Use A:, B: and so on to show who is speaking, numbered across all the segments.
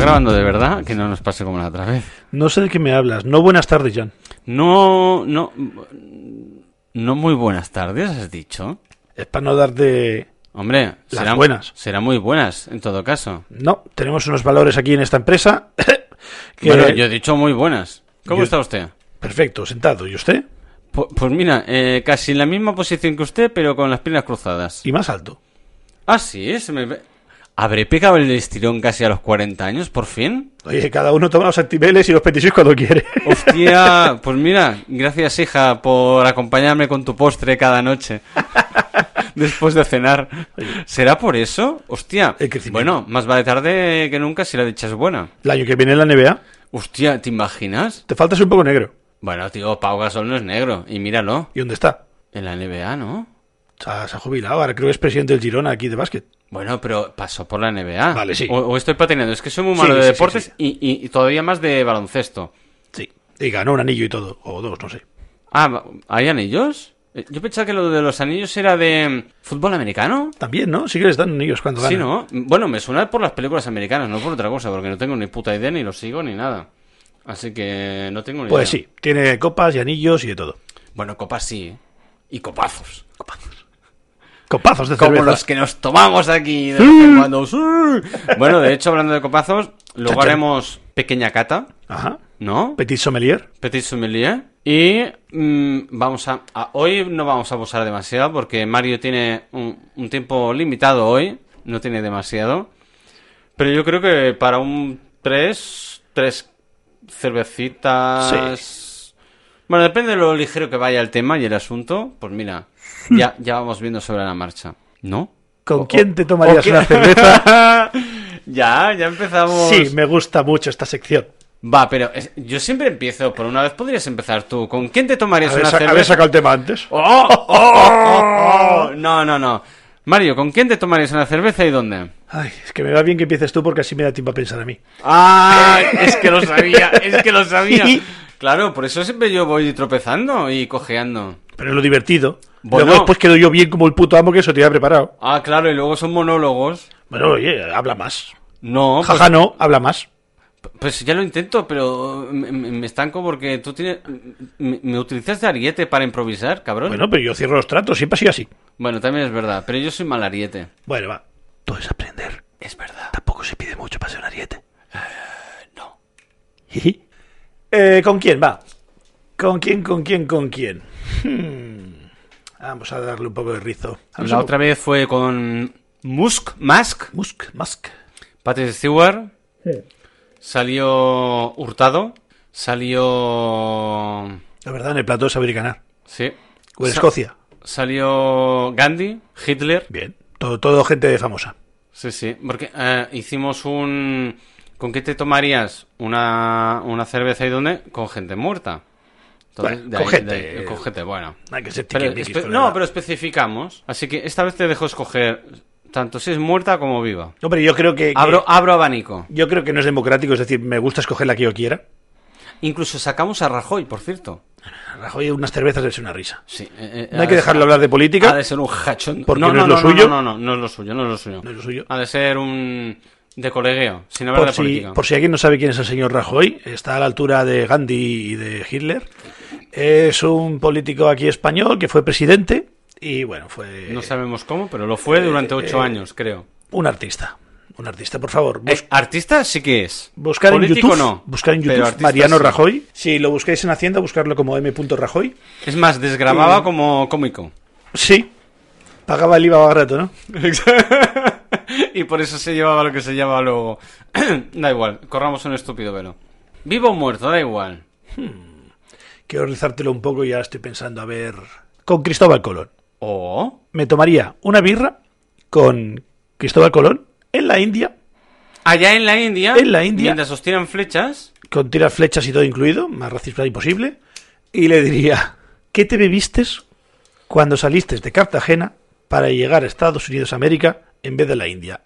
A: grabando de verdad, que no nos pase como la otra vez.
B: No sé de qué me hablas. No buenas tardes, John.
A: No, no, no muy buenas tardes, has dicho.
B: Es para no darte...
A: Hombre,
B: Las
A: serán
B: buenas.
A: serán muy buenas en todo caso.
B: No, tenemos unos valores aquí en esta empresa. que-
A: Bueno, yo he dicho muy buenas. ¿Cómo
B: Yo-
A: está usted?
B: Perfecto, sentado. ¿Y usted?
A: Pu- Pues mira, eh, casi en la misma posición que usted, pero con las piernas cruzadas.
B: Y más alto.
A: Ah, sí, se me... ve- ¿Habré pegado el estirón casi a los 40 años, por fin?
B: Oye, Eh, cada uno toma los activeles y los petisos cuando quiere.
A: Hostia, pues mira, gracias hija por acompañarme con tu postre cada noche después de cenar. ¿Será por eso? Hostia,
B: El crecimiento.
A: bueno, más vale tarde que nunca si la dicha es buena.
B: El año que viene en la NBA,
A: Hostia, ¿te imaginas?
B: te falta ser un poco negro.
A: Bueno, tío, Pau Gasol no es negro y míralo,
B: ¿Y dónde está?
A: en la NBA, ¿no?
B: O sea, se ha jubilado, ahora creo que es presidente del Girona aquí de básquet.
A: Bueno, pero pasó por la NBA.
B: Vale, sí.
A: O, o estoy patinando, es que soy muy
B: Sí,
A: malo de
B: sí, sí,
A: deportes
B: sí.
A: y- Y, y todavía más de baloncesto.
B: Sí. Y ganó un anillo y todo, o dos, no sé.
A: Ah, va- ¿hay anillos? Eh, Yo pensaba que lo de los anillos era de mm, fútbol americano.
B: También, ¿no? Sí que les dan anillos cuando ganan.
A: Sí, ¿no? Bueno, me suena por las películas americanas, no por otra cosa, porque no tengo ni puta idea, ni lo sigo, ni nada. Así que no tengo ni
B: Pues
A: idea.
B: sí, tiene copas y anillos y de todo.
A: Bueno, copas sí. ¿eh? Y copazos.
B: Copazos de cerveza.
A: Como los que nos tomamos aquí de vez en cuando. Sí. Bueno, de hecho, hablando de copazos, luego
B: Chacha.
A: haremos pequeña cata,
B: Ajá.
A: ¿no?
B: Petit sommelier.
A: Petit sommelier. Y mm, vamos a, a- Hoy no vamos a abusar demasiado porque Mario tiene un, un tiempo limitado hoy. No tiene demasiado. Pero yo creo que para un 3, tres cervecitas. Bueno, depende de lo ligero que vaya el tema y el asunto. Pues mira,
B: Hmm.
A: ya, ya vamos viendo sobre la marcha. ¿No?
B: ¿Con
A: O-
B: quién te tomarías
A: o qué-
B: una cerveza?
A: ya, ya empezamos.
B: sí, me gusta mucho esta sección.
A: Va, pero es- yo siempre empiezo, por una vez podrías empezar tú. ¿Con quién te tomarías
B: Haber,
A: una
B: sa- haber
A: cerveza?
B: sacado el tema antes.
A: ¡Oh, oh, oh, oh! No, no, no. Mario, ¿con quién te tomarías una cerveza y dónde?
B: Ay, es que me va bien que empieces tú porque así me da tiempo a pensar a mí.
A: ¡Ah! Es que lo sabía, es que lo sabía. Claro, por eso siempre yo voy tropezando y cojeando.
B: Pero es lo divertido.
A: Bueno.
B: Luego después quedo yo bien como el puto amo que eso te había preparado.
A: Ah, claro, y luego son monólogos.
B: Bueno, oye, habla más.
A: No, pues,
B: Jaja, no, habla más.
A: pues ya lo intento, pero me, me- me estanco porque tú tienes... Me, me utilizas de ariete para improvisar, cabrón. Bueno.
B: Bueno, pero yo cierro los tratos, siempre ha sido así.
A: también es verdad, pero yo soy mal ariete.
B: Bueno, va. Todo es aprender.
A: Es verdad.
B: Tampoco se pide mucho para ser un ariete. no. eh, ¿Con quién va? ¿Con quién, con quién, con quién? Hmm. Vamos a darle un poco de rizo. Vamos
A: La
B: a-
A: otra vez fue con Musk, Musk,
B: Musk, Musk.
A: Patrick Stewart, salió Hurtado, salió...
B: La verdad, en el plato de saber y ganar.
A: Sí.
B: O en
A: Sa-
B: Escocia.
A: Salió Gandhi, Hitler.
B: Bien. Todo, todo gente famosa.
A: Sí, sí. Porque eh, hicimos un... ¿Con qué te tomarías una, una cerveza y dónde? Con gente muerta.
B: Bueno,
A: de
B: con
A: ahí-
B: gente.
A: de ahí- con gente, bueno.
B: No Hay que ser
A: Pero
B: tiquismiquis
A: espe-
B: con la
A: no,
B: edad.
A: pero especificamos. Así que esta vez te dejo escoger tanto si es muerta como viva.
B: Hombre, yo creo que, que-
A: Abro, abro abanico.
B: yo creo que no es democrático, es decir, me gusta escoger la que yo quiera.
A: Incluso sacamos a Rajoy, por cierto.
B: Rajoy unas cervezas debe ser una risa.
A: Sí, eh, eh,
B: No hay
A: ha
B: que
A: de
B: dejarlo
A: ser-
B: hablar de política.
A: Ha de ser un hachón.
B: Porque no es lo suyo.
A: No, no, no, no es lo suyo, no es lo suyo.
B: No es lo suyo.
A: Ha de ser un de colegueo, sin Ah, hablar
B: Por
A: de
B: si,
A: política.
B: por si alguien no sabe quién es el señor Rajoy, está a la altura de Gandhi y de Hitler. Es un político aquí español que fue presidente y bueno, fue
A: No sabemos cómo, pero lo fue durante ocho
B: eh,
A: años, creo.
B: un artista. Un artista, por favor. bus-
A: Eh, artista sí que es.
B: buscar, en
A: Político
B: YouTube,
A: no.
B: buscar en
A: pero
B: YouTube
A: artista
B: Mariano
A: sí.
B: Rajoy. Si lo buscáis en Hacienda, buscarlo como M. Rajoy.
A: Es más, desgrababa
B: Y-
A: como cómico.
B: Sí. Pagaba el IVA barato, ¿no?
A: y por eso se llevaba lo que se llevaba luego. da igual, corramos un estúpido velo. Vivo o muerto, da igual.
B: Quiero rizártelo un poco y ahora estoy pensando, a ver... Con Cristóbal Colón.
A: O.
B: Me tomaría una birra con Cristóbal Colón en la India
A: Allá en la India.
B: En la India.
A: Mientras os tiran flechas.
B: con tiras flechas y todo incluido, más racista imposible, y le diría, ¿qué te bebiste cuando saliste de Cartagena para llegar a Estados Unidos, América, en vez de la India?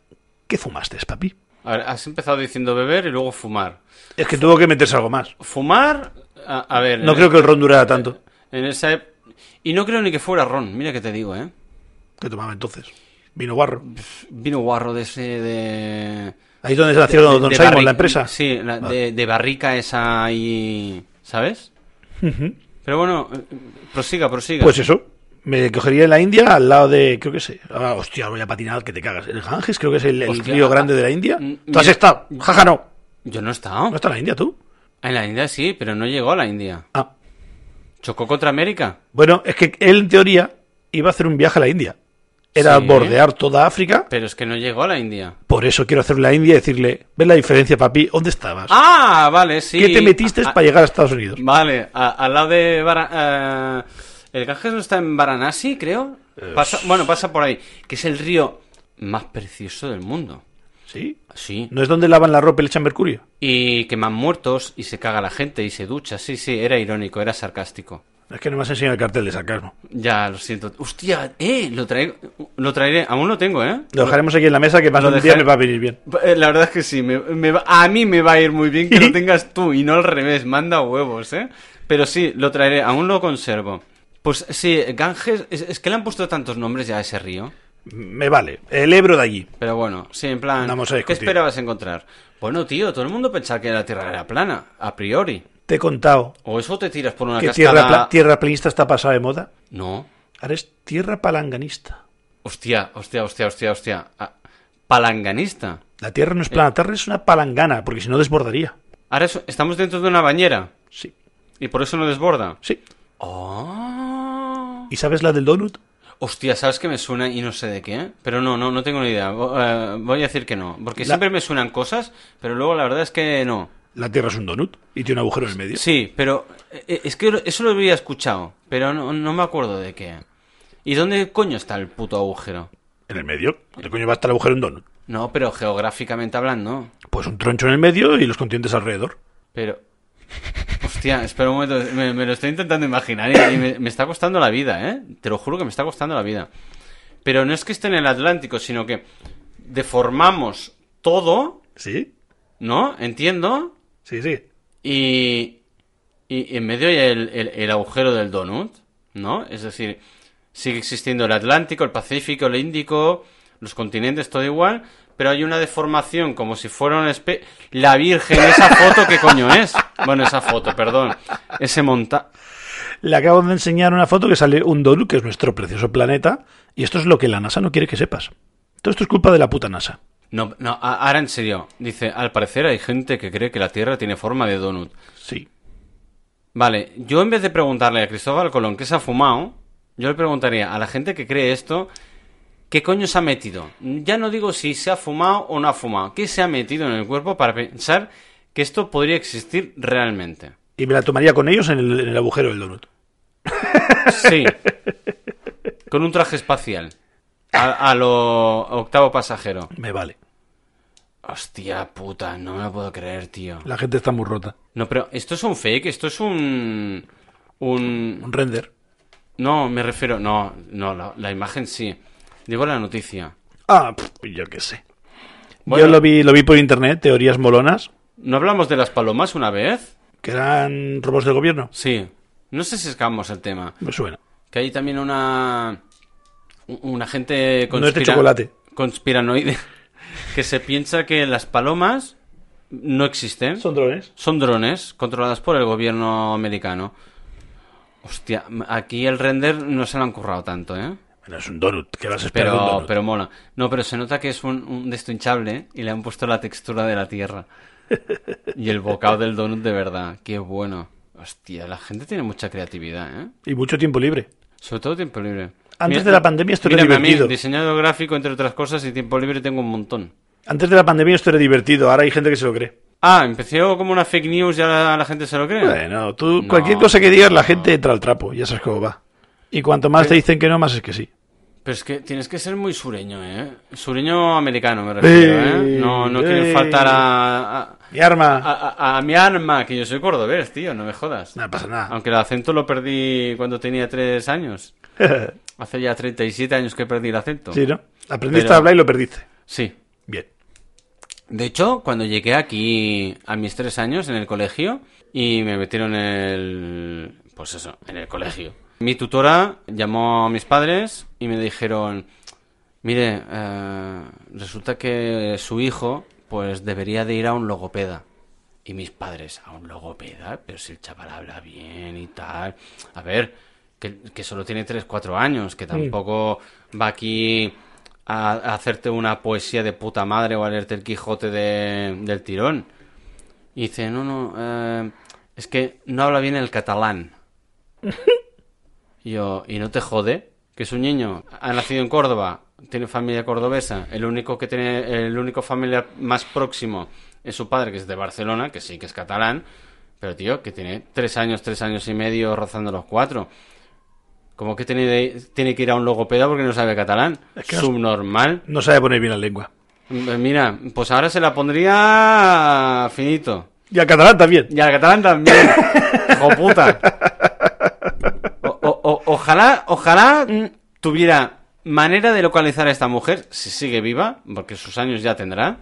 B: ¿Qué fumaste, papi?
A: A ver, has empezado diciendo beber y luego fumar.
B: Es que tuvo que meterse algo más.
A: Fumar. A, a ver.
B: No
A: en-
B: creo que el ron durara tanto
A: En esa ep- Y no creo ni que fuera ron, mira que te digo, ¿eh?
B: que tomaba entonces. Vino guarro.
A: Vino guarro de ese de.
B: Ahí es donde se nació Don
A: de
B: Simon,
A: barri-
B: la empresa. Ah.
A: Sí, la-
B: Vale.
A: de, de barrica esa ahí, ¿sabes?
B: Ujú.
A: Pero bueno, eh, prosiga, prosiga.
B: Pues eso. Me cogería en la India al lado de, creo que sé. Ah, hostia, voy a patinar que te cagas. El Ganges, creo que es el, el
A: Hostia,
B: río
A: ah,
B: grande de la India.
A: mm,
B: ¿Tú has
A: mira-
B: estado? Jaja, no.
A: Yo no he estado.
B: ¿No está en la India tú?
A: En la India sí, pero no llegó a la India.
B: Ah.
A: Chocó contra América.
B: Bueno, es que él en teoría iba a hacer un viaje a la India. Era
A: Sí.
B: bordear toda África.
A: Pero es que no llegó a la India.
B: Por eso quiero hacer la India y decirle, ¿ves la diferencia, papi? ¿Dónde estabas?
A: Ah, vale, sí.
B: ¿Qué te metiste
A: Ah,
B: para llegar a Estados Unidos?
A: Vale, a- al lado de... Vara- eh, el Ganges no está en Varanasi, creo. Pasa- bueno, pasa por ahí. Que es el río más precioso del mundo.
B: ¿Sí?
A: Sí.
B: ¿No es donde lavan la ropa y le echan mercurio?
A: Y queman muertos y se caga la gente y se ducha. Sí, sí, era irónico, era sarcástico.
B: Es que no me has enseñado el cartel de sarcasmo.
A: Ya, lo siento. Hostia, eh, lo traigo, lo traeré. Aún lo tengo, eh.
B: Lo dejaremos aquí en la mesa que más
A: Lo
B: un día
A: dejaré-
B: me va a venir bien.
A: Eh, La verdad es que sí, me- me va- a mí me va a ir muy bien que lo tengas tú y no al revés, manda huevos, ¿eh? Pero sí, lo traeré, aún lo conservo. Pues sí, Ganges, es, es que le han puesto tantos nombres ya a ese río.
B: Me vale. El Ebro de allí.
A: Pero bueno, sí, en plan,
B: Vamos a
A: ¿qué
B: discutir.
A: esperabas encontrar? Bueno, tío, todo el mundo pensaba que la Tierra era plana, a priori.
B: Te he contado
A: O eso te tiras por una
B: que
A: cascada...
B: tierra, pla- tierra planista está pasada de moda.
A: No,
B: Ahora es tierra palanganista.
A: hostia, hostia, hostia, hostia, hostia. Ah, palanganista.
B: La tierra no es plana, la tierra es una palangana, porque si no desbordaría.
A: Ahora es- estamos dentro de una bañera
B: Sí,
A: y por eso no desborda.
B: sí.
A: Oh...
B: ¿Y sabes la del donut?
A: Hostia, ¿sabes que me suena y no sé de qué? ¿eh? Pero no, no, no tengo ni idea. Vo- eh, voy a decir que no. Porque
B: La-
A: siempre me suenan cosas, pero luego la verdad es que no.
B: La tierra es un donut y tiene un agujero en el medio.
A: Sí, pero eh, es que eso lo había escuchado, pero no, no me acuerdo de qué. ¿Y dónde coño está el puto agujero?
B: ¿En el medio? ¿Dónde coño va a estar el agujero en donut?
A: No, pero geográficamente hablando.
B: Pues un troncho en el medio y los continentes alrededor.
A: Pero... Hostia, espera un momento, me, me lo estoy intentando imaginar y, y me, me está costando la vida, ¿eh? Te lo juro que me está costando la vida. Pero no es que esté en el Atlántico, sino que deformamos todo
B: ¿Sí?
A: ¿No? Entiendo.
B: Sí, sí.
A: Y, y en medio hay el, el- el agujero del donut, ¿no? Es decir, sigue existiendo el Atlántico, el Pacífico, el Índico, los continentes, todo igual, pero hay una deformación como si fuera una especie... La Virgen, esa foto, ¿qué coño es? Bueno, esa foto, perdón. Ese monta...
B: Le acabo de enseñar una foto que sale un donut, que es nuestro precioso planeta, y esto es lo que la NASA no quiere que sepas. Todo esto es culpa de la puta NASA.
A: No, no, a- ahora en serio. Dice, al parecer hay gente que cree que la Tierra tiene forma de donut.
B: Sí.
A: Vale, yo en vez de preguntarle a Cristóbal Colón qué se ha fumado, yo le preguntaría a la gente que cree esto, ¿qué coño se ha metido? Ya no digo si se ha fumado o no ha fumado, ¿qué se ha metido en el cuerpo para pensar que esto podría existir realmente?
B: Y me la tomaría con ellos en el, en el agujero del donut.
A: Sí, con un traje espacial, a, a lo octavo pasajero.
B: Me vale.
A: Hostia puta, no me lo puedo creer, tío.
B: La gente está muy rota.
A: No, pero esto es un fake, esto es un... un...
B: Un render.
A: No, me refiero. No, no, la, la imagen sí. Digo la noticia.
B: Ah, pf, yo qué sé.
A: Bueno.
B: Yo lo vi, lo vi por internet, teorías molonas,
A: ¿No hablamos de las palomas una vez?
B: que eran robos del gobierno.
A: Sí. No sé si escamos el tema.
B: Me suena.
A: Que hay también una. u- Una gente
B: No es de chocolate.
A: conspiranoide que se piensa que las palomas no existen.
B: Son drones.
A: Son drones controladas por el gobierno americano. Hostia, aquí el render no se lo han currado tanto, ¿eh?
B: Bueno, es un donut. ¿Qué vas a esperar de un
A: Pero,
B: donut?
A: pero mola. No, pero se nota que es un, un de esto hinchable ¿eh? y le han puesto la textura de la tierra. Y el bocado del donut de verdad. Qué bueno. Hostia, la gente tiene mucha creatividad, ¿eh?
B: Y mucho tiempo libre.
A: Sobre todo tiempo libre.
B: Antes de la pandemia esto era
A: mírame a mí,
B: divertido.
A: diseñador gráfico, entre otras cosas, y tiempo libre tengo un montón.
B: Antes de la pandemia esto era divertido, ahora hay gente que se lo cree.
A: Ah, empecé como una fake news y ahora la, gente se lo cree.
B: Bueno, tú
A: No,
B: cualquier cosa que digas la gente entra al trapo, ya sabes cómo va. Y cuanto más te dicen que no, más es que sí.
A: Pero es que tienes que ser muy sureño, ¿eh? Sureño americano, me refiero, ¿eh?
B: Ey,
A: No, no
B: ey.
A: quieren faltar a- a,
B: Mi arma.
A: A, a- a mi arma, que yo soy cordobés, tío, no me jodas.
B: No pasa nada.
A: Aunque el acento lo perdí cuando tenía 3 años. Hace ya 37 años que perdí el acento.
B: sí, ¿no? Aprendiste
A: Pero-
B: a hablar y lo perdiste.
A: Sí.
B: Bien.
A: De hecho, cuando llegué aquí a mis 3 años en el colegio y me metieron en el... Pues eso, en el colegio. Mi tutora llamó a mis padres y me dijeron, mire, eh, resulta que su hijo pues debería de ir a un logopeda. Y mis padres, a un logopeda, pero si el chaval habla bien y tal. A ver, que, que solo tiene 3, 4 años, que tampoco va aquí a, a hacerte una poesía de puta madre o a leerte el Quijote de- del tirón. Y dice, no, no, eh, es que no habla bien el catalán. Y yo, ¿y no te jode? Que es un niño, ha nacido en Córdoba, tiene familia cordobesa, el único que tiene, el único familiar más próximo es su padre, que es de Barcelona, que sí que es catalán, pero tío, que tiene tres años, tres años y medio, rozando los cuatro. Como que tiene, de- tiene que ir a un logopeda porque no sabe catalán.
B: Es que no-
A: Subnormal.
B: No sabe poner bien la lengua.
A: Eh, Mira, pues ahora se la pondría finito.
B: Y al catalán también.
A: Y al catalán también. Hijo puta. O- o- o- ojalá, ojalá mm, tuviera manera de localizar a esta mujer, si sigue viva, porque sus años ya tendrá,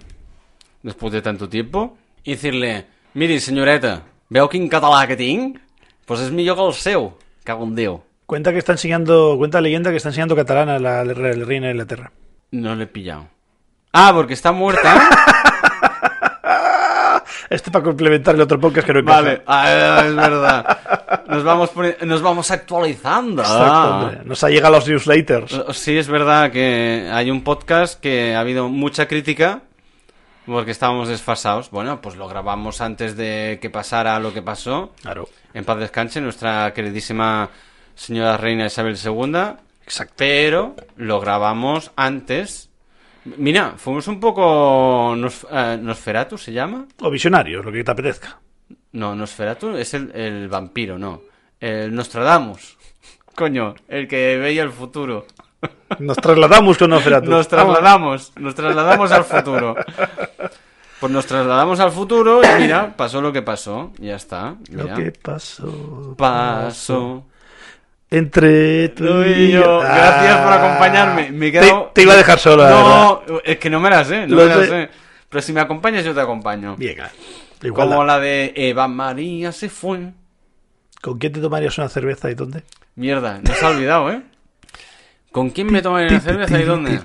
A: después de tanto tiempo, y decirle, miri, senyoreta, veu quin català que tinc? Pues és millor que el seu, cago en Déu.
B: Cuenta que está enseñando, cuenta la leyenda que está enseñando catalán a la, re- la reina de Inglaterra.
A: No le he pillado. Ah, porque está muerta.
B: Este para complementar el otro podcast que no encaja.
A: vale, Ah, es verdad. Nos vamos, poni- nos vamos actualizando.
B: Exacto,
A: Ah.
B: hombre. Nos ha llegado los newsletters.
A: Sí, es verdad que hay un podcast que ha habido mucha crítica porque estábamos desfasados. Bueno, pues lo grabamos antes de que pasara lo que pasó.
B: Claro.
A: En paz descanse, nuestra queridísima señora reina Isabel II.
B: Exacto.
A: Pero lo grabamos antes. Mira, fuimos un poco. Nos, eh, ¿Nosferatu se llama?
B: O visionarios, lo que te apetezca.
A: No, Nosferatu es el, el vampiro, no. El Nostradamus. Coño, el que veía el futuro.
B: Nos trasladamos con Nosferatu.
A: Nos trasladamos, nos trasladamos al futuro. Pues nos trasladamos al futuro y mira, pasó lo que pasó, ya está.
B: Lo
A: mira.
B: que pasó.
A: Pasó.
B: Entre tú Ah.
A: Tú y yo. Gracias por acompañarme. Me he
B: Te-
A: quedado-
B: Te, iba a dejar sola. la
A: No, es que no me la sé, no
B: Lo
A: me la
B: sé.
A: sé. Pero si me acompañas, yo te acompaño.
B: verdad. Bien, claro. Igual,
A: Como la de Eva María se fue.
B: ¿Con quién te tomarías una cerveza y dónde?
A: Mierda, no se ha olvidado, ¿eh? ¿Con quién me tomaré una cerveza y dónde?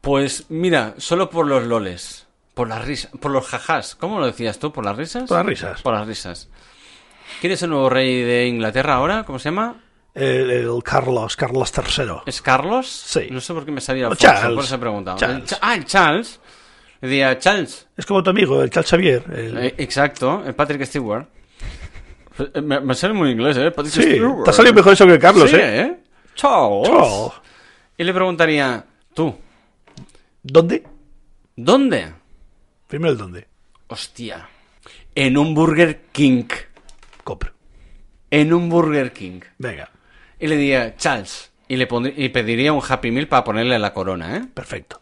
A: Pues mira, solo por los loles. Por las risas, por los jajás. ¿Cómo lo decías tú? ¿Por las risas?
B: Por las risas.
A: Por las risas. ¿Quién es el nuevo rey de Inglaterra ahora? ¿Cómo se llama?
B: El, el Carlos, Carlos III.
A: ¿Es Carlos?
B: Sí.
A: No sé por qué me salía
B: O
A: Alfonso,
B: Charles.
A: por eso he preguntado.
B: Charles.
A: El Cha- ah, el Charles. Decía, Charles.
B: Es como tu amigo, el Chal Xavier. el-
A: Eh, exacto, el Patrick Stewart. Eh, Me, me sale muy inglés, ¿eh? Patrick
B: sí,
A: Stewart.
B: te ha salido mejor eso que Carlos,
A: Sí,
B: ¿eh?
A: Charles.
B: Oh,
A: Y le preguntaría, tú,
B: ¿Dónde?
A: ¿dónde?
B: Primero el dónde.
A: Hostia. En un Burger King.
B: Compro.
A: En un Burger King.
B: Venga,
A: Y le diría, Charles. Y le pondría- y pediría un Happy Meal para ponerle la corona, ¿eh?
B: perfecto.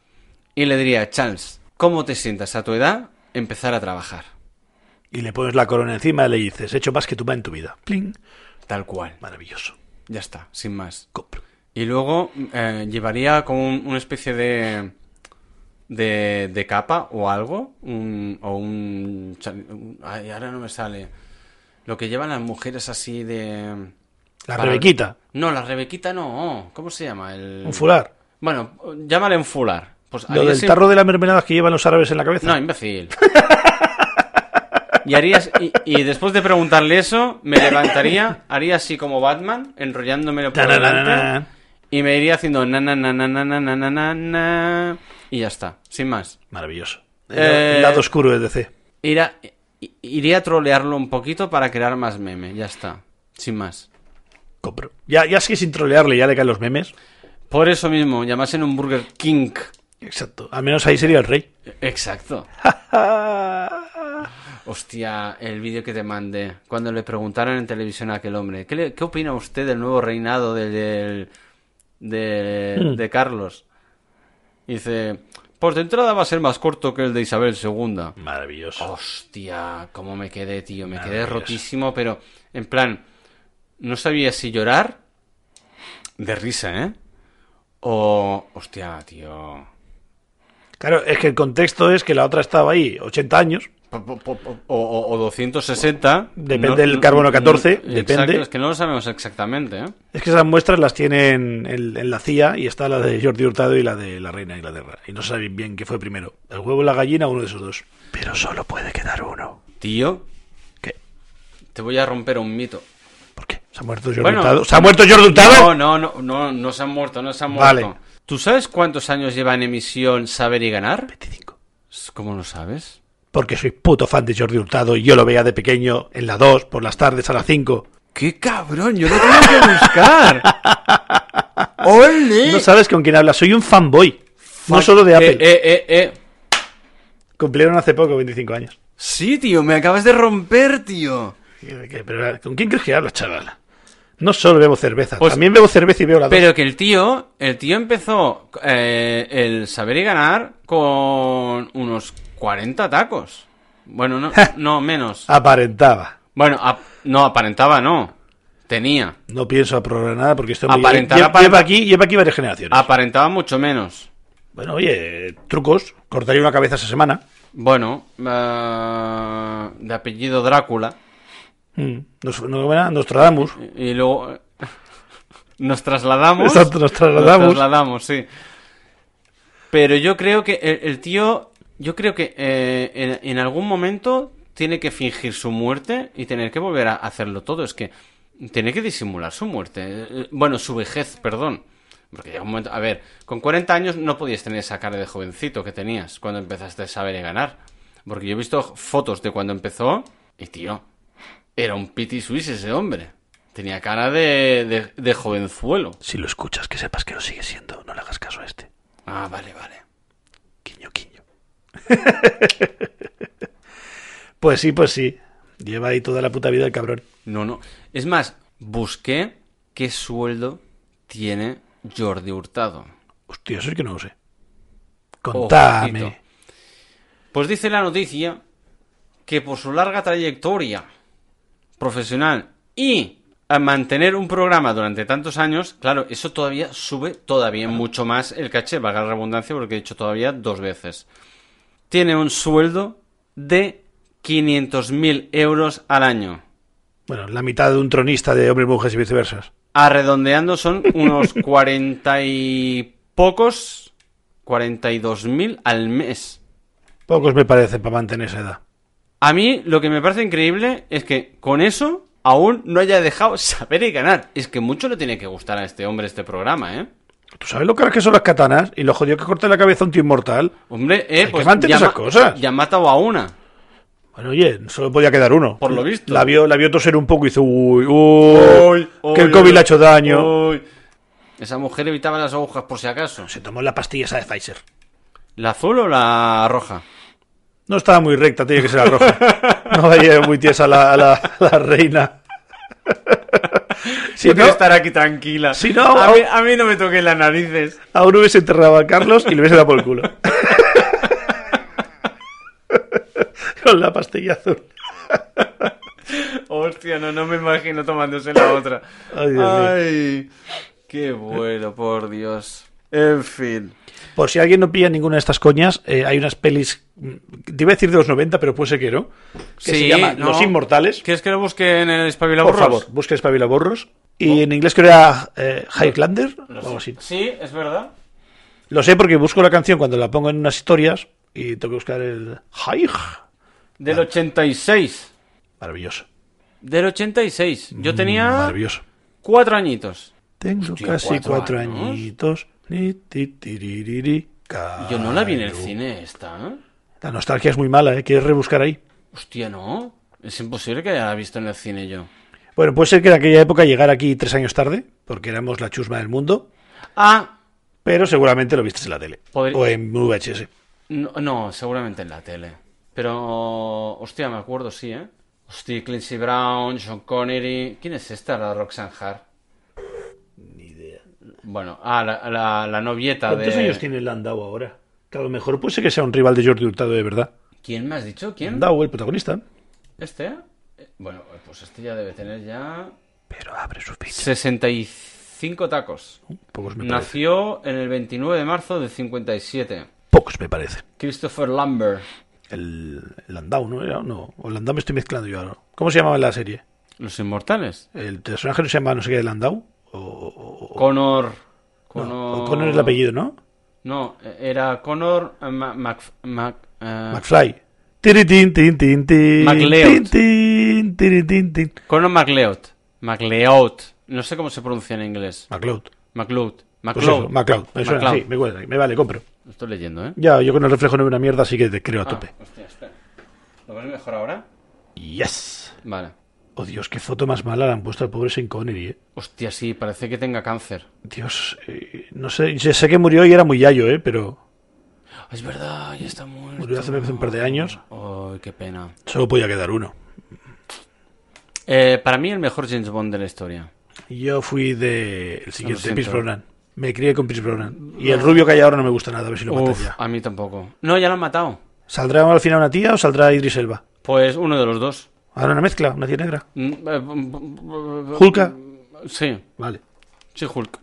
A: Y le diría, Charles, ¿cómo te sientas a tu edad empezar a trabajar?
B: Y le pones la corona encima y le dices, he hecho más que tú más en tu vida. Pling.
A: Tal cual.
B: Maravilloso.
A: Ya está, sin más.
B: Compro.
A: Y luego eh, llevaría como un- una especie de, de. de capa o algo. un- o un, cha- un- Ay, ahora no me sale. Lo que llevan las mujeres así de.
B: La
A: para-
B: Rebequita.
A: No, la Rebequita no. ¿Cómo se llama? El...
B: Un fular.
A: Bueno, llámale un fular. Pues
B: Lo
A: haría
B: del
A: así-
B: tarro de las mermeladas que llevan los árabes en la cabeza.
A: No, imbécil. Y, harías, y, y después de preguntarle eso, me levantaría, haría así como Batman, enrollándomelo por delante,
B: Tarararán.
A: y me iría haciendo na na na na na na na na na na, y ya está, sin más.
B: Maravilloso. El,
A: Eh,
B: el lado oscuro de DC.
A: Irá- i- iría a trolearlo un poquito para crear más meme, ya está, sin más.
B: Compro. Ya, ya es que sin trolearle ya le caen los memes.
A: Por eso mismo, llamasen un Burger King. E,
B: Exacto. Al menos ahí sería el rey.
A: Exacto. Hostia, el vídeo que te mandé, cuando le preguntaron en televisión a aquel hombre, ¿qué, le- qué opina usted del nuevo reinado del, del- de, de Carlos? Y dice, pues de entrada va a ser más corto que el de Isabel II.
B: Maravilloso.
A: Hostia, cómo me quedé, tío, me quedé
B: Maravilloso.
A: rotísimo, pero en plan, no sabía si llorar de risa, ¿eh? O, hostia, tío,
B: Claro, es que el contexto es que la otra estaba ahí 80 años
A: po- po- po- O, o- o 260.
B: Depende del carbono 14,
A: exacto,
B: depende.
A: es que no lo sabemos exactamente. ¿eh?
B: Es que esas muestras las tienen en, en la CIA y está la de Jordi Hurtado y la de la Reina de Inglaterra. Y no saben bien qué fue primero, el huevo o la gallina, uno de esos dos. Pero solo puede quedar uno.
A: Tío,
B: ¿Qué?
A: te voy a romper un mito.
B: ¿Por qué? ¿Se ha muerto Jordi
A: Bueno.
B: Hurtado? ¿Se ha muerto Jordi Hurtado?
A: No, no, no, no, no se han muerto, no se han muerto.
B: Vale.
A: ¿Tú sabes cuántos años lleva en emisión Saber y Ganar?
B: 25.
A: ¿Cómo lo sabes?
B: Porque soy puto fan de Jordi Hurtado y yo lo veía de pequeño en la 2, por las tardes a las 5.
A: ¡Qué cabrón! ¡Yo lo tengo que buscar! ¡Ole!
B: No sabes con quién hablas, soy un fanboy. No solo de
A: Eh,
B: Apple.
A: eh, eh, eh.
B: Cumplieron hace poco 25 años.
A: Sí, tío, me acabas de romper, tío.
B: Pero, ¿Con quién crees que hablas, chaval? No solo bebo cerveza,
A: Pues-
B: también bebo cerveza y veo la 2.
A: Pero que el tío, el tío empezó eh, el saber y ganar con unos 40 tacos. Bueno, no, no menos.
B: Aparentaba.
A: Bueno, ap- no, aparentaba, no. Tenía.
B: No pienso aprobar nada porque esto
A: Aparentar,
B: lleva,
A: aparentar.
B: lleva aquí, lleva aquí varias generaciones.
A: Aparentaba mucho menos.
B: Bueno, oye, eh, trucos. Cortaría una cabeza esa semana.
A: Bueno, eh, de apellido Drácula.
B: Mm. Nos, no, bueno, Nostradamus.
A: Y luego eh, nos trasladamos.
B: Exacto, nos trasladamos.
A: Nos trasladamos, sí. Pero yo creo que el, el tío, yo creo que eh, en, en algún momento tiene que fingir su muerte y tener que volver a hacerlo todo. Es que tiene que disimular su muerte. Eh, Bueno, su vejez, perdón. Porque llega un momento... A ver, con 40 años no podías tener esa cara de jovencito que tenías cuando empezaste a saber y ganar. Porque yo he visto fotos de cuando empezó y, tío, era un piti suisse ese hombre. Tenía cara de, de, de jovenzuelo.
B: Si lo escuchas, que sepas que lo sigue siendo. No le hagas caso a este.
A: Ah, vale, vale.
B: Quiño, quiño. pues sí, pues sí. Lleva ahí toda la puta vida el cabrón.
A: No, no. Es más, busqué qué sueldo tiene Jordi Hurtado.
B: Hostia, eso es que no lo sé. Contame.
A: Ojito. Pues dice la noticia que por su larga trayectoria profesional y a mantener un programa durante tantos años, claro, eso todavía sube todavía mucho más el caché, valga la redundancia porque he dicho todavía dos veces. Tiene un sueldo de 500.000 euros al año.
B: Bueno, la mitad de un tronista de hombres, mujeres y viceversas.
A: Arredondeando son unos 40 y pocos, 42.000 al mes.
B: Pocos me parecen para mantener esa edad.
A: A mí lo que me parece increíble es que con eso aún no haya dejado saber y ganar. Es que mucho le tiene que gustar a este hombre este programa, ¿eh?
B: ¿Tú sabes lo caras que son las katanas? Y lo jodido que corta la cabeza a un tío inmortal.
A: Hombre, eh,
B: que
A: pues
B: mantener esas
A: ma-
B: cosas.
A: ya ha matado a una.
B: Bueno, oye, solo podía quedar uno.
A: Por lo visto.
B: La vio, la vio toser un poco y hizo, uy, uy, que el COVID le ha hecho daño.
A: Oh, Uy. oh. Esa mujer evitaba las agujas por si acaso.
B: Se tomó la pastilla esa de Pfizer.
A: ¿La azul o la roja?
B: No estaba muy recta, tiene que ser la roja. No vaya muy tiesa la, a la, a la reina. Si no,
A: estar aquí tranquila.
B: Si no, oh. A mí-
A: no me toquen las narices.
B: aún hubiese enterrado a Carlos y le hubiese dado por el culo. Con la pastilla azul.
A: Hostia, no, no me imagino tomándose la otra.
B: Ay, Dios mío.
A: Ay, qué bueno, por Dios. En fin.
B: Por si alguien no pilla ninguna de estas coñas, eh, hay unas pelis. mm, Te iba a decir de los 90, pero puede ser que no. Que se
A: Sí,
B: llama
A: no.
B: Los Inmortales.
A: ¿Quieres que lo busque en el
B: Por
A: espabilaborros?
B: favor, busca Espabila Borros. Y
A: Oh.
B: en inglés creo era eh, Highlander o algo así.
A: Sí, es verdad.
B: Lo sé porque busco la canción cuando la pongo en unas historias y tengo que buscar el High.
A: Del 86.
B: Maravilloso. Mm,
A: Del 86. Yo tenía
B: Maravilloso.
A: cuatro añitos.
B: Tengo
A: Hostia,
B: casi
A: cuatro
B: cuatro,
A: años.
B: añitos. Ni, ti, ti, ri, ri, ri, ca-
A: Yo no la vi en el
B: oh.
A: cine esta. ¿eh?
B: La nostalgia es muy mala, ¿eh? ¿Quieres rebuscar ahí?
A: Hostia, no. Es imposible que haya visto en el cine yo.
B: Bueno, puede ser que en aquella época llegara aquí tres años tarde, porque éramos la chusma del mundo,
A: Ah,
B: pero seguramente lo viste en la tele.
A: Podría-
B: O en VHS.
A: No, no, seguramente en la tele. Pero, hostia, me acuerdo, sí, ¿eh? Hostia, Clancy Brown, John Connery. ¿Quién es esta, la Roxanne Hart? Ni idea. Bueno, ah, la, la, la novieta
B: ¿Cuántos
A: de.
B: años tiene Landau ahora? Que a lo mejor puede ser que sea un rival de Jordi Hurtado de verdad.
A: ¿Quién me has dicho? ¿Quién?
B: Landau, el protagonista.
A: ¿Este? Eh, Bueno, pues este ya debe tener ya.
B: Pero abre su ficha.
A: 65 tacos.
B: Pocos me parecen.
A: Nació en el 29 de marzo del 57.
B: Pocos me parecen.
A: Christopher Lambert.
B: El, el Landau, ¿no? Era, no, o Landau me estoy mezclando yo ahora. ¿Cómo se llamaba la serie?
A: Los Inmortales.
B: ¿El personaje no se llama no sé qué de Landau? O, o- o-
A: Connor.
B: no,
A: Connor.
B: o Connor es el apellido, ¿no?
A: No, era Connor eh, Ma- Mac- Mac- eh,
B: McFly. Tiritín, tin, tin, tin,
A: McLeod.
B: tin, tin, tiritín, tin.
A: Connor MacLeod. MacLeod. No sé cómo se pronuncia en inglés.
B: McLeod.
A: MacLeod.
B: Pues eso,
A: MacLeod.
B: McLeod. Me suena,
A: McLeod.
B: sí, me cuadra, me vale, compro.
A: Lo estoy leyendo, ¿eh?
B: Ya, yo con el reflejo no veo una mierda, así que te creo a
A: Ah,
B: tope.
A: hostia, espera. ¿Lo ves mejor ahora?
B: Yes.
A: Vale.
B: Oh Dios, qué foto más mala le han puesto al pobre Sean Connery, eh.
A: Hostia, sí, parece que tenga cáncer.
B: Dios, eh, no sé, sé sé que murió y era muy yayo, eh, pero
A: Ah, Es verdad, ya está muerto.
B: Murió hace un par de años.
A: Ay, qué pena.
B: solo podía quedar uno.
A: Eh, para mí el mejor James Bond de la historia.
B: Yo fui de el siguiente,
A: siento. Ah.
B: Pierce Brosnan. Me crié con Pierce Brosnan. Y el rubio que hay ahora no me gusta nada, a ver si lo matan
A: Uf,
B: ya.
A: a mí tampoco. No, ya lo han matado.
B: ¿Saldrá al final una tía o saldrá Idris Elba?
A: Pues uno de los dos.
B: Ahora una mezcla, una tía negra.
A: Mm, eh, b- b-
B: ¿Hulka?
A: Sí,
B: Vale.
A: sí, Hulk.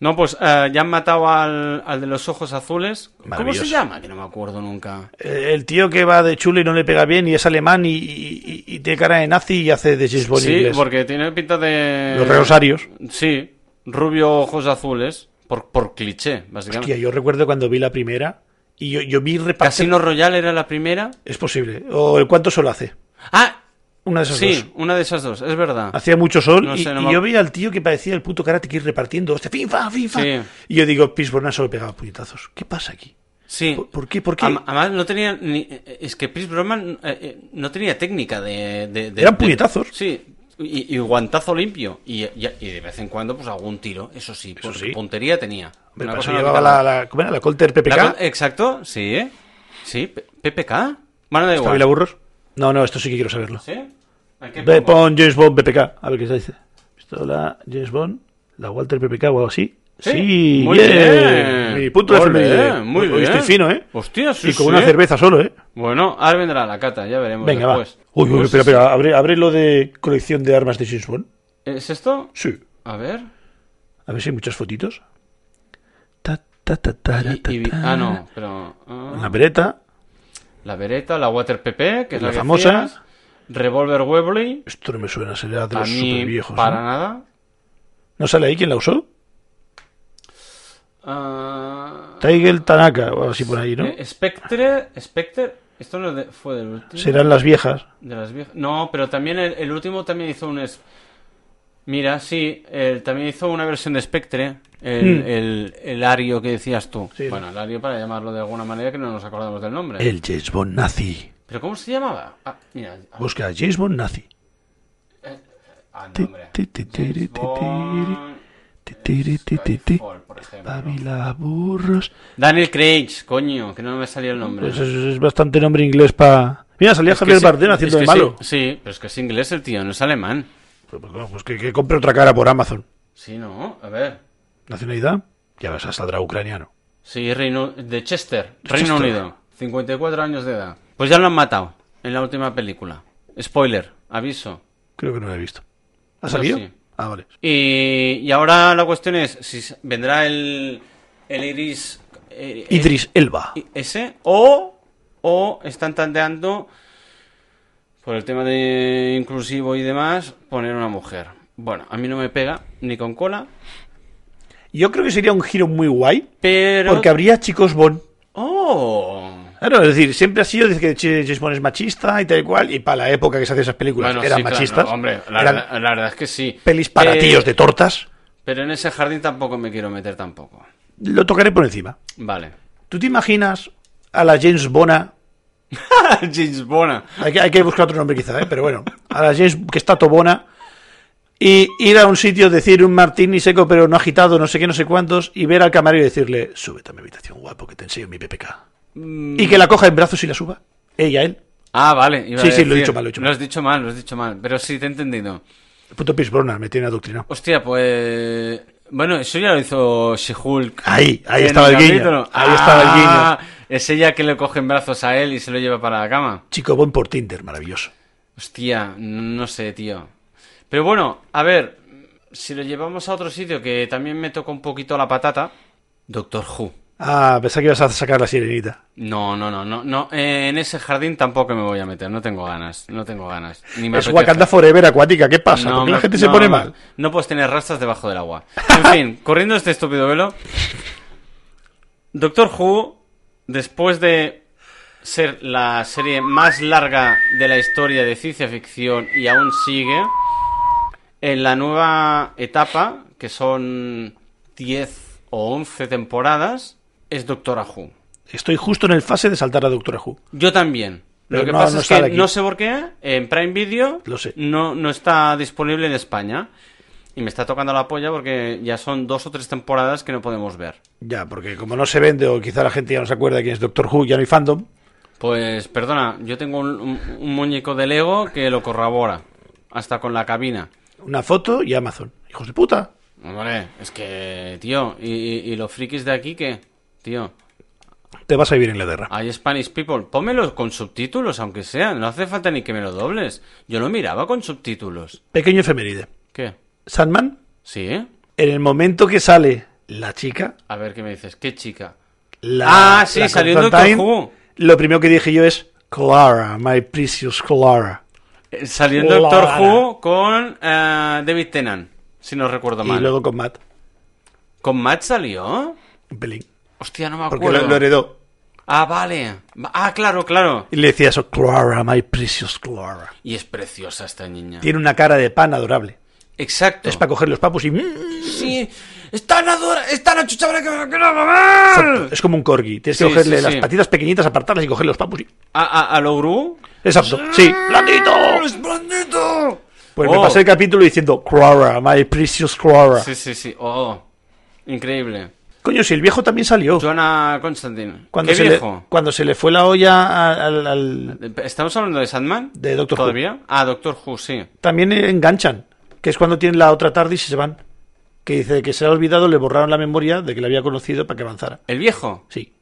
A: No, pues eh, ya han matado al, al de los ojos azules. ¿Cómo
B: Maravilloso.
A: se llama? Que no me acuerdo nunca.
B: Eh, El tío que va de chulo y no le pega bien y es alemán y, y- y- y tiene cara de nazi y hace de James Bond
A: sí,
B: inglés.
A: porque tiene pinta de...
B: Los rosarios.
A: Sí, rubio ojos azules. Por, por cliché, básicamente.
B: Hostia, yo recuerdo cuando vi la primera y yo, yo vi repartir...
A: Casino Royale era la primera.
B: Es posible. O el cuánto sol hace.
A: Ah,
B: Una de esas
A: sí,
B: dos. Ah,
A: una de esas dos, es verdad.
B: Hacía mucho sol
A: No
B: y,
A: sé, no
B: y
A: me-
B: yo veía al tío que parecía el puto karate que ir repartiendo. Hostia, FIFA, FIFA.
A: Sí.
B: Y yo digo, Pierce Brosnan solo pegaba puñetazos. ¿Qué pasa aquí?
A: Sí.
B: ¿Por, por qué? ¿Por qué?
A: Am- Además, no tenía ni. eh, Es que Chris Broman eh, eh, no tenía técnica de. de- de-
B: Eran
A: de-
B: puñetazos.
A: sí. Y, y guantazo limpio. Y, y- y de vez en cuando, pues algún tiro. Eso sí, porque
B: sí.
A: puntería tenía.
B: Hombre,
A: Una
B: para
A: cosa
B: eso
A: no
B: llevaba
A: quitaba.
B: la, la, ¿cómo era? la Colter PPK.
A: La con- Exacto, sí, ¿eh? Sí, P- PPK. Bueno, da igual.
B: ¿Fabiola Burros? No, no, esto sí que quiero saberlo.
A: ¿Sí? ¿A qué
B: Ve,
A: pongo?
B: pon James Bond PPK. A ver qué se dice. Pistola James Bond, la Walter PPK o algo así. Sí,
A: muy
B: bien.
A: bien.
B: Mi punto de
A: Ole,
B: efeméride.
A: muy
B: Hoy Estoy
A: bien.
B: fino, ¿eh?
A: Hostia, sí,
B: y con
A: sí.
B: una cerveza solo, ¿eh?
A: Bueno, ahora vendrá la cata, ya veremos
B: Venga,
A: después.
B: va. Uy, uy,
A: Pues,
B: espera, espera. Abre, abre lo de colección de armas de James Bond.
A: ¿Es esto?
B: Sí.
A: A ver.
B: A ver si hay muchas fotitos. Ta, ta, ta, ta, ra, ta,
A: Y- y-
B: ta.
A: ah, no, pero. ah.
B: Una pereta.
A: La Beretta, la Water PP, que es
B: La
A: la, que
B: famosa.
A: decías, Revolver Webley,
B: Esto no me suena, será de
A: a
B: los
A: mí
B: super viejos.
A: para
B: ¿no?
A: nada.
B: ¿No sale ahí quién la usó?
A: Ah,
B: Tiger Tanaka o algo así por ahí, ¿no?
A: eh, Spectre, Spectre, esto no es de- fue del último.
B: Serán las viejas.
A: De las viejas. No, pero también el, el último también hizo un... es- Mira, sí, él también hizo una versión de Spectre, el,
B: Mm.
A: el, el Ario que decías tú.
B: Sí.
A: Bueno, el Ario para llamarlo de alguna manera que no nos acordamos del nombre.
B: El James Bond nazi.
A: ¿Pero cómo se llamaba? Ah, mira, ah,
B: Busca James Bond nazi.
A: ah,
B: Ti,
A: nombre.
B: ti, ti, ti, ti,
A: James
B: ti,
A: Bond,
B: ti, ti, ti, ti, ti, ti.
A: Skyfall, por ejemplo.
B: Pavila burros.
A: Daniel Craig, coño, que no me salía el nombre.
B: Pues es, es bastante nombre inglés para. Mira, salía
A: que
B: Javier
A: sí,
B: Bardem
A: es
B: haciendo
A: que
B: de malo.
A: Sí, sí, pero es que es inglés el tío, no es alemán.
B: Pues, pues, pues que, que compre otra cara por Amazon.
A: Sí, no, a ver.
B: Nacionalidad. Ya ves, saldrá ucraniano.
A: Sí, Reino, de Chester,
B: Chester.
A: Reino Unido. 54 años de edad. Pues ya lo han matado en la última película. Spoiler, aviso.
B: Creo que no lo he visto. ¿Ha
A: Yo
B: salido?
A: sí.
B: Ah, vale.
A: Y, y ahora la cuestión es si s- vendrá el, el Iris... eh, eh,
B: Idris Elba.
A: Y ese o, o están tanteando por el tema de inclusivo y demás poner una mujer. Bueno, a mí no me pega ni con cola,
B: Yo creo que sería un giro muy guay.
A: pero
B: Porque habría chicos Bond.
A: oh,
B: Claro, es decir, siempre ha sido desde que Ch- James Bond es machista y tal y cual. Y para la época que se hacían esas películas,
A: Bueno,
B: eran
A: sí, claro,
B: machistas.
A: hombre, la,
B: eran
A: verdad- la verdad es que sí.
B: pelis para
A: Eh,
B: tíos de tortas.
A: Pero en ese jardín tampoco me quiero meter tampoco.
B: Lo tocaré por encima.
A: Vale.
B: ¿Tú te imaginas a la James Bona?
A: James Bona.
B: Hay que, hay que buscar otro nombre quizá, ¿eh? pero bueno. A la James que está tobona. Y ir a un sitio, decir un martini seco pero no agitado, no sé qué, no sé cuántos. Y ver al camarero y decirle, súbete a mi habitación, guapo, que te enseño mi PPK. Y que la coja en brazos y la suba. Ella, él.
A: Mm. Ah, vale. iba a
B: Sí, sí, lo he
A: decir.
B: dicho mal, lo he dicho mal.
A: has dicho mal, lo has dicho mal. Pero sí, te he entendido.
B: El puto Pierce Brosnan me tiene adoctrinado.
A: Hostia, pues. Bueno, eso ya lo hizo She-Hulk.
B: Ahí, ahí
A: En
B: estaba el guiño.
A: capítulo.
B: Ahí estaba el guiño.
A: Ah, Es ella que le coge en brazos a él y se lo lleva para la cama.
B: Chico Bon por Tinder, maravilloso.
A: Hostia, no sé, tío. Pero bueno, a ver, si lo llevamos a otro sitio que también me toca un poquito la patata. Doctor Who.
B: Ah, pensaba que ibas a sacar la sirenita.
A: No, no, no, no, no. eh, en ese jardín tampoco me voy a meter. No tengo ganas. No tengo ganas. Ni me
B: es
A: apetece.
B: Wakanda Forever acuática, ¿qué pasa?
A: No,
B: ¿Por qué
A: me-
B: la gente se
A: no,
B: pone
A: no.
B: mal?
A: No puedes tener rastas debajo del agua. En fin, corriendo este estúpido velo. Doctor Who, después de ser la serie más larga de la historia de ciencia ficción y aún sigue, en la nueva etapa, que son 10 o 11 temporadas, es Doctora Who.
B: Estoy justo en el fase de saltar a Doctora Who.
A: Yo también.
B: Pero
A: Lo que
B: no-
A: pasa
B: no
A: es que
B: sale aquí.
A: no sé por qué en Prime Video
B: Lo sé.
A: No, no está disponible en España. Y me está tocando la polla porque ya son dos o tres temporadas que no podemos ver.
B: Ya, porque como no se vende o quizá la gente ya no se acuerda quién es Doctor Who, ya no hay fandom.
A: Pues perdona, yo tengo un, un- un muñeco de Lego que lo corrobora. Hasta con la cabina.
B: Una foto y Amazon. Hijos de puta.
A: Hombre, es que, tío, y, y- y los frikis de aquí qué? Tío,
B: Te vas a vivir a Inglaterra.
A: hay Spanish people. Pónmelo con subtítulos, aunque sea. No hace falta ni que me lo dobles. Yo lo miraba con subtítulos.
B: Pequeño efeméride.
A: ¿Qué?
B: Sandman,
A: ¿Sí? eh?
B: en el momento que sale la chica,
A: A ver qué me dices, qué chica.
B: la.
A: Ah, sí,
B: la
A: salió en Doctor
B: Constantine,
A: Who.
B: Lo primero que dije yo es Clara, my precious Clara.
A: Eh, Salió en
B: Hola.
A: Doctor Who con eh, David Tennant, si no recuerdo
B: Y
A: mal.
B: luego con Matt.
A: ¿Con Matt salió?
B: Un pelín.
A: Hostia, no me
B: Porque lo,
A: acuerdo.
B: lo heredó.
A: Ah, vale. Va- Ah, claro, claro.
B: Y le decía eso, Clara, my precious Clara.
A: Y es preciosa esta niña.
B: Tiene una cara de pan adorable.
A: Exacto.
B: Es para coger los papus y... mm,
A: Sí. Es tan adora, es tan achuchable que me lo quiero comer.
B: Es como un corgi. Tienes que
A: Sí,
B: cogerle
A: sí,
B: las
A: sí.
B: patitas pequeñitas, apartarlas y coger los papus y...
A: ¿A, a, a lo Gru?
B: Exacto. Sí. ¡Blandito!
A: ¡Es blandito!
B: Pues me
A: Oh.
B: pasé el capítulo diciendo, Clara, my precious Clara.
A: Sí, sí, sí. Oh. Increíble.
B: Coño, si el viejo también salió.
A: Joana Constantine.
B: Cuando,
A: ¿Qué
B: se
A: viejo?
B: Le, cuando se le fue la olla al... al- al-
A: ¿Estamos hablando de Sandman?
B: De Doctor Who.
A: ¿Todavía? Ah, Doctor Who, sí.
B: También enganchan. Que es cuando tienen la otra tarde y se van. Que dice que se ha olvidado, le borraron la memoria de que la había conocido para que avanzara.
A: ¿El viejo?
B: Sí.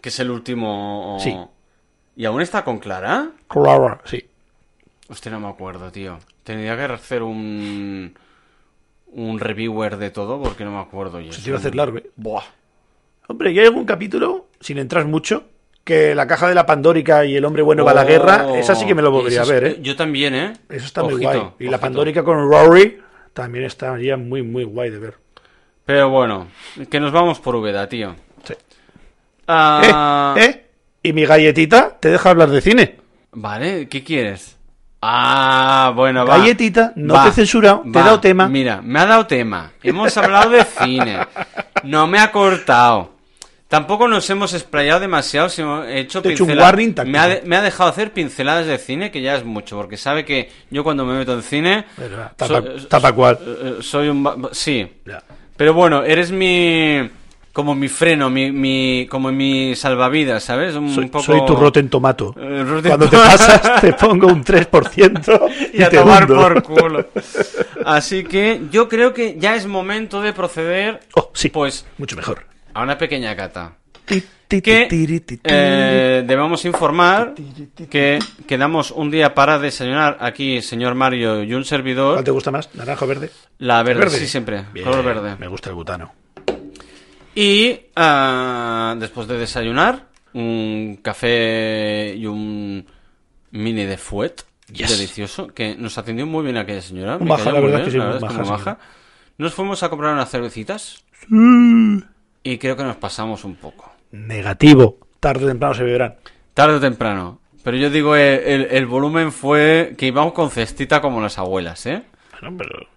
A: Que es el último...
B: Sí.
A: ¿Y aún está con Clara?
B: Clara, sí.
A: Hostia, no me acuerdo, tío. Tendría que hacer un... Un reviewer de todo porque no me acuerdo. yo.
B: Se te iba a hacer largo, ¿eh?
A: Buah.
B: Hombre, ¿y hay algún capítulo, sin entrar mucho, que la caja de la Pandórica y el hombre bueno va a la
A: Oh,
B: guerra? Esa sí que me lo volvería a
A: eso es-
B: ver, ¿eh?
A: Yo también, ¿eh?
B: Eso está muy
A: Ojito,
B: guay. Y la
A: ojito.
B: Pandórica con Rory también estaría muy, muy guay de ver.
A: Pero bueno, que nos vamos por Úbeda, tío.
B: Sí.
A: Ah,
B: ¿Eh? ¿Eh? ¿Y mi galletita te deja hablar de cine?
A: Vale, ¿qué quieres? Ah, bueno, va.
B: Galletita, no
A: Va,
B: te he censurado, te he
A: va.
B: dado tema.
A: Mira, me ha dado tema. Hemos hablado de cine. No me ha cortado. Tampoco nos hemos explayado demasiado. si hemos hecho
B: Te he hecho un
A: pinceladas.
B: warning táctico.
A: me, ha de- me ha dejado hacer pinceladas de cine, que ya es mucho, porque sabe que yo cuando me meto en cine.
B: Verdad,
A: so-
B: tapa- tapa cual.
A: eh, eh, Soy un. ba- Sí.
B: Ya.
A: Pero bueno, eres mi. Como mi freno, mi, mi, como mi salvavidas, ¿sabes? Un
B: Soy,
A: poco...
B: soy tu Rotten Tomato.
A: Eh, Rotten
B: Cuando te
A: Tom-
B: pasas, te pongo un 3% y,
A: y a
B: te
A: tomar
B: hundo.
A: por culo. Así que yo creo que ya es momento de proceder
B: Oh, sí,
A: pues
B: mucho mejor.
A: a una pequeña cata.
B: Ti, ti,
A: Que
B: ti, ti, ti, ti.
A: eh, debemos informar que quedamos un día para desayunar aquí, señor Mario y un
B: ¿Cuál
A: servidor.
B: te gusta más? ¿Naranja o verde?
A: La verde,
B: Verde.
A: sí, siempre.
B: Bien,
A: Color verde.
B: Me gusta el butano.
A: Y ah, después de desayunar, un café y un mini de fuet
B: Yes.
A: delicioso, que nos atendió muy bien aquella señora. me
B: maja,
A: cayó
B: la
A: muy
B: verdad
A: bien,
B: que sí, muy
A: verdad es
B: maja,
A: muy maja. Nos fuimos a comprar unas cervecitas y creo que nos pasamos un poco.
B: Negativo. Tarde o temprano se beberán.
A: Tarde o temprano. Pero yo digo, eh, el, el volumen fue que íbamos con cestita como las abuelas, ¿eh?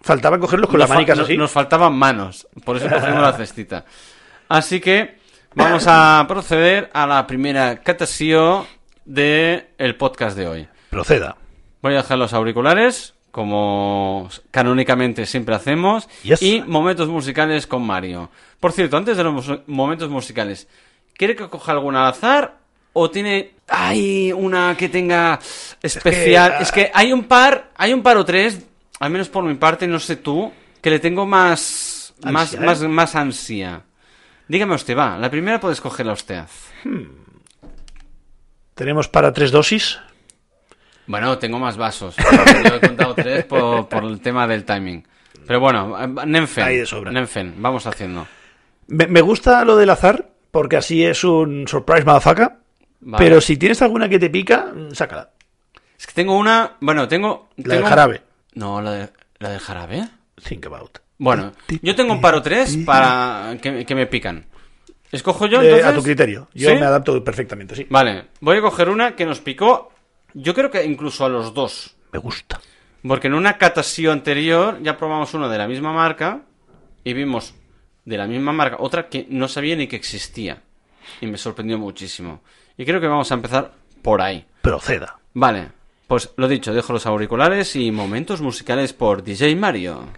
B: Faltaba cogerlos con
A: Nos
B: las manicas
A: fa-
B: así.
A: Nos faltaban manos, por eso cogimos la cestita. Así que vamos a proceder a la primera catación de el podcast de hoy.
B: Proceda.
A: Voy a dejar los auriculares, como canónicamente siempre hacemos,
B: Yes.
A: y momentos musicales con Mario. Por cierto, antes de los mus- momentos musicales, ¿quiere que coja alguna al azar o tiene hay una que tenga especial?
B: ah.
A: Es que, hay un par, hay un par o tres, al menos por mi parte, no sé tú, que le tengo más más
B: Ansia, ¿eh?
A: más más ansia. Dígame usted, va, la primera puede escogerla usted.
B: Tenemos para tres dosis.
A: Bueno, tengo más vasos. Yo he contado tres por, por el tema del timing. Pero bueno, eh, Nenfen.
B: Ahí de sobra.
A: Nenfen, vamos haciendo.
B: Me, me gusta lo del azar, porque así es un surprise motherfucker.
A: Vale.
B: Pero si tienes alguna que te pica, mm, sácala.
A: Es que tengo una. Bueno, tengo.
B: La del
A: tengo-
B: jarabe.
A: No, la, de, la del jarabe.
B: Think about.
A: Bueno, yo tengo un paro 3 para que, que me pican. ¿Escojo yo
B: Eh,
A: entonces?
B: a tu criterio. Yo
A: ¿Sí?
B: me adapto perfectamente, sí.
A: Vale, voy a coger una que nos picó. Yo creo que incluso a los dos.
B: Me gusta.
A: Porque en una catasio anterior ya probamos una de la misma marca y vimos de la misma marca otra que no sabía ni que existía. Y me sorprendió muchísimo. Y creo que vamos a empezar por ahí.
B: Proceda.
A: Vale, pues lo dicho, dejo los auriculares y momentos musicales por DJ Mario.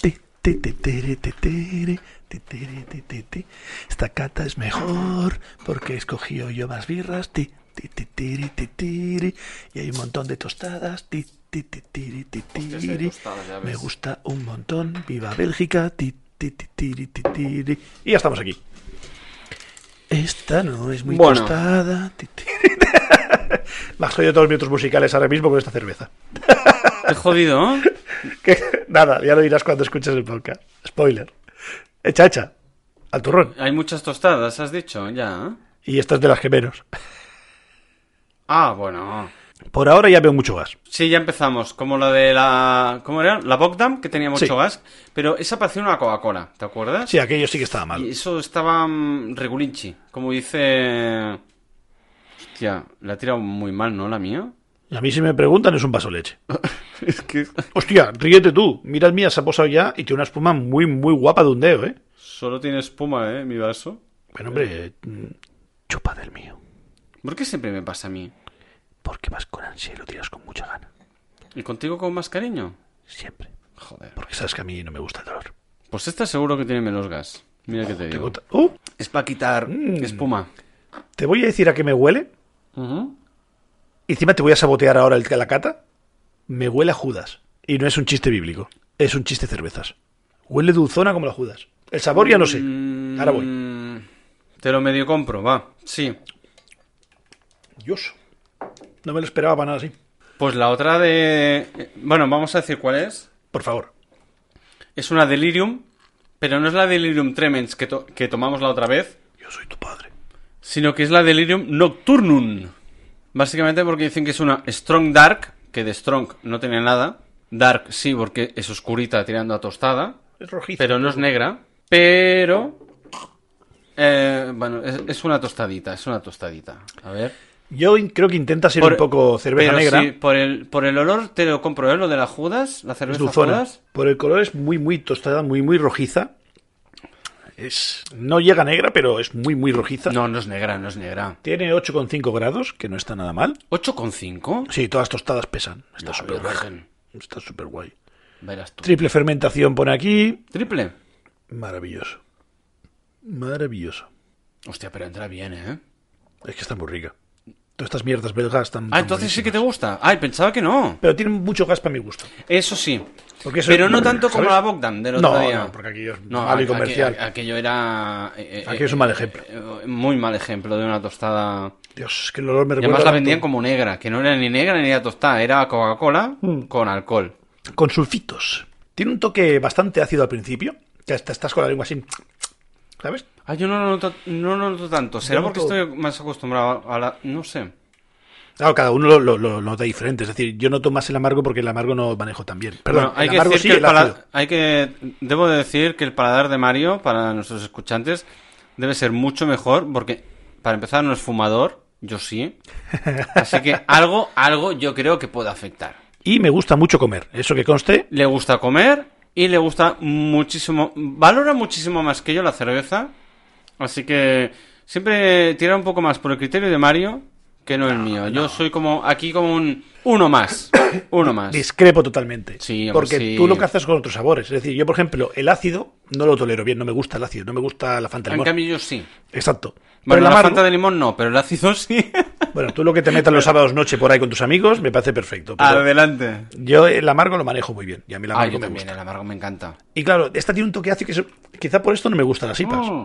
B: Te, te, te, tere, te, tere, te, tere, te, te, te. Esta cata es mejor porque escogió yo más birras. Te, te, te, tere, te, tere. Y hay un montón de tostadas. Te, te, te, tere, te,
A: sí, hay
B: tere.
A: tostadas, ya
B: Me
A: ves.
B: gusta un montón. Viva Bélgica. Te, te, te, tere, te, tere. Y ya estamos aquí. Esta no es muy
A: Bueno.
B: tostada. Te, tere. Me has jodido todos los minutos musicales ahora mismo con esta cerveza.
A: Te he jodido, ¿eh? ¿no?
B: Que- nada, ya lo dirás cuando escuches el podcast. Spoiler. Echa, echa. Al turrón.
A: Hay muchas tostadas, has dicho, ya. ¿eh?
B: Y estas de las que menos.
A: Ah, bueno.
B: Por ahora ya veo mucho gas.
A: Sí, ya empezamos. Como la de la. ¿Cómo era? La Bogdam, que tenía mucho
B: Sí.
A: gas. Pero esa parecía una Coca-Cola, ¿te acuerdas?
B: Sí, aquello sí que estaba
A: Y
B: mal.
A: eso estaba mm, regulinchi. Como dice. Hostia, la he tirado muy mal, ¿no? La mía.
B: Y A mí si me preguntan es un vaso de leche.
A: es que.
B: Hostia, ríete tú. Mira el mía, se ha posado ya y tiene una espuma muy, muy guapa de un dedo, ¿eh?
A: Solo tiene espuma, ¿eh? Mi vaso.
B: Bueno, hombre, mm, chupa del mío.
A: ¿Por qué siempre me pasa a mí?
B: Porque vas con ansia y lo tiras con mucha gana.
A: ¿Y contigo con más cariño?
B: Siempre.
A: Joder.
B: Porque sabes que a mí no me gusta el dolor.
A: Pues esta seguro que tiene menos gas. Mira que te
B: Te,
A: digo.
B: gusta- ¡Uh!
A: Es para quitar espuma.
B: Te voy a decir a qué me huele.
A: Ujú.
B: Y encima te voy a sabotear ahora el la cata. Me huele a Judas. Y no es un chiste bíblico. Es un chiste cervezas. Huele dulzona como la Judas. El sabor ya no sé. Ahora voy.
A: Mm, Te lo medio compro, va. Sí.
B: Dios. No me lo esperaba para nada así.
A: Pues la otra de. eh, Bueno, vamos a decir cuál es.
B: Por favor.
A: Es una Delirium, pero no es la Delirium Tremens que, to- que tomamos la otra vez,
B: Yo soy tu padre.
A: sino que es la Delirium Nocturnum. Básicamente porque dicen que es una Strong Dark, que de Strong no tiene nada. Dark sí, porque es oscurita tirando a tostada.
B: Es rojizo.
A: pero no es negra. Pero. eh, bueno, es, es una tostadita, es una tostadita. A ver.
B: Yo in- creo que intenta ser
A: Por-
B: un poco cerveza
A: pero
B: negra.
A: sí, por, el, por el olor te lo compro, ¿eh? Lo de la Judas, la
B: es
A: cerveza
B: dulzona.
A: Judas.
B: Por el color es muy, muy tostada, muy, muy rojiza. Es... No llega negra, pero es muy, muy rojiza.
A: No, no es negra, no es negra.
B: Tiene 8,5 grados, que no está nada mal.
A: ¿8,5?
B: Sí, todas tostadas pesan. Está
A: La
B: súper guay.
A: Virgen.
B: Está súper guay.
A: Verás tú.
B: Triple fermentación pone aquí.
A: ¿Triple?
B: Maravilloso. Maravilloso.
A: Hostia, pero entra bien, ¿eh?
B: Es que está muy rica. Todas estas mierdas belgas están.
A: Ah,
B: tan
A: entonces sí que
B: buenísimas.
A: te gusta. Ay, pensaba que no.
B: Pero tienen mucho gas para mi gusto.
A: Eso sí.
B: Porque eso-
A: pero no tanto como
B: ¿sabes?
A: la Bogdan del otro
B: No,
A: día.
B: no, porque aquello es malo y
A: aqu- aqu-
B: comercial.
A: aquello era. eh, eh,
B: Aquello es un mal ejemplo.
A: eh, muy mal ejemplo de una tostada.
B: Dios, es que el olor me
A: Y
B: recuerda.
A: además la
B: tanto-
A: vendían como negra, que no era ni negra ni era tostada, era Coca-Cola
B: Mm.
A: con alcohol.
B: Con sulfitos. Tiene un toque bastante ácido al principio. Que hasta estás con la lengua así. ¿Sabes?
A: Ah, yo no lo noto, no lo noto tanto. ¿Será
B: Yo
A: porque
B: noto-
A: estoy más acostumbrado a la. No sé.
B: Claro, cada uno lo, lo- lo nota diferente. Es decir, yo noto más el amargo porque el amargo no manejo tan bien. Perdón,
A: Bueno, hay
B: el
A: que
B: amargo
A: decir
B: sí,
A: que el
B: el
A: pala-
B: ácido.
A: hay que debo de decir que el paladar de Mario para nuestros escuchantes debe ser mucho mejor porque para empezar no es fumador, yo sí. Así que algo algo yo creo que puede afectar.
B: Y me gusta mucho comer. Eso que conste.
A: Le gusta comer y le gusta muchísimo valora muchísimo más que yo la cerveza, así que siempre tira un poco más por el criterio de Mario que no el mío. Yo soy como aquí como un uno más, uno más.
B: Discrepo totalmente.
A: Sí, hombre,
B: porque
A: sí.
B: tú lo que haces con otros sabores. Es decir, yo, por ejemplo, el ácido no lo tolero bien. No me gusta el ácido. No me gusta la Fanta
A: En
B: limón.
A: cambio yo sí.
B: Exacto. Pero el
A: Bueno, la
B: amargo-
A: fanta de limón no, pero el ácido sí.
B: Bueno, tú lo que te metas los sábados noche por ahí con tus amigos me parece perfecto. pero
A: Adelante.
B: yo el amargo lo manejo muy bien. Y a mí el
A: Ah,
B: amargo
A: yo
B: me
A: también,
B: gusta.
A: el amargo me encanta.
B: Y claro, esta tiene un toque ácido que es- quizá por esto no me gustan las IPAs.
A: Mm.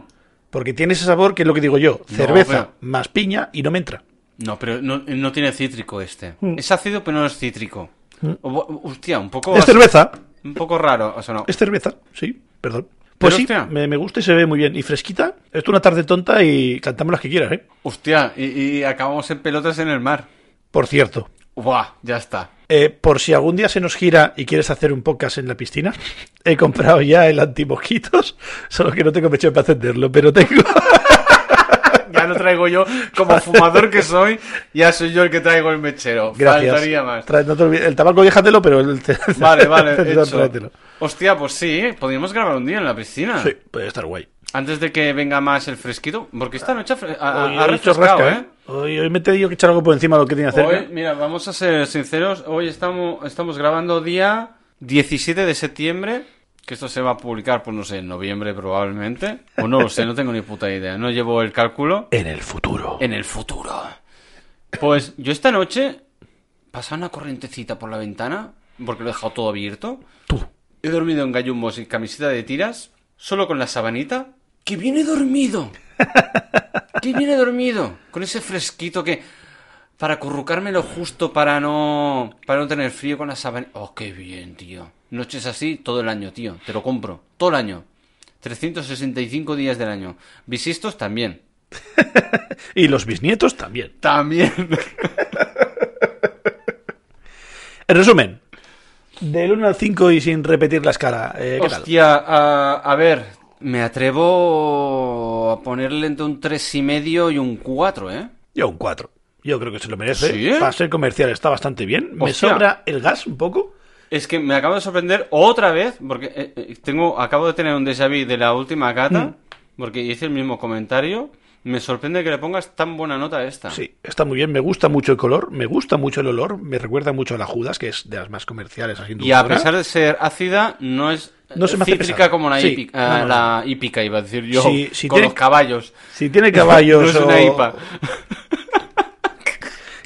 B: Porque tiene ese sabor que es lo que digo yo. Cerveza
A: pero-
B: más piña y no me entra.
A: No, pero no, no tiene cítrico este.
B: Mm.
A: Es ácido, pero no es cítrico. O- o- hostia, un poco,
B: Es
A: Oh, así-
B: cerveza.
A: un poco raro. O sea, no.
B: Es cerveza. Sí, perdón.
A: Pero,
B: Pues sí,
A: hostia.
B: me, me gusta y se ve muy bien. Y fresquita, esto una tarde tonta y cantamos las que quieras, ¿eh?
A: Hostia, y, y acabamos en pelotas en el mar.
B: Por cierto,
A: Buah, ya está.
B: eh, por si algún día se nos gira y quieres hacer un podcast en la piscina, he comprado ya el antimosquitos, solo que no tengo pecho para encenderlo, pero tengo...
A: Ya lo traigo yo, como fumador que soy, ya soy yo el que traigo el mechero.
B: Gracias.
A: Faltaría más.
B: Trae- no te olvides- el tabaco déjatelo, pero el...
A: Vale, vale,
B: encendedor
A: hecho.
B: tráetelo.
A: Hostia, pues sí, ¿eh? podríamos grabar un día en la piscina.
B: Sí, puede estar guay.
A: Antes de que venga más el fresquito, porque esta noche ha fre- ha, ha-
B: Hoy-
A: ha
B: hoy esto
A: refrescado,
B: rasca,
A: ¿eh?
B: ¿eh? Hoy, hoy me he tenido que echar algo por encima de lo que tenía cerca.
A: Hoy, mira, vamos a ser sinceros, hoy estamos, estamos grabando día 17 de septiembre, que esto se va a publicar, pues no sé, en noviembre probablemente, o no lo sé, no tengo ni puta idea, no llevo el cálculo.
B: En el futuro.
A: En el futuro. Pues yo esta noche pasaba una corrientecita por la ventana, porque lo he dejado todo abierto.
B: Tú.
A: He dormido en gallumbos y camiseta de tiras, solo con la sabanita. ¡Que viene dormido! ¡Que viene dormido! Con ese fresquito que... Para acurrucármelo justo para no... Para no tener frío con la sabanita. ¡Oh, qué bien, tío! Noches así todo el año, tío. Te lo compro. Todo el año. 365 días del año. Bisistos también.
B: Y los bisnietos también.
A: También.
B: En resumen, del 1 al 5 y sin repetir la escala. eh, ¿Qué tal?
A: Hostia, a, a ver, me atrevo a ponerle entre un tres y medio y un 4, ¿eh?
B: Yo un 4. Yo creo que se lo merece.
A: ¿Sí?
B: Para ser comercial está bastante bien. Me
A: Hostia.
B: sobra el gas un poco.
A: Es que me acabo de sorprender otra vez, porque eh, eh, tengo, acabo de tener un déjà vu de la última gata,
B: Mm.
A: porque hice el mismo comentario. Me sorprende que le pongas tan buena nota a esta.
B: Sí, está muy bien. Me gusta mucho el color. Me gusta mucho el olor. Me recuerda mucho a la Judas, que es de las más comerciales. así,
A: Y a
B: dulzona.
A: pesar de ser ácida, no es
B: No se me hace
A: cítrica
B: pesada.
A: como la,
B: Sí,
A: hípica,
B: no, no,
A: la hípica, iba a decir yo,
B: Sí, sí
A: con
B: tiene-
A: los caballos.
B: Si tiene caballos
A: no es
B: o-
A: una IPA.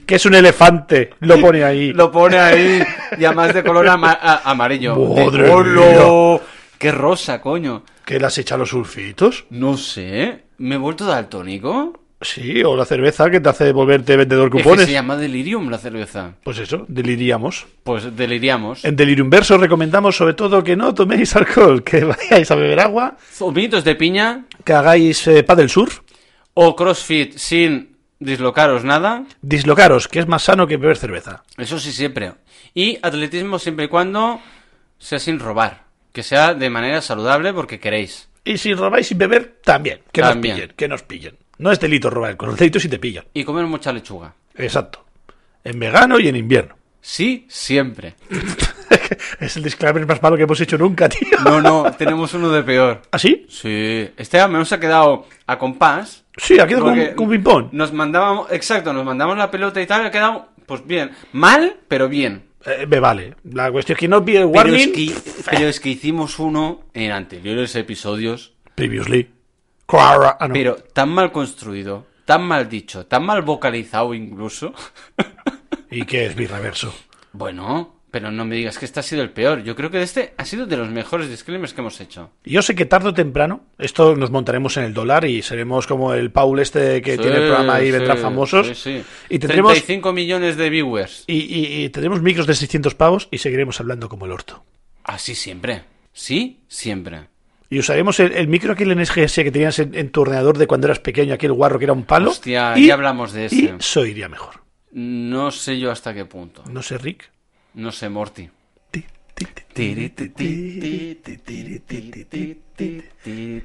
B: que es un elefante, lo pone ahí.
A: Lo pone ahí, y además de color ama- a- amarillo.
B: Madre
A: De-
B: mía.
A: ¡Qué rosa, coño!
B: ¿Que le has echado los sulfitos?
A: No sé, ¿me he vuelto daltónico?
B: Sí, o la cerveza que te hace volverte vendedor
A: Es que
B: cupones.
A: se llama delirium la cerveza.
B: Pues eso, deliriamos.
A: Pues deliriamos.
B: En Delirium Verso recomendamos sobre todo que no toméis alcohol, que vayáis a beber agua,
A: Zumitos de piña
B: que hagáis eh, paddle surf,
A: o crossfit sin dislocaros nada.
B: dislocaros, que es más sano que beber cerveza.
A: Eso sí, siempre. Y atletismo siempre y cuando sea sin robar. Que sea de manera saludable porque queréis.
B: Y si robáis sin beber, también, que
A: También.
B: nos pillen, que nos pillen. No es delito robar alcohol, es delito si te pillan.
A: Y comer mucha lechuga.
B: Exacto. En vegano y en invierno.
A: Sí, siempre.
B: es el disclaimer más malo que hemos hecho nunca, tío. ¿Ah,
A: No, no, tenemos uno de peor.
B: ¿Así?
A: Sí, este al menos ha quedado a compás.
B: sí, ha quedado como
A: porque
B: un- como un ping-pong.
A: Nos mandábamos, exacto, nos mandamos la pelota y tal, ha quedado, pues bien, mal, pero bien.
B: Eh, me vale. La cuestión es que no pide el
A: Pero
B: warning.
A: es, que, pero es que hicimos uno en anteriores episodios,
B: Previously. Quara- ah, no.
A: pero tan mal construido, tan mal dicho, tan mal vocalizado incluso.
B: ¿Y qué es birreverso?
A: Bueno, pero no me digas que este ha sido el peor. Yo creo que este ha sido de los mejores disclaimers que hemos hecho.
B: Yo sé que tarde o temprano, esto nos montaremos en el dólar y seremos como el Paul este que
A: Sí,
B: tiene el programa y
A: sí,
B: vendrán famosos.
A: sí, sí.
B: Y tendremos.
A: 35 millones de viewers.
B: Y, y- y tendremos micros de 600 pavos y seguiremos hablando como el orto.
A: Así siempre. Sí, siempre.
B: Y usaremos el, el micro aquel en SGS que tenías en, en tu ordenador de cuando eras pequeño, aquel guarro que era un palo.
A: Hostia,
B: y,
A: ya hablamos de
B: y
A: ese.
B: eso iría mejor.
A: No sé yo hasta qué punto.
B: No sé, Rick.
A: No sé, Morty.
B: Ti, ti, ti, ti, ti, ti, ti, ti, ti, ti, ti,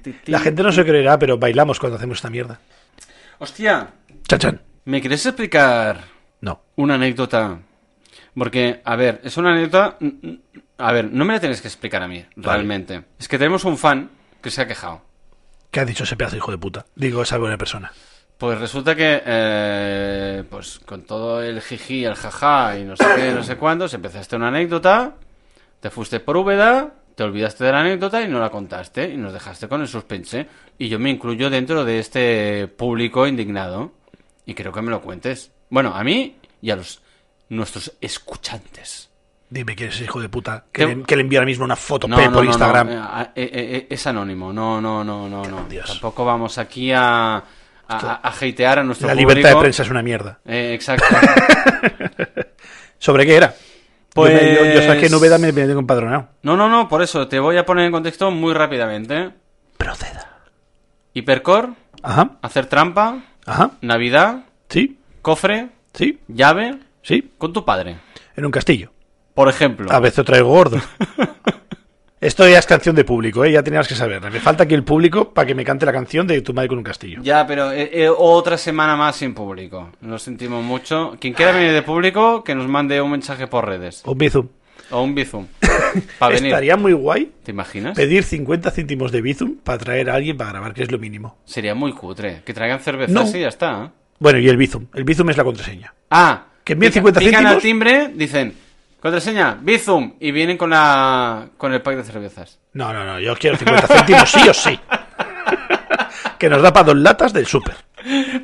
B: ti. La
A: La
B: gente no se creerá, pero bailamos cuando hacemos esta mierda.
A: Hostia,
B: Chan, chan.
A: ¿me querés explicar
B: No.
A: una anécdota? Porque, a ver, es una anécdota... A ver, no me la tienes que explicar a mí, realmente. Es que tenemos un fan que se ha quejado.
B: ¿Qué ha dicho ese pedazo de hijo de puta? Digo, esa buena persona.
A: Pues resulta que, eh, pues con todo el jiji, el jaja y no sé qué, no sé cuándo, se empezaste una anécdota, te fuiste por Úbeda, te olvidaste de la anécdota y no la contaste y nos dejaste con el suspense. Y yo me incluyo dentro de este público indignado y creo que me lo cuentes. Bueno, a mí y a los nuestros escuchantes.
B: Dime quién es ese hijo de puta.
A: ¿Qué?
B: Que, le, que le envío ahora mismo una foto pe- por Instagram.
A: no, eh, ah, eh, eh, es anónimo, no, no, no, no, no.
B: Dios.
A: Tampoco vamos aquí a, a, a- a hatear a nuestro
B: la
A: público.
B: libertad de prensa es una mierda.
A: Eh, exacto.
B: ¿Sobre qué era?
A: Pues...
B: Yo, yo- yo sabes que en Úbeda me, me tengo empadronado.
A: No, no, no, por eso te voy a poner en contexto muy rápidamente.
B: Proceda.
A: Hipercore,
B: Ajá,
A: hacer trampa,
B: ajá.
A: Navidad,
B: Sí,
A: cofre,
B: sí,
A: llave,
B: sí.
A: con tu padre.
B: En un castillo.
A: Por ejemplo.
B: A veces traigo gordo. Esto ya es canción de público, ¿eh? ya tenías que saberla. Me falta aquí el público para que me cante la canción de tu madre con un castillo.
A: Ya, pero eh, eh, otra semana más sin público. Lo sentimos mucho. Quien quiera venir de público, que nos mande un mensaje por redes.
B: Un bizum.
A: O un bizum. Para venir.
B: Estaría muy guay
A: ¿Te imaginas?
B: pedir 50 céntimos de bizum para traer a alguien para grabar, que es lo mínimo.
A: Sería muy cutre. Que traigan cervezas
B: No.
A: y ya está. ¿eh?
B: Bueno, y el bizum. El bizum es la contraseña.
A: Ah,
B: Que envíen
A: pica-
B: 50
A: pican al
B: céntimos.
A: timbre, dicen, contraseña, Bizum, y vienen con la con el pack de cervezas.
B: No, no, no, yo quiero 50 céntimos sí o sí. que nos da para dos latas del súper.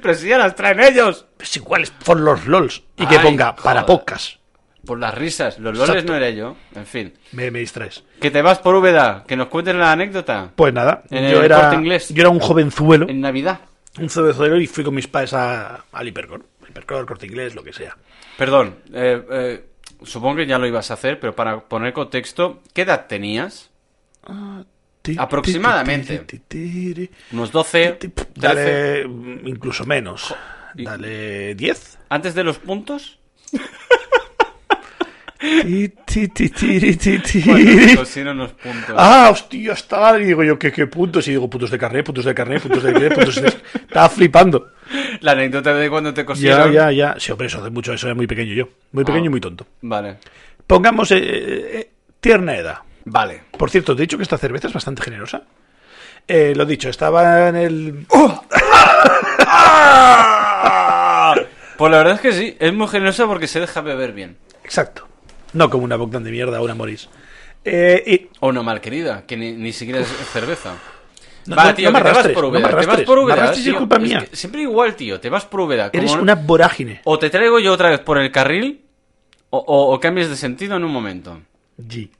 A: Pero si ya las traen ellos.
B: Es igual, es por los LOLs. Y que
A: Ay,
B: ponga para
A: joder.
B: pocas.
A: Por las risas, los
B: Exacto.
A: loles no era yo. En fin.
B: Me, me distraes.
A: Que te vas por Úbeda, que nos cuentes la anécdota.
B: Pues nada,
A: En
B: yo
A: el
B: era,
A: Corte Inglés.
B: yo era un jovenzuelo,
A: En Navidad.
B: un jovenzuelo y fui con mis padres a, al hipercor. Hipercor, corte inglés, lo que sea.
A: Perdón, eh, eh, supongo que ya lo ibas a hacer, pero para poner contexto, ¿qué edad tenías? Aproximadamente. Unos 12, 13.
B: Dale, mm, incluso menos.
A: y-
B: Dale 10.
A: ¿Antes de los puntos?
B: Ti, ti, ti, ti, ti, ti.
A: Bueno, consiguieron los puntos.
B: Ah, hostia, está. Y digo yo, ¿qué, qué puntos? Y digo, puntos de carnet, puntos de carnet, puntos de carnet, puntos de... Estaba flipando.
A: La anécdota de cuando te
B: Ya,
A: consiguieron.
B: ya, ya. Sí, Ah. hombre, eso hace mucho, eso era muy pequeño yo. Muy pequeño y muy tonto.
A: Vale.
B: Pongamos eh, eh, tierna edad.
A: Vale.
B: Por cierto, te he dicho que esta cerveza es bastante generosa. Eh, lo dicho, estaba en el...
A: Pues la verdad es que sí, es muy generosa porque se deja beber bien.
B: Exacto. No como una Bogdan de mierda o una Morris. Eh, y...
A: O una malquerida, que ni, ni siquiera es cerveza.
B: No,
A: Va,
B: no,
A: tío,
B: no me
A: que te vas
B: arrastres,
A: por
B: no me
A: Úbeda, te vas
B: arrastres.
A: por
B: Me
A: Úbeda,
B: arrastres y es
A: tío.
B: culpa
A: Es
B: mía.
A: que siempre igual, tío, te vas por Úbeda. Como
B: Eres
A: no-
B: una vorágine.
A: O te traigo yo otra vez por el carril, o, o- o cambias de sentido en un momento.
B: G.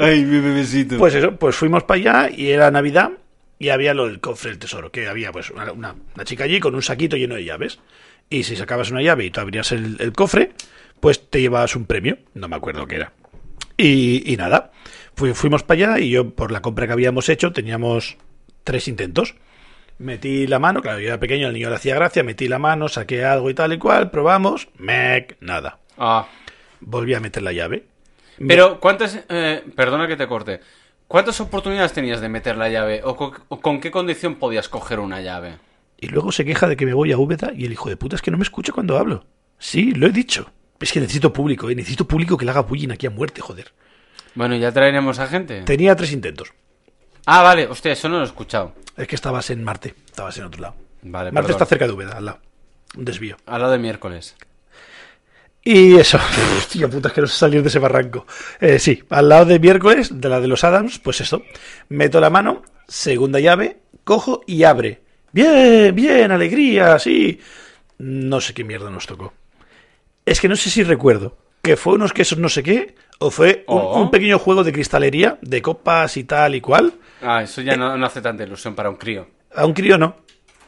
A: Ay, mi bebecito.
B: Pues eso, pues fuimos para allá y era Navidad y había lo del cofre del tesoro, que había pues una, una- una chica allí con un saquito lleno de llaves. Y si sacabas una llave y tú abrías el, el cofre, pues te llevabas un premio, no me acuerdo qué era. Y, y nada, fui- fuimos para allá y yo por la compra que habíamos hecho teníamos tres intentos. Metí la mano, claro, yo era pequeño, el niño le hacía gracia, metí la mano, saqué algo y tal y cual, probamos, mec, nada.
A: Ah.
B: Volví a meter la llave.
A: Pero, ¿cuántas... eh, perdona que te corte. ¿Cuántas oportunidades tenías de meter la llave? ¿O co- o con qué condición podías coger una llave?
B: Y luego se queja de que me voy a Úbeda y el hijo de puta es que no me escucha cuando hablo. Sí, lo he dicho. Es que necesito público, eh, necesito público que le haga bullying aquí a muerte, joder.
A: Bueno, ya traeremos a gente.
B: Tenía tres intentos.
A: Ah, vale, hostia, eso no lo he escuchado.
B: Es que estabas en Marte, estabas en otro lado.
A: Vale,
B: Marte
A: perdón.
B: está cerca de Úbeda, al lado. Un desvío.
A: Al lado de miércoles.
B: Y eso, hostia puta, es que no sé salir de ese barranco. Eh, sí, al lado de miércoles, de la de los Adams, pues eso. Meto la mano, segunda llave, cojo y abre. Bien, bien, alegría, sí. No sé qué mierda nos tocó. Es que no sé si recuerdo que fue unos quesos no sé qué, o fue un,
A: Oh.
B: un pequeño juego de cristalería, de copas y tal y cual.
A: Ah, eso ya no, no hace tanta ilusión para un crío.
B: A un crío no.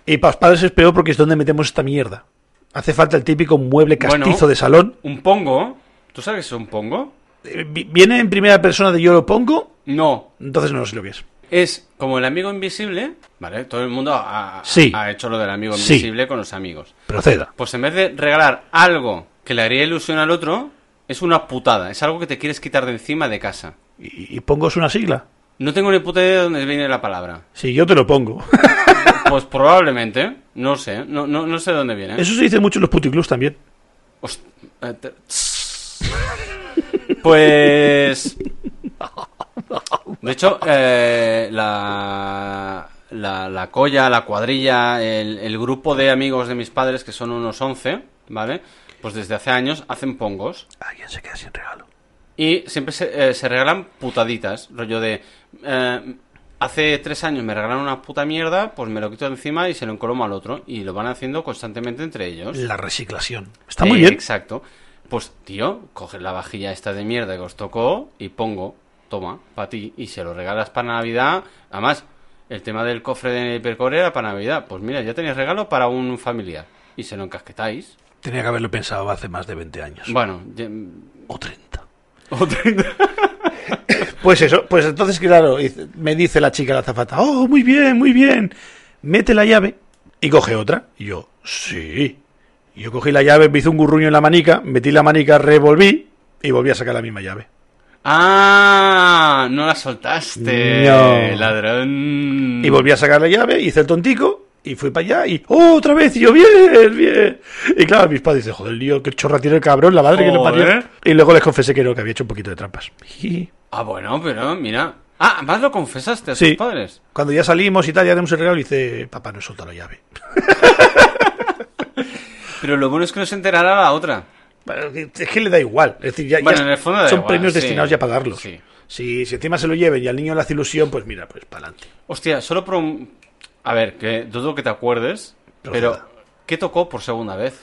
B: Y para los padres es peor porque es donde metemos esta mierda. Hace falta el típico mueble
A: Bueno.
B: castizo de salón.
A: ¿Un pongo? ¿Tú sabes qué es un pongo?
B: Eh, vi- Viene en primera persona de yo lo pongo,
A: No.
B: entonces no sé lo que es.
A: Es como el amigo invisible, ¿vale? Todo el mundo ha, ha-
B: Sí.
A: ha hecho lo del amigo
B: Sí.
A: invisible con los amigos.
B: Proceda.
A: Pues en vez de regalar algo que le haría ilusión al otro, es una putada. Es algo que te quieres quitar de encima de casa.
B: Y, y pongo es una sigla.
A: No tengo ni puta idea de dónde viene la palabra.
B: Sí, yo te lo pongo.
A: Pues probablemente, no sé, no, no, no sé de dónde viene.
B: Eso se dice mucho en los puticlubs también.
A: Host- eh, te- Pues. De hecho, eh, la, la, la colla, la cuadrilla, el, el grupo de amigos de mis padres, que son unos 11, ¿vale? Pues desde hace años hacen pongos.
B: Alguien se queda sin regalo.
A: Y siempre se, eh, se regalan putaditas. Rollo de. eh, hace tres años me regalaron una puta mierda, pues me lo quito de encima y se lo encolomo al otro. Y lo van haciendo constantemente entre ellos.
B: La reciclación. Está muy
A: Eh,
B: bien.
A: Exacto. Pues, tío, coges la vajilla esta de mierda que os tocó y pongo, toma, para ti, y se lo regalas para Navidad. Además, el tema del cofre de Hipercore era para Navidad. Pues mira, ya tenéis regalo para un familiar. Y se lo encasquetáis.
B: Tenía que haberlo pensado hace más de 20 años.
A: Bueno, ye-
B: o 30.
A: O 30.
B: Pues eso, pues entonces, claro, dice- me dice la chica, la azafata, oh, muy bien, muy bien, mete la llave y coge otra. Y yo, sí. Yo cogí la llave, me hice un gurruño en la manica, metí la manica, revolví y volví a sacar la misma llave.
A: Ah, no la soltaste,
B: No.
A: ladrón.
B: Y volví a sacar la llave, hice el tontico y fui para allá y, oh, otra vez, y yo, bien, bien. Y claro, mis padres dicen, joder, lío, qué chorra tiene el cabrón, la madre que lo parió.
A: Joder.
B: Y luego les confesé que no, que había hecho un poquito de trampas. Jiji.
A: Ah, bueno, pero mira. Ah, más lo confesaste a
B: Sí.
A: tus padres.
B: Cuando ya salimos y tal, ya tenemos el regalo, y dice, papá, no he soltado la llave.
A: Pero lo bueno es que no se enterará la otra.
B: Bueno, Es que le da igual. Es decir, ya,
A: Bueno,
B: ya
A: en el fondo da
B: son
A: igual,
B: premios
A: sí.
B: destinados ya a pagarlos.
A: Sí.
B: Si, si encima se lo lleven y al niño le hace ilusión, pues mira, pues para adelante.
A: Hostia, solo por un... A ver, que dudo que te acuerdes,
B: Pero
A: pero
B: nada.
A: ¿qué tocó por segunda vez?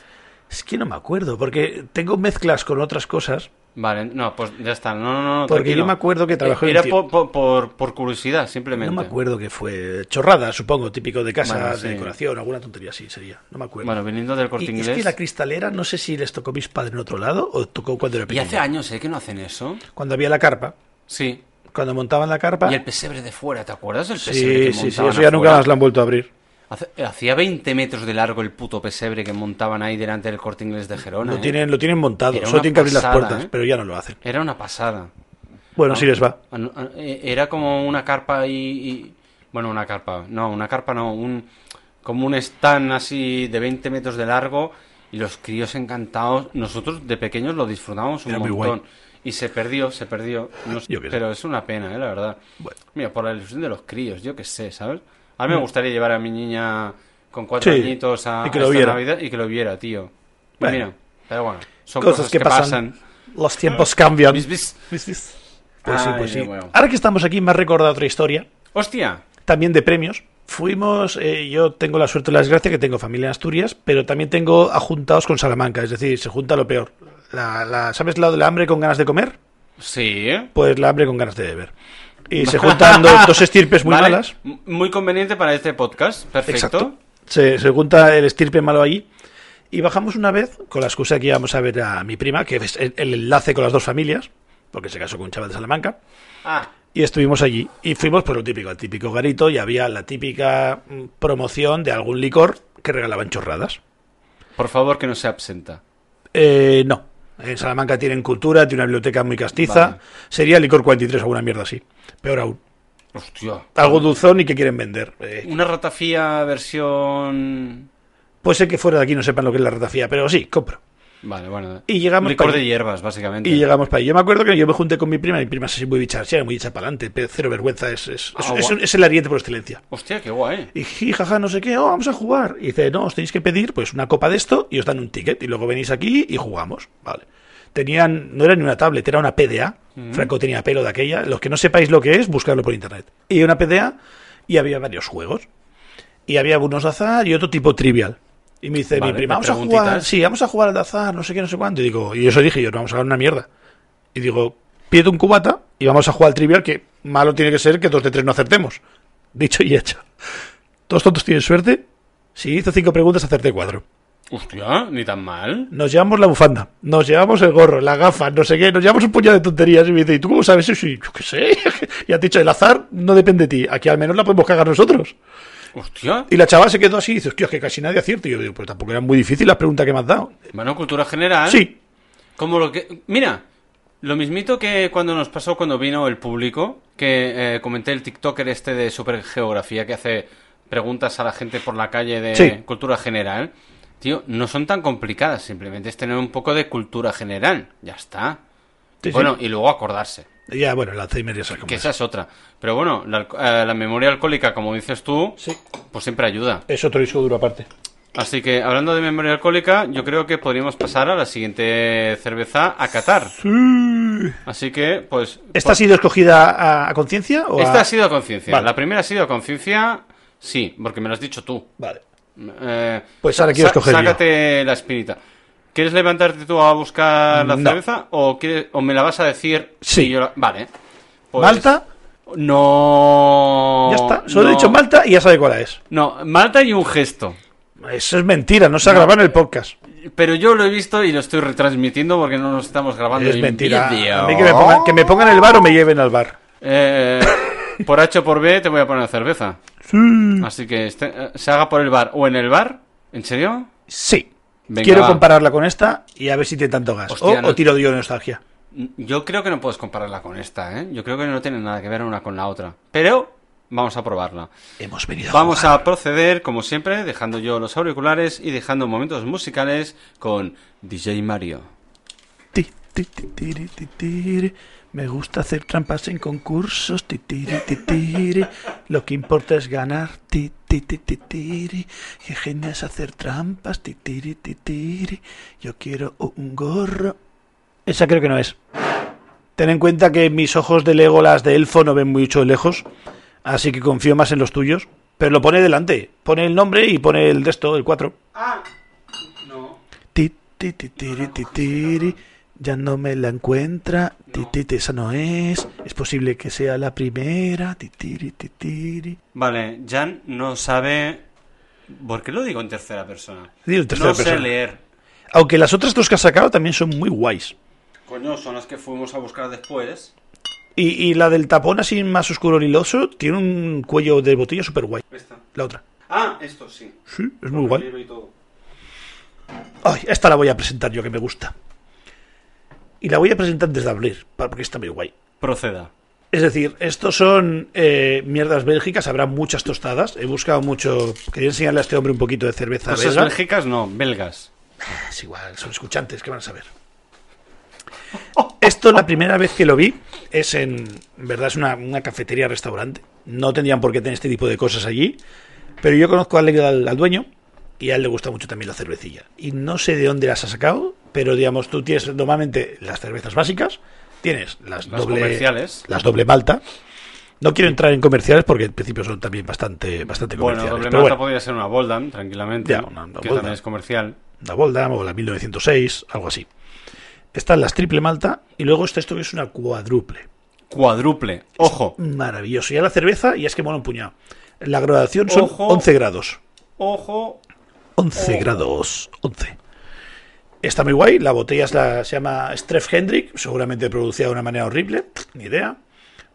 B: Es que no me acuerdo, porque tengo mezclas con otras cosas.
A: Vale, no, pues ya está. No, no, no. no,
B: Porque
A: tranquilo. Eh,
B: yo me acuerdo que trabajé en
A: Era
B: ti-
A: por, por- por- por curiosidad, simplemente.
B: No me acuerdo que fue chorrada, supongo, típico de casa,
A: Bueno, sí.
B: de decoración, alguna tontería así sería. No me acuerdo.
A: Bueno, viniendo del corte
B: y
A: inglés.
B: es que la cristalera, no sé si les tocó mis padres en otro lado o tocó cuando era
A: Y
B: pequeño.
A: hace años, ¿eh? Que no hacen eso.
B: Cuando había la carpa,
A: Sí.
B: cuando montaban la carpa.
A: Y el pesebre de fuera, ¿te acuerdas del
B: Ah. Sí,
A: pesebre que
B: sí, sí, eso
A: montaban
B: ya nunca
A: afuera?
B: más la han vuelto a abrir.
A: Hace- Hacía 20 metros de largo el puto pesebre que montaban ahí delante del corte inglés de Gerona.
B: Lo
A: ¿eh?
B: tienen, lo tienen montado,
A: Era
B: solo
A: una
B: tienen que abrir las
A: pasada,
B: puertas,
A: ¿eh?
B: pero ya no lo hacen.
A: Era una pasada.
B: Bueno, sí les va.
A: An- an- eh, Era como una carpa y, y- Bueno, una carpa. No, una carpa no. Un, como un stand así de 20 metros de largo. Y los críos encantados. Nosotros de pequeños lo disfrutábamos un
B: Era muy
A: montón. Y se perdió, se perdió. No sé,
B: Yo qué sé.
A: pero es una pena, eh, la verdad.
B: Bueno.
A: Mira, por la ilusión de los críos, yo qué sé, ¿sabes? A mí me gustaría llevar a mi niña con cuatro
B: Mm. Sí,
A: añitos a,
B: y que
A: a
B: lo
A: esta
B: viera.
A: Navidad y que lo viera, tío. Y
B: Bueno.
A: Mira, pero bueno, son
B: Cosas
A: cosas,
B: que
A: que,
B: pasan.
A: pasan.
B: Los tiempos cambian.
A: Bis, bis.
B: Pues sí,
A: Ay,
B: pues sí.
A: de nuevo.
B: Ahora que estamos aquí, me ha recordado otra historia,
A: ¡Hostia!
B: también de premios. Fuimos, eh, yo tengo la suerte y la desgracia que tengo familia en Asturias, pero también tengo ajuntados con Salamanca, es decir, se junta lo peor. La, la- ¿Sabes la de la hambre con ganas de comer?
A: Sí, ¿eh?
B: Pues la hambre con ganas de beber. Y se juntan dos, dos estirpes muy
A: Vale,
B: malas.
A: m- Muy conveniente para este podcast. Perfecto.
B: Exacto. Se, se junta el estirpe malo allí. Y bajamos una vez con la excusa de que íbamos a ver a mi prima, que es el, el enlace con las dos familias, porque se casó con un chaval de Salamanca.
A: Ah,
B: Y estuvimos allí. Y fuimos por lo típico, al típico garito, y había la típica mm, promoción de algún licor que regalaban chorradas.
A: por favor que no se absenta.
B: Eh, no. En Salamanca tienen cultura, tiene una biblioteca muy castiza.
A: Vale.
B: Sería licor 43 o alguna mierda así. Peor aún.
A: Hostia.
B: Algo dulzón y que quieren vender. Eh,
A: Una ratafía versión...
B: puede ser que fuera de aquí no sepan lo que es la ratafía, pero sí, compro.
A: Vale, bueno.
B: Y llegamos
A: Licor
B: pa-
A: de hierbas, básicamente.
B: Y llegamos para ahí. Yo me acuerdo que yo me junté con mi prima, mi prima es así muy bicharachera, muy hecha para adelante, cero vergüenza, es, es, es-
A: Ah,
B: es-
A: guau.
B: es el ariete por excelencia.
A: Hostia, qué guay.
B: Y ji, jaja, no sé qué, oh, vamos a jugar. Y dice, no, os tenéis que pedir pues una copa de esto y os dan un ticket. Y luego venís aquí y jugamos. Vale. Tenían, no era ni una tablet, era una PDA. Franco tenía pelo de aquella. Los que no sepáis lo que es, buscarlo por internet. Y una PDA y había varios juegos. Y había unos de azar y otro tipo trivial. Y me dice
A: Vale,
B: mi prima,
A: de
B: vamos a
A: preguntitas.
B: jugar, sí, vamos a jugar al de azar, no sé qué, no sé cuánto. Y digo, y eso dije yo, no vamos a ganar una mierda. Y digo, pídete un cubata y vamos a jugar al trivial, que malo tiene que ser que dos de tres no acertemos. Dicho y hecho. Todos tontos tienen suerte. Si hizo cinco preguntas, acerté cuatro.
A: Hostia, ni tan mal.
B: Nos llevamos la bufanda, nos llevamos el gorro, la gafa, no sé qué, nos llevamos un puñado de tonterías. Y me dice, ¿y tú cómo sabes eso? Y yo qué sé. ya te he dicho, el azar no depende de ti. Aquí al menos la podemos cagar nosotros.
A: Hostia.
B: Y la chava se quedó así y dice, hostia, es que casi nadie acierta. Y yo digo, pues tampoco eran muy difíciles las preguntas que me has dado.
A: Bueno, cultura general.
B: Sí,
A: Como lo que... Mira, lo mismito que cuando nos pasó cuando vino el público, que eh, comenté el TikToker este de Supergeografía que hace preguntas a la gente por la calle de
B: Sí.
A: cultura general. Tío, no son tan complicadas, simplemente es tener un poco de cultura general. Ya está.
B: Sí, sí.
A: bueno, y luego acordarse,
B: ya, bueno, el Alzheimer ya sabes cómo
A: que
B: es.
A: esa es otra. Pero bueno, la, alco- eh, la memoria alcohólica, como dices tú,
B: Sí.
A: pues siempre ayuda.
B: Es otro disco duro aparte.
A: Así que, hablando de memoria alcohólica, yo creo que podríamos pasar a la siguiente cerveza a Qatar. Así que, pues...
B: ¿Esta ha sido escogida a, a conciencia? o a-
A: Esta ha sido a conciencia.
B: Vale.
A: La primera ha sido a conciencia, sí, porque me lo has dicho tú.
B: Vale.
A: Eh,
B: Pues ahora quiero escoger yo.
A: Sácate la espinita. ¿Quieres levantarte tú a buscar la
B: No.
A: cerveza o, quieres- o me la vas a decir?
B: Sí.
A: y yo la- Vale. Pues-
B: Malta,
A: No.
B: ya está. Solo he
A: no.
B: dicho Malta y ya sabe cuál es.
A: No, Malta y un gesto.
B: Eso es mentira, no se ha grabado en el podcast.
A: Pero yo lo he visto y lo estoy retransmitiendo porque no nos estamos grabando
B: Es
A: en
B: mentira.
A: vídeo.
B: A mí que me, pongan, que me pongan el bar o me lleven al bar.
A: Eh, por H o por B te voy a poner cerveza. Así que este- eh, se haga por el bar o en el bar. ¿En serio?
B: Sí.
A: Venga,
B: Quiero
A: va.
B: compararla con esta y a ver si tiene tanto gas.
A: Hostia,
B: o,
A: no-
B: o tiro yo de nostalgia.
A: Yo creo que no puedes compararla con esta, ¿eh? Yo creo que no tiene nada que ver una con la otra. Pero vamos a probarla.
B: Hemos venido
A: Vamos
B: jugar.
A: a proceder, como siempre, dejando yo los auriculares y dejando momentos musicales con DJ Mario.
B: Ti, ti, ti, tiri, ti, tiri. Me gusta hacer trampas en concursos. ti, tiri, ti, tiri. Lo que importa es ganar. ti, ti, ti, ti, tiri. Qué genial es hacer trampas. ti, tiri, ti, tiri. Yo quiero un gorro. Esa creo que no es. Ten en cuenta que mis ojos de Legolas de elfo no ven mucho de lejos, así que confío más en los tuyos. Pero lo pone delante, pone el nombre y pone el de esto, el 4. Ti, ti, ti, tiri, ti, tiri. Ya no me la encuentra. Ti, ti, ti, esa no es. Es posible que sea la primera. Ti, tiri, ti, tiri.
A: Vale, Jan no sabe... ¿Por qué lo digo en tercera persona?
B: Dilo en tercera
A: no sé
B: persona.
A: leer.
B: Aunque las otras dos que has sacado también son muy guays.
A: Coño, son las que fuimos a buscar después.
B: Y, y la del tapón así más oscuro liloso tiene un cuello de botella súper guay.
A: Esta.
B: La otra.
A: Ah, esto sí.
B: Sí, es muy guay.
A: Libro y todo.
B: Ay, esta la voy a presentar yo que me gusta. Y la voy a presentar desde abrir, pa- porque está muy guay.
A: Proceda.
B: Es decir, estos son eh, mierdas bélgicas, habrá muchas tostadas. He buscado mucho. Quería enseñarle a este hombre un poquito de cerveza
A: Cosas
B: belga.
A: belgicas no, belgas.
B: Ah, Es igual, son escuchantes, ¿qué van a saber? Esto la primera vez que lo vi es en, en verdad, es una, una cafetería, restaurante. No tendrían por qué tener este tipo de cosas allí, pero yo conozco al, al- al dueño y a él le gusta mucho también la cervecilla. Y no sé de dónde las ha sacado, pero digamos, tú tienes normalmente las cervezas básicas, tienes las,
A: Las
B: doble,
A: comerciales.
B: las doble malta. No quiero entrar en comerciales porque en principio son también bastante, bastante
A: Bueno,
B: comerciales.
A: doble
B: pero
A: malta
B: bueno.
A: podría ser una Boldan, tranquilamente.
B: Ya, una- una
A: que
B: Boldan.
A: también es comercial.
B: la Boldam o la 1906, algo así. Están las triple malta y luego está esto que es una cuádruple.
A: Cuádruple. Ojo,
B: Maravilloso. Y a la cerveza, y es que mola un puñado. La graduación son
A: Ojo.
B: 11 grados.
A: ojo.
B: 11 grados. 11. Está muy guay. La botella es la- se llama Streff Hendrick, seguramente producida de una manera horrible, ni idea.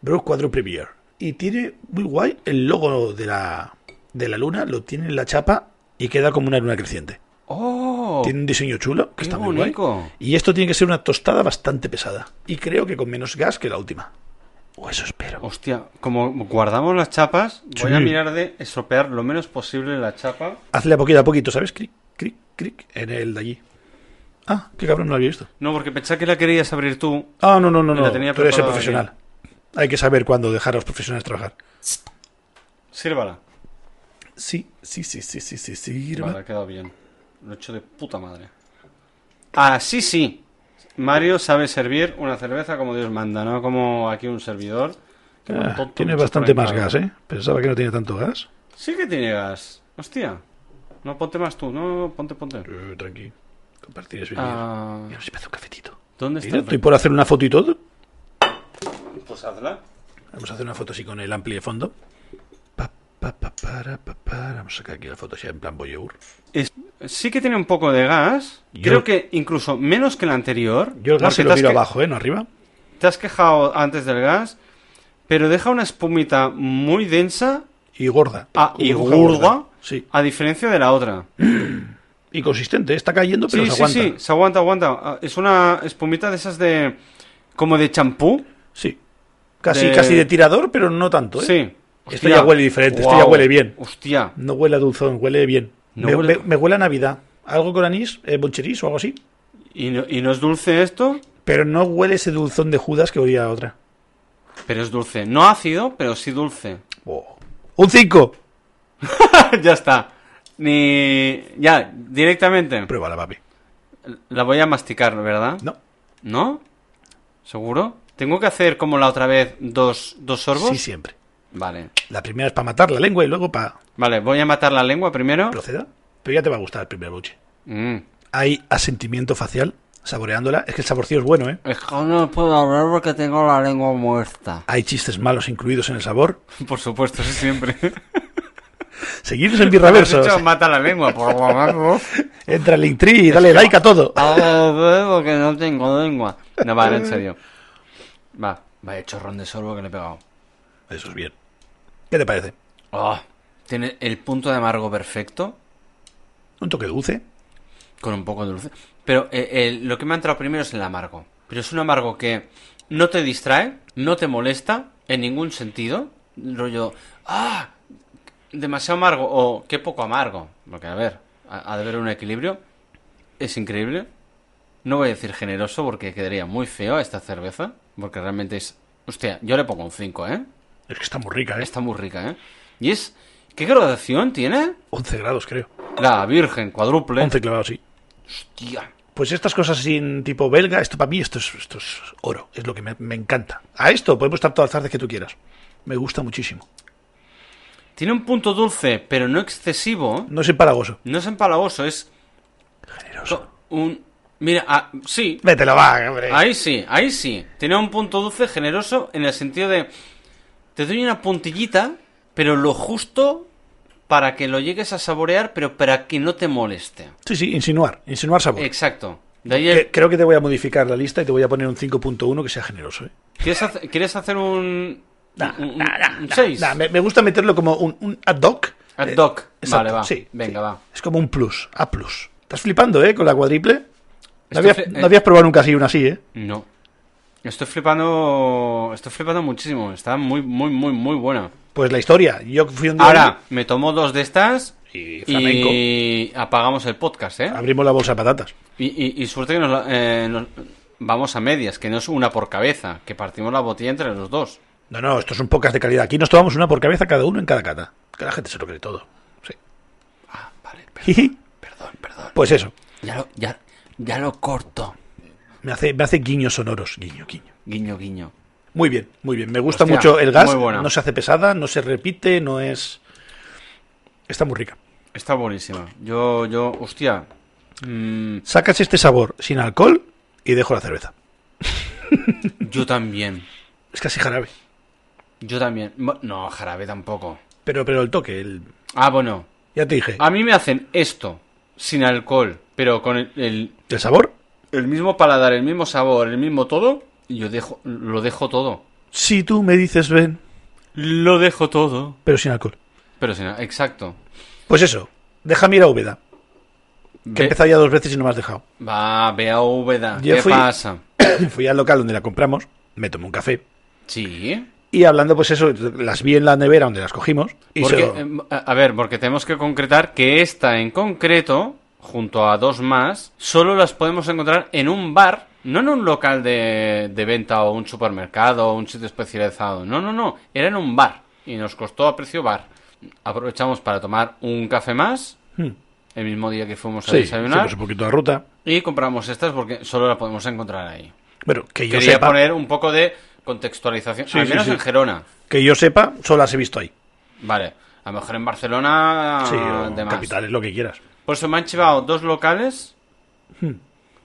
B: Brew Quadruple Beer. Y tiene muy guay el logo de la, de la luna, lo tiene en la chapa y queda como una luna creciente.
A: Oh,
B: Tiene un diseño chulo, que
A: Qué
B: está muy guay.
A: bonito.
B: Y esto tiene que ser una tostada bastante pesada. Y creo que con menos gas que la última. O eso espero.
A: hostia, como guardamos las chapas, voy
B: Sí.
A: a mirar de estropear lo menos posible la chapa.
B: Hazle a poquito a poquito, ¿sabes? Cric, cric, cric, en el de allí. Ah, qué cabrón, no lo había visto.
A: No, porque pensaba que la querías abrir tú.
B: Ah, no, no, no,
A: Me la
B: no.
A: tenía
B: Tú eres el
A: preparada
B: profesional. Hay que saber cuándo dejar a los profesionales trabajar.
A: Sírvala.
B: Sí, sí, sí, sí, sí, sí, sí.
A: Vale, ha quedado bien. Lo he hecho de puta madre. Ah, sí, sí. Mario sabe servir una cerveza como Dios manda, no como aquí un servidor. que
B: Ah,
A: un tonto
B: tiene
A: mucho
B: bastante
A: por ahí
B: más
A: para-
B: gas, ¿eh? Pensaba que no tenía tanto gas.
A: Sí que tiene gas. Hostia. No, ponte más tú. No, no, ponte, ponte.
B: Eh, tranqui. Compartir es vivir.
A: Ah,
B: Mira, se me hace un cafetito.
A: ¿Dónde
B: Mira,
A: está?
B: estoy por hacer una foto y todo.
A: Pues hazla.
B: Vamos a hacer una foto así con el ampli de fondo. Pa, pa, pa, para, pa, para. Vamos a sacar aquí la foto así en plan boyeur.
A: Es- sí que tiene un poco de gas.
B: Yo-
A: Creo que incluso menos que la anterior.
B: Yo el
A: porque
B: gas
A: te
B: se lo
A: has
B: miro
A: que-
B: abajo, ¿eh? No arriba.
A: Te has quejado antes del gas, pero deja una espumita muy densa
B: Y gorda.
A: ah,
B: Con
A: y
B: burbuja
A: gurgua,
B: Sí.
A: a diferencia de la otra.
B: Y consistente. Está cayendo, pero
A: sí,
B: se
A: sí,
B: aguanta.
A: sí, se aguanta, aguanta. Ah, Es una espumita de esas de... como de champú.
B: Sí. Casi,
A: De-
B: casi de tirador, pero no tanto, ¿eh?
A: Sí.
B: Esto ya huele diferente, esto ya huele bien.
A: Hostia.
B: No huele a dulzón, huele bien.
A: No
B: me,
A: huele-
B: me- me huele a Navidad. Algo con anís, eh, boncherís o algo así.
A: ¿Y no, y no es dulce esto?
B: Pero no huele ese dulzón de Judas que olía a otra.
A: Pero es dulce. No ácido, pero sí dulce.
B: Oh. ¡Un 5!
A: ya está. Ni... Ya, directamente.
B: Pruébala, papi.
A: La voy a masticar, ¿verdad?
B: No.
A: ¿No? ¿Seguro? ¿Tengo que hacer como la otra vez dos, dos sorbos?
B: Sí, siempre.
A: Vale.
B: La primera es para matar la lengua y luego para...
A: Vale, voy a matar la lengua primero.
B: Proceda. Pero ya te va a gustar el primer buche.
A: Mm.
B: Hay asentimiento facial saboreándola. Es que el saborcillo es bueno, ¿eh?
A: Es que no puedo hablar porque tengo la lengua muerta.
B: Hay chistes malos incluidos en el sabor.
A: Por supuesto, sí, siempre.
B: Seguirnos en
A: Lo has
B: Birraverso.
A: dicho, mata la lengua, por favor.
B: Entra en Linktree y dale like a todo.
A: Ah, porque no tengo lengua. No, vale, en serio. Va, vaya chorrón de sorbo que le he pegado.
B: Eso es bien. ¿Qué te parece?
A: Ah, tiene el punto de amargo perfecto,
B: Un toque dulce.
A: con un poco de dulce. Pero eh, el- lo que me ha entrado primero es el amargo. Pero es un amargo que no te distrae, no te molesta en ningún sentido. Rollo, ah, demasiado amargo o qué poco amargo. Porque, a ver, ha ha de haber un equilibrio. Es increíble. No voy a decir generoso porque quedaría muy feo a esta cerveza. Porque realmente es... Hostia, yo le pongo un 5, ¿eh?
B: Es que está muy rica, ¿eh?
A: Está muy rica, ¿eh? Y es... ¿Qué graduación tiene?
B: 11 grados, creo.
A: La Virgen, cuádruple.
B: 11 clavados, sí.
A: Hostia.
B: Pues estas cosas sin tipo belga, esto para mí, esto es, esto es oro. Es lo que me, me encanta. A esto podemos estar todas las tardes que tú quieras. Me gusta muchísimo.
A: Tiene un punto dulce, pero no excesivo.
B: No es empalagoso.
A: No es empalagoso, es
B: Generoso.
A: un... Mira, ah, sí,
B: Vete la vaga, hombre.
A: ahí sí, ahí sí. Tiene un punto dulce generoso en el sentido de... Te doy una puntillita, pero lo justo para que lo llegues a saborear, pero para que no te moleste.
B: Sí, sí, insinuar. Insinuar
A: Eh,
B: sabor.
A: Exacto. De ahí el-
B: Que- Eh, Creo que te voy a modificar la lista y te voy a poner un 5.1 que sea generoso. ¿eh?
A: ¿Quieres, hacer, quieres hacer un...
B: Nah,
A: un-
B: nah, nah,
A: un
B: nah,
A: 6?
B: nah, me, me gusta meterlo como un, un ad hoc.
A: Ad
B: Eh,
A: hoc.
B: exacto,
A: Vale, va.
B: sí,
A: Venga,
B: sí.
A: va.
B: Es como un plus, A plus. Estás flipando, ¿eh? Con la cuádruple. No
A: Estoy
B: habías,
A: fli-
B: no
A: eh.
B: habías probado nunca así una así, ¿eh?
A: No. Estoy flipando. Estoy flipando muchísimo. Está muy, muy, muy, muy buena.
B: Pues la historia. Yo fui un día.
A: Ahora, me tomo dos de estas
B: Y flamenco.
A: y apagamos el podcast, ¿eh?
B: Abrimos la bolsa de patatas.
A: Y, y- y suerte que nos, la- eh, nos- vamos a medias, que no es una por cabeza, que partimos la botella entre los dos.
B: No, no, estos son pocas de calidad. Aquí nos tomamos una por cabeza cada uno en cada cata. Que la gente se lo cree todo.
A: Ah, vale. per-
B: Sí.
A: Perdón, perdón.
B: pues eso.
A: Ya lo, ya, ya lo corto.
B: Me hace, me hace guiños sonoros. Guiño, guiño.
A: Guiño, guiño.
B: Muy bien, muy bien. Me gusta
A: Hostia,
B: mucho el gas.
A: muy buena.
B: No se hace pesada, no se repite, no es. Está muy rica.
A: Está buenísima. Yo, yo, hostia. Mm,
B: Sacas este sabor sin alcohol y dejo la cerveza.
A: yo también.
B: Es casi jarabe.
A: Yo también. Bu- No, jarabe tampoco.
B: Pero, pero el toque, el...
A: Ah, bueno.
B: ya te dije,
A: A mí me hacen esto, sin alcohol, pero con el, el-
B: el sabor,
A: el mismo paladar, el mismo sabor, el mismo todo, y yo dejo, lo dejo todo.
B: si tú me dices ven,
A: Lo dejo todo.
B: pero sin alcohol.
A: Pero sin al- exacto.
B: Pues eso, déjame ir a Úbeda, que he
A: Ve,
B: empezado ya dos veces y no me has dejado.
A: va, ve a Úbeda.
B: Yo
A: ¿Qué
B: fui-
A: pasa?
B: Fui al local donde la compramos, me tomé un café
A: Sí.
B: y hablando pues eso, las vi en la nevera donde las cogimos y
A: Porque,
B: se lo-
A: em, a a ver, porque tenemos que concretar que esta en concreto, junto a dos más, solo las podemos encontrar en un bar, no en un local de, de venta o un supermercado o un sitio especializado. No, no, no, era en un bar y nos costó a precio bar. Aprovechamos para tomar un café más
B: Hmm.
A: el mismo día que fuimos a
B: Sí,
A: desayunar
B: hicimos un poquito de ruta.
A: y compramos estas porque solo las podemos encontrar ahí.
B: Bueno, que yo
A: Quería
B: sepa,
A: poner un poco de contextualización,
B: Sí,
A: al
B: sí,
A: menos
B: sí.
A: en Gerona.
B: que yo sepa, solo las he visto ahí.
A: Vale, a lo mejor en Barcelona,
B: Sí, o
A: demás.
B: capitales, lo que quieras.
A: Por eso me han chivado dos locales
B: Hmm.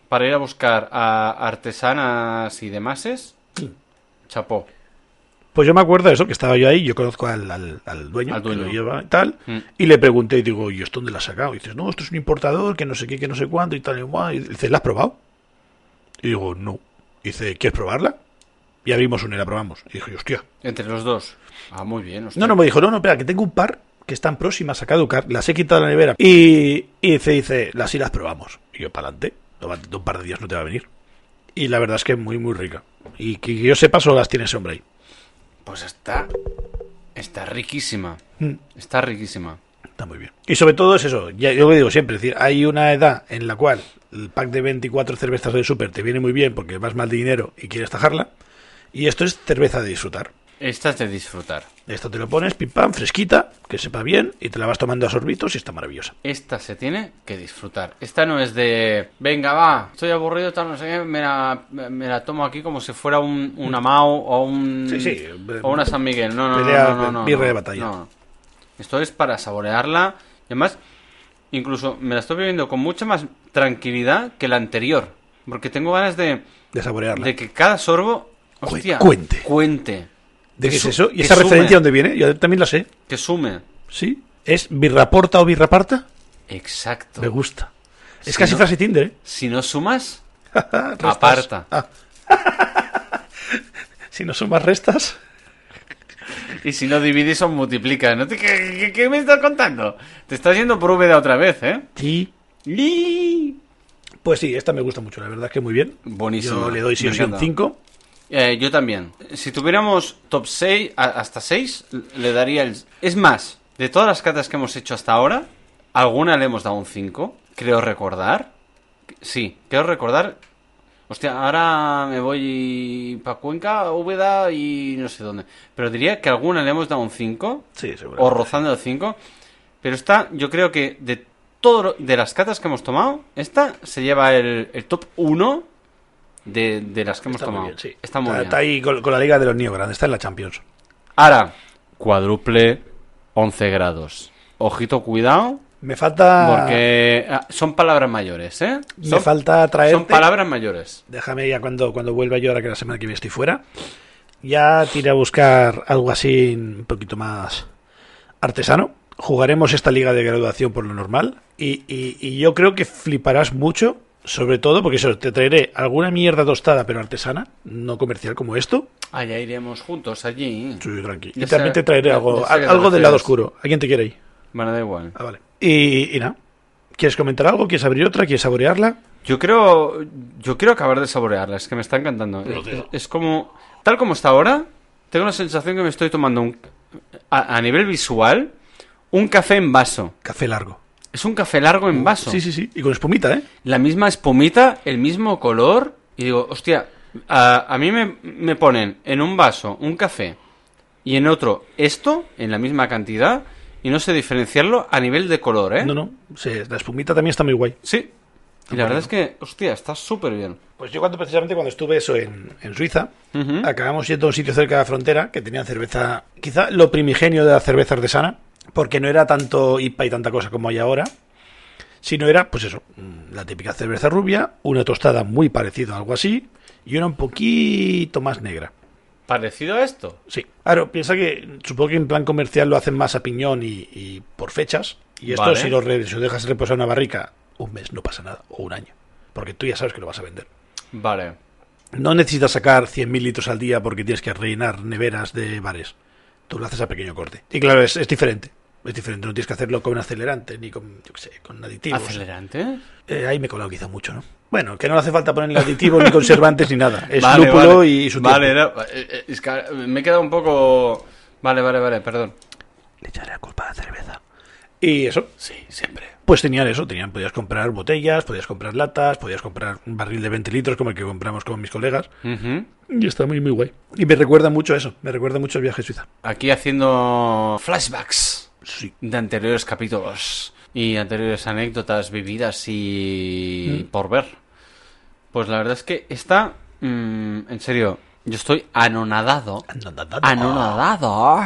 A: para ir a buscar a artesanas y demases. Chapó.
B: Pues yo me acuerdo de eso, que estaba yo ahí, yo conozco al, al- al dueño,
A: Al dueño.
B: que lo lleva y tal,
A: Mm.
B: y le pregunté y digo, ¿y esto dónde lo has sacado? Y dices, no, esto es un importador, que no sé qué, que no sé cuánto y tal y guay. Y dice, ¿la has probado? Y digo, no. Y dice, ¿quieres probarla? Y abrimos una y la probamos. Y dije, hostia.
A: Entre los dos. Ah, muy bien. hostia.
B: No, no, me dijo, no, no, espera, que tengo un par que están próximas a caducar, las he quitado de la nevera. Y, y dice, dice, las sí las probamos. Y yo, para adelante, un par de días no te va a venir. Y la verdad es que es muy, muy rica. Y que yo sepa, solo las tiene ese hombre ahí.
A: Pues está. Está riquísima.
B: Mm.
A: Está riquísima.
B: Está muy bien. Y sobre todo es eso, ya, yo lo digo siempre, es decir, hay una edad en la cual el pack de 24 cervezas del súper te viene muy bien porque vas mal de dinero y quieres tajarla. Y esto es cerveza de disfrutar.
A: Esta es de disfrutar.
B: Esto te lo pones, pim pam, fresquita, que sepa bien, y te la vas tomando a sorbitos y está maravillosa.
A: Esta se tiene que disfrutar. Esta no es de. Venga, va, estoy aburrido, tal, no sé qué. Me la, me la tomo aquí como si fuera un, un amao o un.
B: Mm. Sí, sí.
A: O una San Miguel. No, no, no,
B: Pelea,
A: no, no, no,
B: birra de
A: no,
B: batalla.
A: no. Esto es para saborearla. Y además, incluso me la estoy bebiendo con mucha más tranquilidad que la anterior. Porque tengo ganas de,
B: De saborearla.
A: de
B: ¿De,
A: que cada sorbo.
B: Cu-
A: Hostia,
B: cuente.
A: Cuente.
B: qué es
A: su-
B: eso? ¿Y
A: que
B: esa
A: sume,
B: referencia dónde viene? Yo también la sé.
A: Que sume.
B: ¿Sí? ¿Es birraporta o birraparta?
A: Exacto.
B: Me gusta. Es
A: Si
B: casi
A: no-
B: frase Tinder, ¿eh?
A: Si no sumas,
B: Restas.
A: aparta.
B: Ah. si no sumas restas.
A: Y si no divides o multiplicas. ¿No te- ¿Qué, qué- qué me estás contando? Te estás yendo por VDA otra vez, ¿eh?
B: Sí.
A: Y...
B: Pues sí, esta me gusta mucho, la verdad es que muy bien.
A: Buenísimo.
B: Yo le doy sí o
A: Me
B: sí un
A: encanta.
B: 5.
A: Eh, yo también. Si tuviéramos top 6, hasta 6, le daría el... Es más, de todas las catas que hemos hecho hasta ahora, alguna le hemos dado un 5, creo recordar. Sí, creo recordar... Hostia, ahora me voy para Cuenca, Úbeda y no sé dónde. Pero diría que alguna le hemos dado un 5,
B: Sí, seguro.
A: o rozando el 5. Pero esta, yo creo que de todo lo- de las catas que hemos tomado, esta se lleva el, el top 1 de, de las que hemos
B: Está
A: tomado.
B: muy bien, sí.
A: Está muy bien.
B: Está ahí con, con la Liga de los Neo Grandes, está en la Champions.
A: Ahora, cuádruple 11 grados. Ojito, cuidado,
B: Me falta.
A: porque ah, son palabras mayores, ¿eh?
B: Me
A: Son,
B: falta este. traer.
A: son palabras mayores.
B: Déjame ya cuando, cuando vuelva yo, ahora que la semana que viene estoy fuera. Ya te iré a buscar algo así un poquito más artesano. Jugaremos esta liga de graduación por lo normal. Y, y- y yo creo que fliparás mucho, sobre todo porque eso, te traeré alguna mierda tostada, pero artesana, no comercial como esto.
A: Allá iremos juntos allí.
B: Sí, tranqui.
A: Ya
B: Y también
A: sé-
B: te traeré
A: ya-
B: algo,
A: ya sé a qué te
B: algo del lado
A: refieres.
B: oscuro. ¿A quién te quiere ahí?
A: Bueno, da igual.
B: Ah, vale. Y, y nada. ¿Quieres comentar algo? ¿Quieres abrir otra? ¿Quieres saborearla?
A: Yo creo, yo quiero acabar de saborearla, es que me está encantando.
B: Lo
A: Es,
B: creo.
A: es como, tal como está ahora, tengo la sensación que me estoy tomando un, a, a nivel visual un café en vaso.
B: Café largo.
A: Es un café largo en vaso.
B: Uh, Sí, sí, sí. Y con espumita, ¿eh?
A: La misma espumita, el mismo color. Y digo, hostia, a, a mí me, me ponen en un vaso un café y en otro esto, en la misma cantidad, y no sé diferenciarlo a nivel de color, ¿eh?
B: No, no. Sí, la espumita también está muy guay.
A: Sí. Y la verdad es que, hostia, está súper bien.
B: Pues yo cuando precisamente cuando estuve eso en, en Suiza,
A: Ujú.
B: acabamos yendo a un sitio cerca de la frontera que tenía cerveza, quizá lo primigenio de la cerveza artesana, porque no era tanto IPA y tanta cosa como hay ahora, sino era, pues eso, mm, la típica cerveza rubia, una tostada muy parecida a algo así, y una un poquito más negra.
A: Parecido a esto.
B: Sí. Claro, piensa que supongo que en plan comercial lo hacen más a piñón y, y por fechas. Y esto,
A: Vale.
B: si lo, re- si lo dejas reposar en una barrica, un mes no pasa nada, o un año. Porque tú ya sabes que lo vas a vender.
A: Vale.
B: No necesitas sacar 100.000 litros al día porque tienes que rellenar neveras de bares. Tú lo haces a pequeño corte. Y claro, es, es diferente. Es diferente, no tienes que hacerlo con acelerante ni con, yo qué sé, con aditivos.
A: ¿Acelerante?
B: Eh, ahí me he colado quizá mucho, ¿no? Bueno, que no le hace falta ponerle aditivos ni conservantes ni nada. Es
A: Vale,
B: lúpulo
A: vale.
B: y su
A: Vale,
B: tiempo.
A: era- eh, eh, es que me he quedado un poco... Vale, vale, vale, perdón.
B: Le echaré la culpa a la cerveza. Y eso,
A: Sí, siempre.
B: Pues tenían eso, tenían, podías comprar botellas, podías comprar latas, podías comprar un barril de 20 litros como el que compramos con mis colegas. Y está muy, muy guay. Y me recuerda mucho eso, me recuerda mucho el viaje a Suiza.
A: Aquí haciendo flashbacks
B: Sí.
A: de anteriores capítulos y anteriores anécdotas vividas y por ver. Pues la verdad es que está... mm, en serio, yo estoy anonadado. Ah, Anonadado.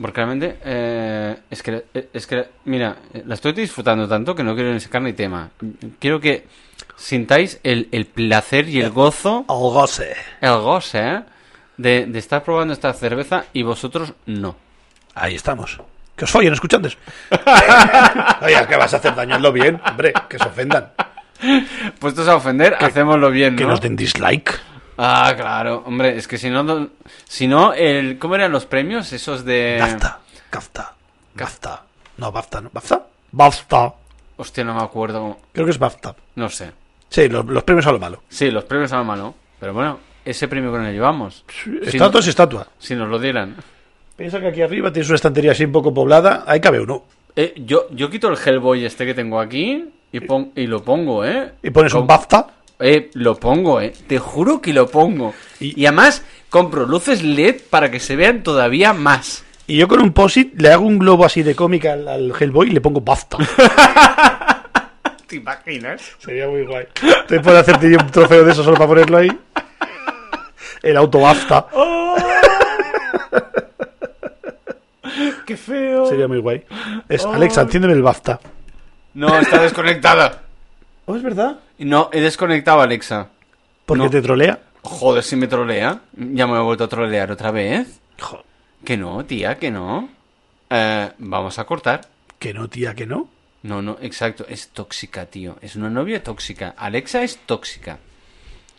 A: Porque realmente eh, es, que, es que, mira, la estoy disfrutando tanto que no quiero ni sacar ni tema. Quiero que sintáis el, el placer y el gozo,
B: Al goce.
A: el goce, ¿eh? de, de estar probando esta cerveza y vosotros no.
B: Ahí estamos. Que os follen, escuchantes. Oye, que vas a hacer dañarlo bien, hombre, que se ofendan.
A: Puestos a ofender, hacémoslo bien,
B: Que
A: ¿no?
B: nos den dislike.
A: Ah, claro, hombre, es que si no, no- si no, el, ¿cómo eran los premios? Esos de...
B: Gafta, gafta, gafta. No, bafta, ¿no? ¿Bafta? Bafta.
A: Hostia, no me acuerdo, cómo-
B: Creo que es bafta.
A: no sé.
B: Sí, los, los premios a lo malo.
A: Sí, los premios a la mano. Pero bueno, ese premio que nos llevamos. Si,
B: Estatua es estatua.
A: no- si nos lo dieran.
B: Piensa que aquí arriba tienes una estantería así un poco poblada. Ahí cabe uno.
A: Eh, yo, yo quito el Hellboy este que tengo aquí y, pon- y lo pongo, ¿eh?
B: Y pones un
A: Com-
B: BAFTA.
A: Eh, lo pongo, ¿eh? Te juro que lo pongo.
B: Y-
A: Y, además compro luces LED para que se vean todavía más.
B: Y yo con un POSIT le hago un globo así de cómica al, al Hellboy y le pongo BAFTA.
A: ¿Te imaginas?
B: Sería muy guay. Te puedes hacerte yo un trofeo de eso solo para ponerlo ahí. El auto BAFTA.
A: Oh. ¡Qué feo!
B: Sería muy guay. Es,
A: Oh.
B: Alexa, enciéndeme el BAFTA.
A: No, está desconectada.
B: ¿Oh, es verdad?
A: No, he desconectado a Alexa.
B: Porque
A: No.
B: te trolea.
A: Joder, si me trolea. Ya me he vuelto a trolear otra vez. Que no, tía, que no. eh, vamos a cortar.
B: Que no, tía, que no.
A: No, no, exacto. Es tóxica, tío. Es una novia tóxica. Alexa es tóxica.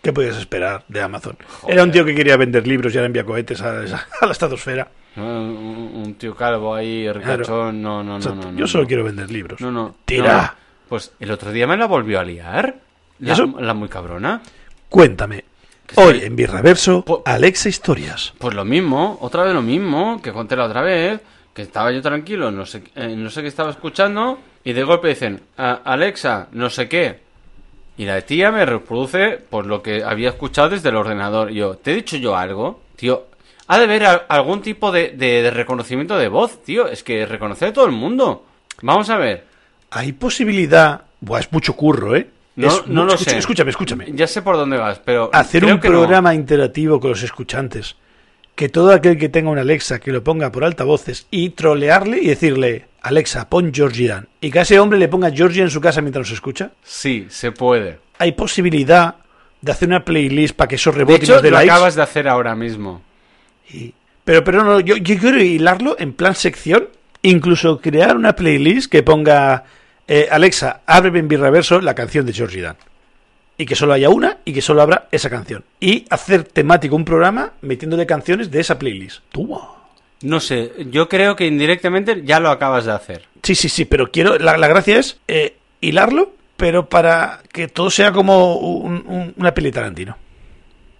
B: ¿Qué podías esperar de Amazon?
A: Joder.
B: Era un tío que quería vender libros y ahora envía cohetes a, a la estratosfera.
A: No, Un, un tío calvo ahí, ricachón. No, no,
B: O
A: no,
B: sea,
A: no, no,
B: yo solo
A: no.
B: quiero vender libros.
A: No, no.
B: Tira.
A: no. Pues el otro día me la volvió a liar. La,
B: ¿Eso?
A: la muy cabrona.
B: Cuéntame.
A: Que
B: Hoy
A: soy-
B: en Birraverso,
A: Po-
B: Alexa Historias.
A: Pues lo mismo, otra vez lo mismo, que conté la otra vez, que estaba yo tranquilo, no sé, eh, no sé qué estaba escuchando, y de golpe dicen, "A- Alexa, no sé qué. Y la tía me reproduce por lo que había escuchado desde el ordenador. Y yo, ¿te he dicho yo algo? Tío, ha de haber a- algún tipo de, de- de reconocimiento de voz, tío. Es que reconoce a todo el mundo. Vamos a ver.
B: ¿Hay posibilidad? Buah, es mucho curro, ¿eh?
A: No,
B: Es
A: no
B: mu-
A: lo
B: escucha-
A: sé.
B: Escúchame, escúchame.
A: Ya sé por dónde vas, pero...
B: Hacer
A: creo
B: un
A: que no.
B: programa interactivo con los escuchantes. Que todo aquel que tenga una Alexa que lo ponga por altavoces y trolearle y decirle, Alexa, pon Georgie Dan. Y que a ese hombre le ponga Georgie en su casa mientras nos escucha.
A: Sí, se puede.
B: Hay posibilidad de hacer una playlist para que eso
A: De
B: rebote y
A: hecho,
B: nos dé
A: lo
B: likes.
A: acabas de hacer ahora mismo.
B: Y- Pero, pero no, yo, yo quiero hilarlo en plan sección, incluso crear una playlist que ponga eh, Alexa, ábreme en birraverso la canción de George Dan. Y que solo haya una y que solo abra esa canción. Y hacer temático un programa metiéndole canciones de esa playlist. Toma.
A: No sé, yo creo que indirectamente ya lo acabas de hacer.
B: Sí, sí, sí, pero quiero. La, la gracia es eh, hilarlo, pero para que todo sea como un- un- una peli Tarantino.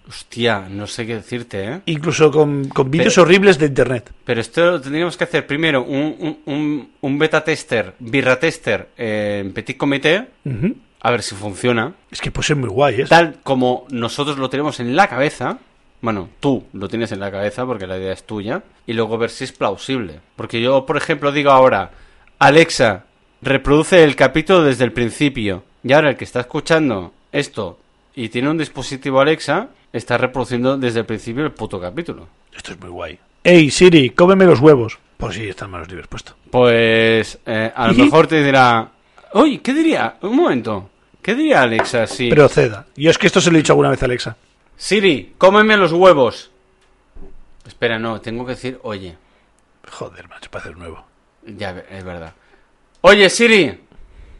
A: Hostia, no sé qué decirte, ¿eh?
B: Incluso con, con vídeos
A: Pero-
B: horribles de internet.
A: Pero esto lo tendríamos que hacer primero un, un- un- un beta tester, birra tester eh, en petit comité,
B: Ujú.
A: a ver si funciona.
B: Es que puede ser muy guay, ¿eh?
A: Tal como nosotros lo tenemos en la cabeza, bueno, tú lo tienes en la cabeza porque la idea es tuya, y luego ver si es plausible. Porque yo, por ejemplo, digo ahora, Alexa, reproduce el capítulo desde el principio. Y ahora el que está escuchando esto y tiene un dispositivo Alexa, está reproduciendo desde el principio el puto capítulo.
B: Esto es muy guay. Ey, Siri, cómeme los huevos. Pues sí, están malos libres puesto.
A: Pues eh, a lo mejor te dirá, oye, ¿qué diría? Un momento, ¿qué diría Alexa si...
B: Pero ceda. Yo es que esto se lo he dicho alguna vez a Alexa.
A: Siri, cómeme los huevos. Espera, no, tengo que decir, oye,
B: Joder, macho, para hacer nuevo.
A: ya ve- es verdad. Oye, Siri,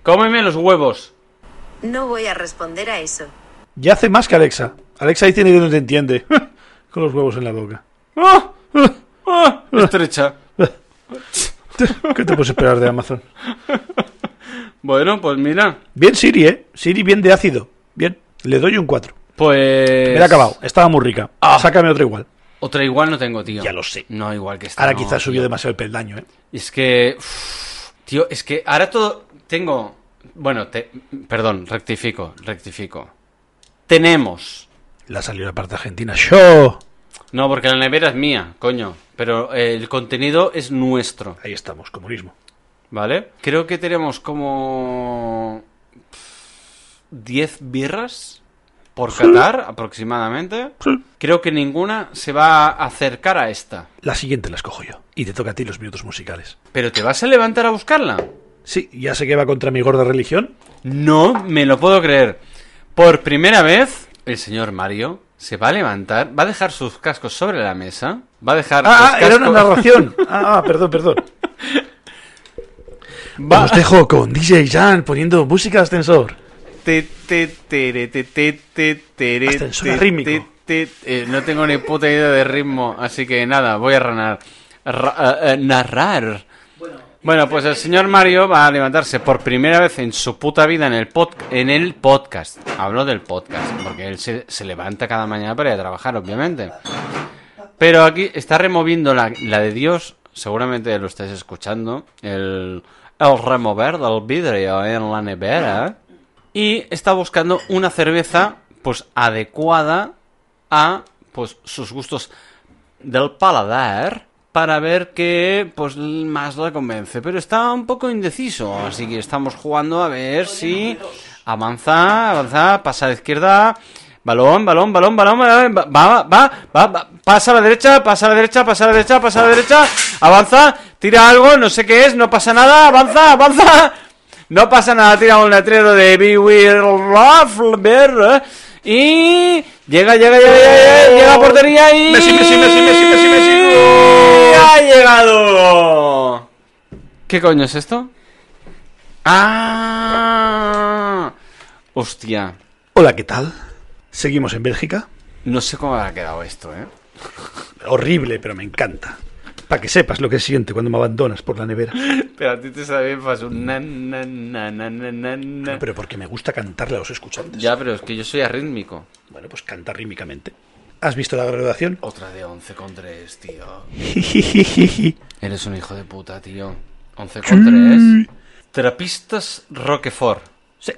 A: cómeme los huevos.
C: No voy a responder a eso.
B: Ya hace más que Alexa. Alexa ahí tiene que no te entiende. Con los huevos en la boca.
A: ¡Ah! ¡Ah! ¡Ah! Estrecha.
B: ¿Qué te puedes esperar de Amazon?
A: Bueno, pues mira,
B: Bien Siri, ¿eh? Siri bien de ácido. Bien. Le doy un 4.
A: pues...
B: Me la he acabado. Estaba muy rica.
A: Ah.
B: Sácame otra igual.
A: Otra igual no tengo, tío.
B: Ya lo sé.
A: No, igual que esta.
B: Ahora
A: no,
B: quizás subió
A: tío.
B: demasiado el peldaño, ¿eh?
A: Es que. uf, tío, es que ahora todo. Tengo. Bueno, te- perdón, rectifico, rectifico. Tenemos.
B: La salió la parte argentina. ¡Show!
A: No, porque la nevera es mía, coño. Pero eh, el contenido es nuestro,
B: Ahí estamos, comunismo.
A: ¿vale? Creo que tenemos como. pf, 10 birras por Qatar, aproximadamente. Creo que ninguna se va a acercar a esta.
B: La siguiente la escojo yo. Y te toca a ti los minutos musicales.
A: ¿Pero te vas a levantar a buscarla?
B: Sí, ya sé que va contra mi gorda religión.
A: No me lo puedo creer. Por primera vez, el señor Mario se va a levantar, va a dejar sus cascos sobre la mesa, va a dejar.
B: Ah, ah,
A: los
B: era una
A: cascos-
B: narración. Ah, ah, perdón, perdón.
A: Va-
B: Os dejo con DJ Jan poniendo música de ascensor.
A: Te, te, tere, te, te, te, tere,
B: Ascensor
A: te,
B: rítmico.
A: te, te, eh, no tengo ni puta idea de ritmo, así que nada, voy a ranar- ra- eh, eh, narrar. Bueno, pues el señor Mario va a levantarse por primera vez en su puta vida en el, pod- en el podcast. Hablo del podcast, porque él se, se levanta cada mañana para ir a trabajar, obviamente. Pero aquí está removiendo la, la de Dios, seguramente lo estáis escuchando, el, el remover del vidrio en la nevera. Y está buscando una cerveza, pues, adecuada a, pues, sus gustos del paladar para ver qué, pues, más la convence. Pero está un poco indeciso, así que estamos jugando a ver si avanza, avanza, pasa a la izquierda, balón, balón, balón, balón, balón, va, va, va, va, va, pasa a la derecha, pasa a la derecha, pasa a la derecha, pasa a la derecha, avanza, tira algo, no sé qué es, no pasa nada, avanza, avanza. No pasa nada, tira un letrero de Be Will Love Bear, ¿eh? y llega, llega, llega, llega, llega, llega a portería y
B: Messi, Messi, Messi, Messi, Messi, Messi.
A: ha llegado. ¿Qué coño es esto? ¡Ah! Hostia.
B: Hola, ¿qué tal? Seguimos en Bélgica.
A: No sé cómo ha quedado esto, ¿eh?
B: Horrible, pero me encanta. Para que sepas lo que siente cuando me abandonas por la nevera.
A: Pero a ti te sabe bien falso. Na, na, na, na, na, na, na.
B: Pero porque me gusta cantarle a los escuchantes.
A: Ya, pero es que yo soy arrítmico.
B: Bueno, pues canta rítmicamente. ¿Has visto la graduación?
A: Otra de 11 con 3, tío. Eres un hijo de puta, tío. 11 con 3. Trapistas Roquefort.
B: Sí.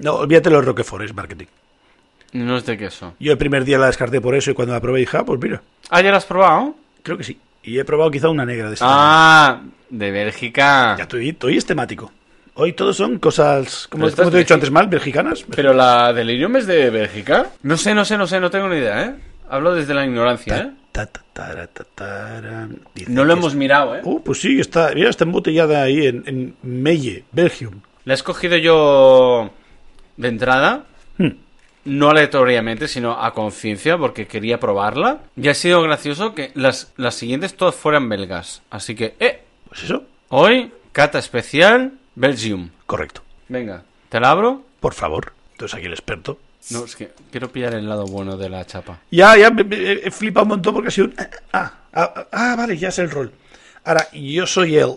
B: No, olvídate los Roquefort, es marketing.
A: No es de queso.
B: Yo el primer día la descarté por eso y cuando la probé dije, ah, pues mira,
A: ¿Ah, ya lo has probado?
B: creo que sí. Y he probado quizá una negra de esta.
A: Ah, de Bélgica.
B: Ya te he dicho, hoy es temático. Hoy todos son cosas, como,
A: Pero esta
B: como
A: es
B: te he
A: Bélgica.
B: dicho antes mal, mexicanas.
A: Pero la delirium es de Bélgica. No sé, no sé, no sé, no tengo ni idea, ¿eh? Hablo desde la ignorancia, ¿eh? No lo hemos mirado, ¿eh?
B: Oh, pues sí, está, mira, está embotellada ahí en, en Melle, Belgium.
A: La he escogido yo de entrada,
B: Hmm.
A: no aleatoriamente, sino a conciencia, porque quería probarla. Y ha sido gracioso que las, las siguientes todas fueran belgas. Así que, ¡eh!
B: Pues eso,
A: Hoy, cata especial, Belgium.
B: correcto.
A: Venga, ¿te la abro?
B: Por favor. Entonces aquí el experto.
A: No, es que quiero pillar el lado bueno de la chapa.
B: Ya, ya, me, me- he flipado un montón porque ha sido un... Ah, ah, ah, vale, ya sé el rol. Ahora, yo soy el...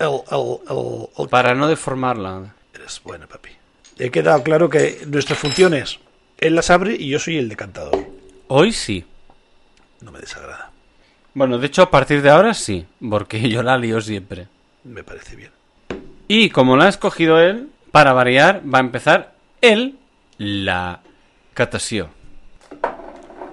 B: El, el, el, el-
A: Para no deformarla.
B: Eres bueno, papi. He quedado claro que nuestras funciones, él las abre y yo soy el decantador.
A: Hoy sí.
B: No me desagrada.
A: Bueno, de hecho, a partir de ahora sí, porque yo la lío siempre.
B: Me parece bien.
A: Y como la ha escogido él, para variar, va a empezar él la catasio.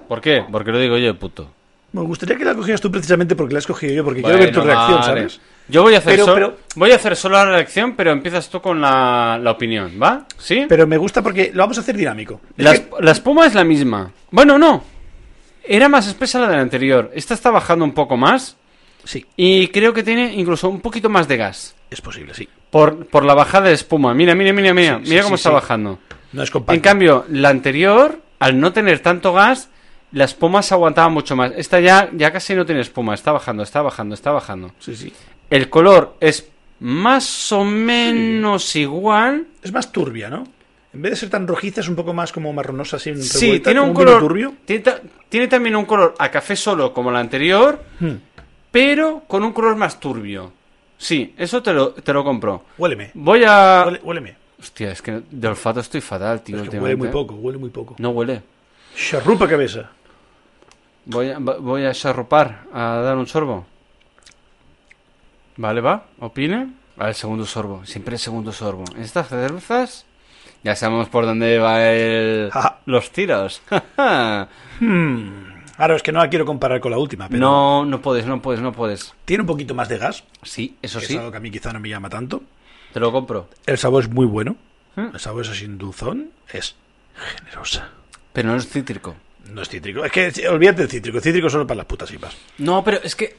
A: ¿Por qué? Porque lo digo yo, puto.
B: Me gustaría que la cogieras tú precisamente porque la he escogido yo, porque quiero ver tu
A: Bueno,
B: reacción,
A: vale.
B: ¿sabes?
A: Yo voy a hacer
B: Pero-
A: solo.
B: pero-
A: Voy a hacer solo la reacción, pero empiezas tú con la, la opinión, ¿va? ¿Sí?
B: Pero me gusta porque lo vamos a hacer dinámico. Es
A: La,
B: que-
A: esp- la espuma es la misma. Bueno, no. Era más espesa la de la anterior. Esta está bajando un poco más.
B: Sí,
A: Y creo que tiene incluso un poquito más de gas.
B: es posible, sí.
A: Por, por la bajada de espuma. Mira, mira, mira, mira.
B: Sí, sí,
A: mira
B: sí,
A: cómo está
B: sí.
A: bajando.
B: No es compacto.
A: En cambio, la anterior, al no tener tanto gas, la espuma se aguantaba mucho más. Esta ya, ya casi no tiene espuma. Está bajando, está bajando, está bajando.
B: Sí, sí.
A: El color es más o menos igual.
B: Es más turbia, ¿no? En vez de ser tan rojiza, es un poco más como marronosa, así en
A: Sí,
B: revuelta,
A: tiene un
B: como vino
A: color.
B: turbio.
A: Tiene, ta- tiene también un color a café solo como la anterior,
B: Hmm.
A: pero con un color más turbio. Sí, eso te lo, te lo compro.
B: Huéleme.
A: Voy a.
B: Huele- huéleme.
A: Hostia, es que de olfato estoy fatal, tío.
B: Es que huele
A: últimamente. ¿eh?
B: muy poco, huele muy poco.
A: No huele.
B: Charrupa cabeza.
A: Voy a, va- voy a charropar, a dar un sorbo. Vale, va, opine. Al segundo sorbo, siempre el segundo sorbo. En estas cervezas ya sabemos por dónde va el...
B: Ajá.
A: los tiros.
B: Ahora, es que no la quiero comparar con la última, pero
A: Hmm. no, no puedes, no puedes, no puedes.
B: tiene un poquito más de gas,
A: Sí, eso
B: que
A: sí,
B: es algo que a mí quizá no me llama tanto.
A: te lo compro.
B: El sabor es muy bueno.
A: ¿Mm?
B: El sabor es así dulzón. Es generosa.
A: Pero no es cítrico.
B: No es cítrico. Es que sí, olvídate del cítrico. Cítrico solo para las putas hipas.
A: No, pero es que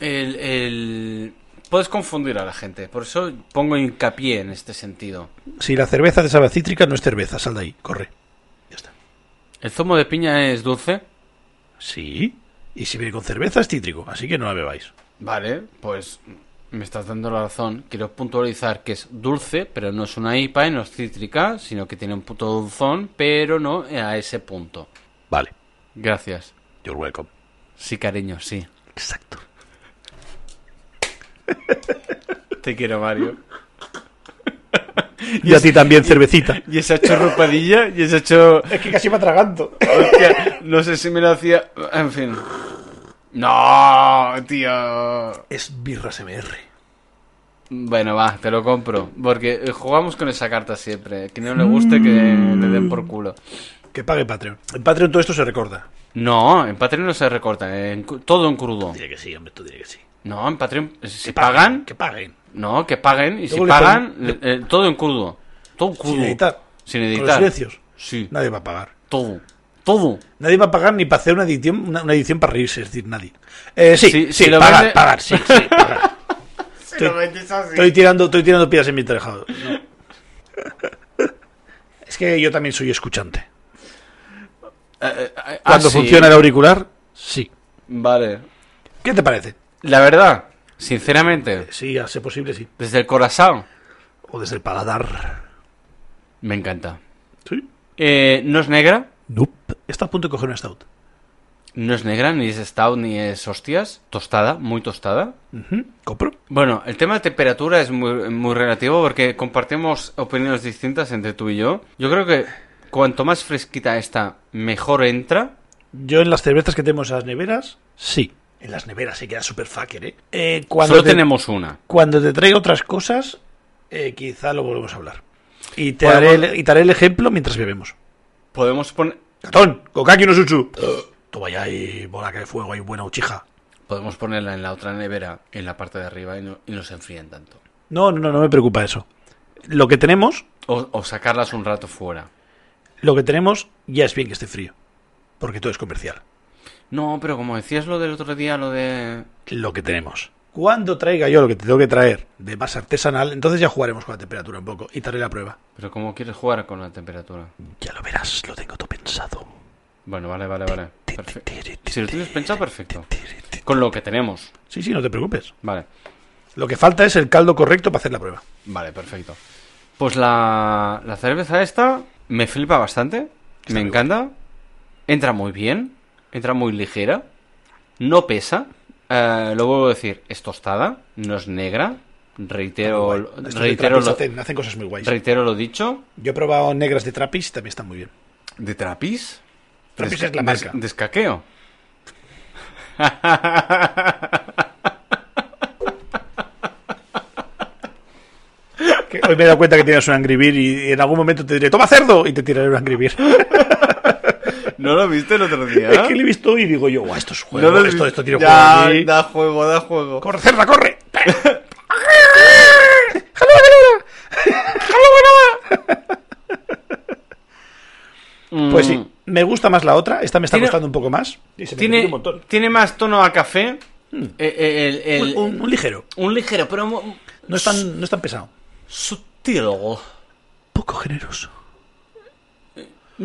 A: el, el... puedes confundir a la gente. Por eso pongo hincapié en este sentido.
B: Si la cerveza te sabe a cítrica, no es cerveza. Sal de ahí. Corre. Ya está.
A: El zumo de piña es dulce.
B: Sí. Y si viene con cerveza, es cítrico. Así que no la bebáis.
A: Vale, pues me estás dando la razón. Quiero puntualizar que es dulce, pero no es una IPA y no es cítrica, sino que tiene un puto dulzón, pero no a ese punto.
B: Vale.
A: Gracias.
B: You're welcome.
A: Sí, cariño, sí.
B: Exacto.
A: Te quiero, Mario.
B: Y a ti también cervecita.
A: Y esa chorropadilla, y esa hecho
B: Es que casi me atraganto.
A: no sé si me lo hacía... En fin. No, tío.
B: Es birra SMR.
A: Bueno, va, te lo compro. Porque eh, jugamos con esa carta siempre. Que no le guste que le den por culo.
B: Que pague Patreon. En Patreon todo esto se recorda.
A: No, en Patreon no se recorta. en cu- todo en crudo.
B: Diré que sí, hombre, tú diré que sí.
A: No, en Patreon, eh, si pagan,
B: Que paguen.
A: no, que paguen, y si
B: Luego le
A: pagan, le- eh, todo en crudo. Todo en crudo.
B: editar.
A: Sin
B: Con los
A: editar.
B: silencios.
A: Sí,
B: Nadie va a pagar.
A: todo. Todo.
B: Nadie va a pagar ni para hacer una edición, una, una edición para reírse, es decir, nadie. Eh, sí,
A: Si-
B: sí,
A: si lo
B: pagar,
A: vende-
B: pagar, sí, sí, pagar. Estoy, estoy tirando, estoy tirando piedras en mi tejado. no. Es que yo también soy escuchante.
A: Ah,
B: Cuando
A: sí.
B: funciona el auricular, sí.
A: Vale.
B: ¿Qué te parece?
A: La verdad, Sinceramente,
B: Sí, a ser posible, sí.
A: desde el corazón,
B: O desde el paladar.
A: me encanta.
B: Sí.
A: Eh, no es negra,
B: Nope. Está a punto de coger un stout.
A: no es negra, ni es stout, ni es hostias. Tostada, muy tostada.
B: Ujú, Compro.
A: Bueno, el tema de temperatura es muy, muy relativo porque compartimos opiniones distintas entre tú y yo. Yo creo que cuanto más fresquita está, mejor entra.
B: Yo en las cervezas que tenemos en las neveras, sí. En las neveras se queda super fucker, ¿eh? Eh, cuando
A: Solo
B: te-
A: tenemos una.
B: Cuando te traiga otras cosas, eh, quizá lo volvemos a hablar. Y te,
A: Bueno,
B: haré,
A: bueno.
B: el, y te haré el ejemplo mientras bebemos.
A: Podemos poner,
B: ¡Catón! ¡Kokaki no Shutsu! Toma ya y bola que de fuego hay buena uchija.
A: podemos ponerla en la otra nevera, en la parte de arriba, y no, y no se enfrían tanto.
B: No, no, no, no me preocupa eso. Lo que tenemos,
A: O, o sacarlas un rato fuera.
B: lo que tenemos ya es bien que esté frío. Porque todo es comercial.
A: No, pero como decías lo del otro día, lo de...
B: Lo que tenemos. Cuando traiga yo lo que te tengo que traer de más artesanal, entonces ya jugaremos con la temperatura un poco y te haré la prueba.
A: Pero como quieres jugar con la temperatura.
B: Ya lo verás, lo tengo todo pensado.
A: Bueno, vale, vale, vale. Eh, Perfecto. Si lo tienes pensado, perfecto. Con lo que tenemos.
B: Sí, sí, no te preocupes.
A: Vale.
B: Lo que falta es el caldo correcto para hacer la prueba.
A: Vale, perfecto. Pues la, la cerveza esta me flipa bastante. me encanta. Entra muy bien. Entra muy ligera. No pesa. Eh, lo vuelvo a decir, es tostada. No es negra. Reitero,
B: Guay. Estos de
A: reitero,
B: Trappist
A: lo,
B: hacen, hacen cosas muy guays.
A: reitero lo dicho.
B: Yo he probado negras de Trappist y también están muy bien.
A: ¿De trapis?
B: Trappist es la
A: Des-
B: marca.
A: descaqueo.
B: Que hoy me he dado cuenta que tienes un Angry Beer y en algún momento te diré, toma cerdo, y te tiraré un Angry Beer.
A: ¿No lo viste el otro día?
B: Es que lo he visto y digo yo, "Guau, esto es juego,
A: lo
B: esto,
A: vi-
B: esto tiene juego
A: Ya,
B: aquí".
A: Da juego, da juego.
B: ¡Corre, cerda, corre! Pues
A: Mm.
B: sí, me gusta más la otra, esta me está
A: Tiene-
B: gustando un poco más. Y se me
A: Tiene,
B: repite un montón.
A: tiene más tono a café. Eh, eh, el- el-
B: Un, un- un ligero,
A: un ligero, pero mu-
B: no es, tan, no es tan pesado.
A: sutil.
B: Poco generoso.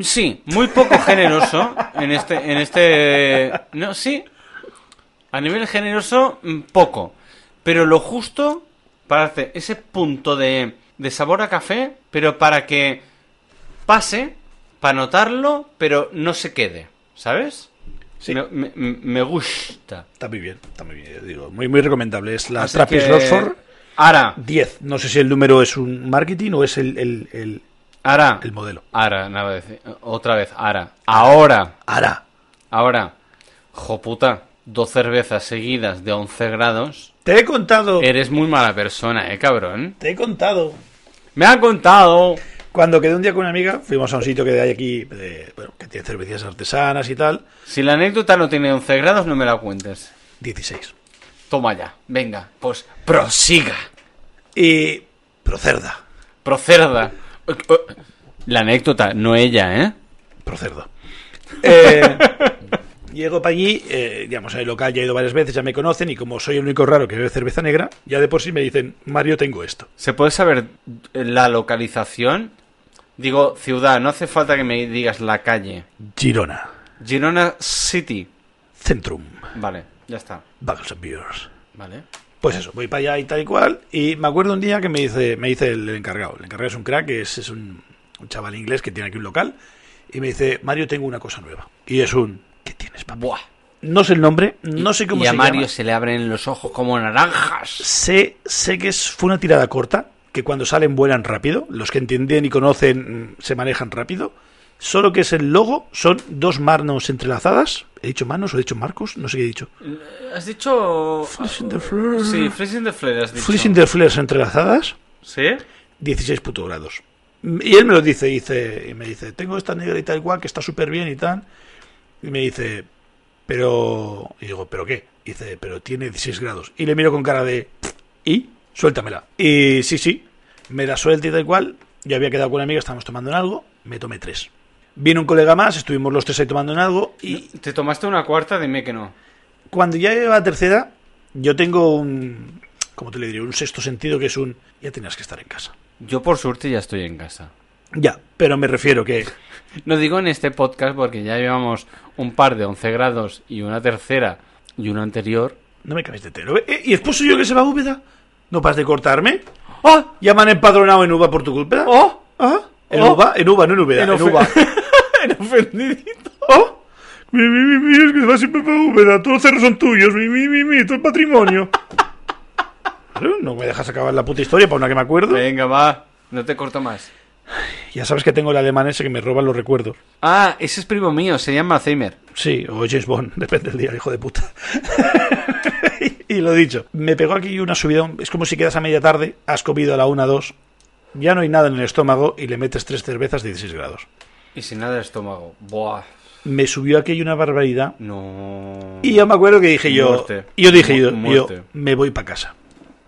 A: Sí, muy poco generoso en este, en este. No, sí. A nivel generoso, mm, poco. Pero lo justo para hacer ese punto de, de sabor a café, pero para que pase, para notarlo, pero no se quede. ¿Sabes?
B: Sí.
A: Me, me- me gusta.
B: Está muy bien, está muy bien, yo digo, muy, muy recomendable. Es la
A: Así
B: Trappist
A: que-
B: Rockford
A: Ahora,
B: 10. No sé si el número es un marketing o es el, el- el-
A: ahora.
B: el modelo.
A: Ahora, nada, dec- otra vez, ahora. Ahora,
B: Ahora,
A: ahora. Joputa, dos cervezas seguidas de 11 grados.
B: te he contado,
A: Eres muy mala persona, eh, cabrón.
B: te he contado
A: Me han contado.
B: Cuando quedé un día con una amiga, fuimos a un sitio que hay aquí, eh, bueno, que tiene cervecerías artesanas y tal,
A: Si la anécdota no tiene 11 grados, no me la cuentes.
B: 16.
A: Toma ya, venga, pues prosiga.
B: Y Procerda,
A: Procerda. La anécdota, no ella, ¿eh?
B: Procerda. Eh, llego para allí, eh, digamos, en el local ya he ido varias veces, ya me conocen, y como soy el único raro que bebe cerveza negra, ya de por sí me dicen, Mario, tengo esto.
A: ¿Se puede saber eh, la localización? Digo, ciudad, no hace falta que me digas la calle.
B: Girona,
A: Girona City.
B: Centrum,
A: Vale, ya está.
B: Buggles and Beers.
A: Vale.
B: Pues eso, voy para allá y tal y cual. Y me acuerdo un día que me dice, me dice el, el encargado. El encargado es un crack, que es, es un, un chaval inglés que tiene aquí un local. Y me dice, Mario, tengo una cosa nueva. Y es un, ¿qué tienes, papá?
A: Buah.
B: No sé el nombre, no sé cómo
A: y a
B: se
A: Mario
B: llama.
A: se le abren los ojos como naranjas.
B: Sé, sé que es, fue una tirada corta, que cuando salen vuelan rápido. Los que entienden y conocen mm, se manejan rápido. Solo que es el logo, son dos manos entrelazadas. ¿He dicho manos o he dicho marcos? No sé qué he dicho.
A: ¿Has dicho...?
B: Flesh in the flare.
A: Sí, Freezing the Flare has dicho.
B: Flesh in the flares entrelazadas.
A: ¿Sí?
B: 16 puto grados. Y él me lo dice, dice, y me dice, tengo esta negra y tal cual, que está súper bien y tal. Y me dice, pero... Y digo, ¿pero qué? Y dice, pero tiene 16 grados. Y le miro con cara de... ¿Y? Suéltamela. Y sí, sí, me la suelta y tal cual. Yo había quedado con una amiga, estábamos tomando en algo, me tomé tres. Vino un colega más, estuvimos los tres ahí tomando en algo y
A: ¿Te tomaste una cuarta? Dime que no.
B: cuando ya lleva la tercera, yo tengo un... ¿Cómo te le diré? Un sexto sentido que es un... Ya tenías que estar en casa.
A: Yo por suerte ya estoy en casa.
B: Ya, pero me refiero que...
A: No digo en este podcast porque ya llevamos un par de 11 grados y una tercera y una anterior.
B: No me cambies de telo. ¿eh? ¿Y esposo yo que se va a Úbeda? ¿No paras de cortarme? ¡Ah! Ya me han empadronado en Uva por tu culpa.
A: ¡Oh!
B: ¿Ah? En
A: Oh.
B: Uva, en Uva, no en Úbeda. En,
A: ofe-
B: Uva.
A: en ofendidito.
B: ¡Oh! Mi, mi, mi, mi, es que se va siempre para Úbeda. Todos los cerros son tuyos. Mi, mi, mi, mi, todo el patrimonio. Claro, No me dejas acabar la puta historia para una que me acuerdo.
A: Venga, va. No te corto más.
B: Ya sabes que tengo el alemán ese que me roba los recuerdos.
A: Ah, ese es primo mío, se llama Alzheimer.
B: Sí, o James Bond, depende del día, hijo de puta. y lo dicho, me pegó aquí una subida, es como si quedas a media tarde, has comido a la 1, 2, ya no hay nada en el estómago y le metes tres cervezas de 16 grados.
A: Y sin nada de estómago. Buah.
B: Me subió aquí una barbaridad
A: No.
B: y yo me acuerdo que dije yo,
A: Muerte.
B: yo dije
A: Mu-
B: yo, yo,
A: muerte.
B: me voy para casa.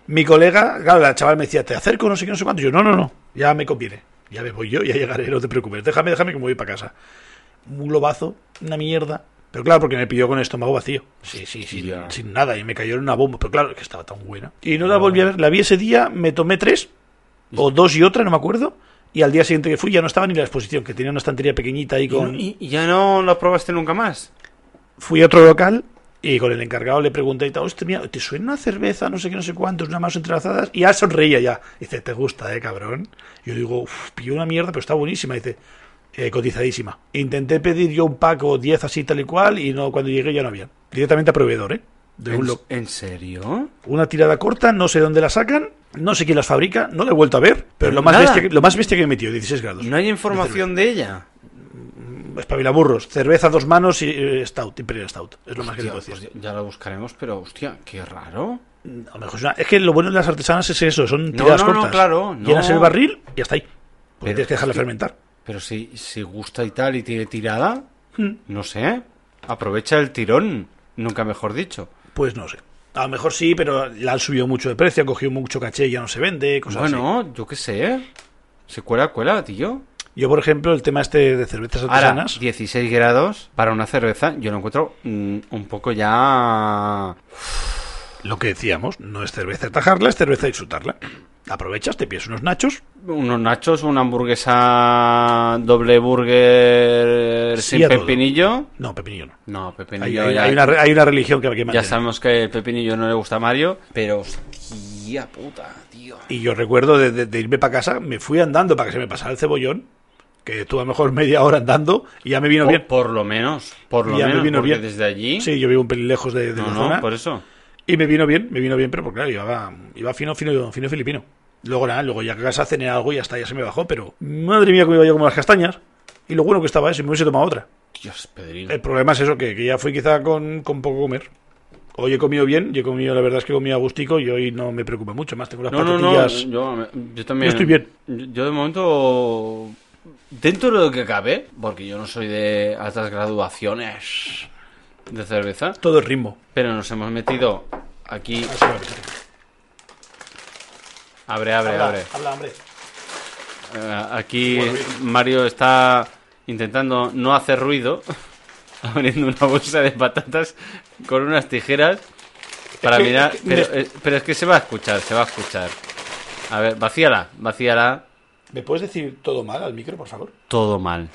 B: Mi colega, claro, la chaval me decía, te acerco, no sé qué, no sé cuánto. Yo, no, no, no, ya me conviene. Ya me voy yo, ya llegaré, no te preocupes. Déjame, déjame que me voy para casa. Un globazo, una mierda. Pero claro, porque me pilló con el estómago vacío. Sí, sí, sí.
A: Ya.
B: Sin nada, y me cayó en una bomba. Pero claro, que estaba tan buena. Y no la volví a ver. La vi ese día, me tomé tres, o dos y otra, no me acuerdo. Y al día siguiente que fui ya no estaba ni la exposición, que tenía una estantería pequeñita ahí
A: ¿Y, no-
B: con...
A: y- y ya no lo probaste nunca más?
B: Fui a otro local y con el encargado le pregunté y tal, hostia, mira, ¿te suena a cerveza? No sé qué, no sé cuántos, nada más entrelazadas. Y ya sonreía ya. Dice, ¿te gusta, eh, cabrón? Yo digo, uff, pilló una mierda, pero está buenísima. Dice, "Eh, cotizadísima. Intenté pedir yo un pack o 10 así tal y cual y no cuando llegué ya no había. Directamente a proveedor, ¿eh? De un
A: ¿En,
B: lo-
A: en serio?
B: Una tirada corta, no sé dónde la sacan, no sé quién las fabrica, no la he vuelto a ver, pero lo más,
A: Nada.
B: bestia, que- lo más bestia que me metió, 16 grados.
A: ¿No hay información de ella?
B: Espabilaburros, cerveza dos manos y eh, stout, Imperial Stout. Es lo más que le
A: Hostia,
B: puedo decir.
A: pues ya ya lo buscaremos, pero hostia, qué raro.
B: A lo mejor es, una- es que lo bueno de las artesanas es eso, son tiradas
A: no, no,
B: cortas.
A: claro, no.
B: Llenas el barril y hasta ahí. Porque
A: Pero
B: tienes que dejarla
A: es que-
B: fermentar.
A: Pero si, si gusta y tal y tiene tirada,
B: Mm.
A: no sé. Aprovecha el tirón, nunca mejor dicho.
B: Pues no sé. A lo mejor sí, pero la han subido mucho de precio, ha cogido mucho caché y ya no se vende, cosas Pues así.
A: bueno, yo qué sé. Se cuela, cuela, tío.
B: Yo, por ejemplo, el tema este de cervezas
A: Ahora,
B: artesanas.
A: 16 grados para una cerveza, yo lo encuentro mm, un poco ya...
B: Lo que decíamos, no es cerveza tajarla, es cerveza disfrutarla. Aprovechas, te pides unos nachos.
A: Unos nachos, una hamburguesa doble burger
B: Sí,
A: sin
B: a todo.
A: pepinillo.
B: No, pepinillo no.
A: No,
B: Hay,
A: pepinillo
B: hay-
A: ya...
B: hay una, re- hay una religión que hay que
A: Ya
B: mantener.
A: sabemos que el pepinillo no le gusta a Mario, pero hostia puta, tío.
B: Y yo recuerdo de, de- de irme para casa, me fui andando para que se me pasara el cebollón, que estuve a lo mejor media hora andando y ya me vino
A: Po-
B: bien.
A: Por lo menos, por lo
B: Ya me
A: menos,
B: vino
A: porque
B: bien.
A: desde allí...
B: Sí, yo vivo un pelín lejos de, de
A: no,
B: la
A: no,
B: zona.
A: por eso.
B: Y me vino bien, me vino bien, pero porque claro, iba, iba fino, fino, fino filipino. Luego nada, luego ya que casa cené algo y hasta ya se me bajó, pero madre mía, que me iba yo como las castañas. Y lo bueno que estaba eso, y me hubiese tomado otra.
A: Dios, Pedrito.
B: El problema es eso, que, que ya fui quizá con, con poco comer. Hoy he comido bien, yo he comido, la verdad es que he comido a gustico y hoy no me preocupa mucho, más tengo las
A: no, no, no,
B: patatillas.
A: yo, yo también...
B: Yo estoy bien.
A: Yo, yo de momento, dentro de lo que cabe, porque yo no soy de altas graduaciones de cerveza,
B: Todo el ritmo.
A: pero nos hemos metido aquí...
B: Así me apetece.
A: Abre, abre,
B: Habla,
A: abre.
B: habla, hombre.
A: Eh, aquí Mario está intentando no hacer ruido, abriendo una bolsa de patatas con unas tijeras para
B: Es que-
A: mirar.
B: es que-
A: Pero, eh, pero es que se va a escuchar, se va a escuchar. A ver, vacíala, vacíala.
B: ¿Me puedes decir todo mal al micro, por favor?
A: Todo mal.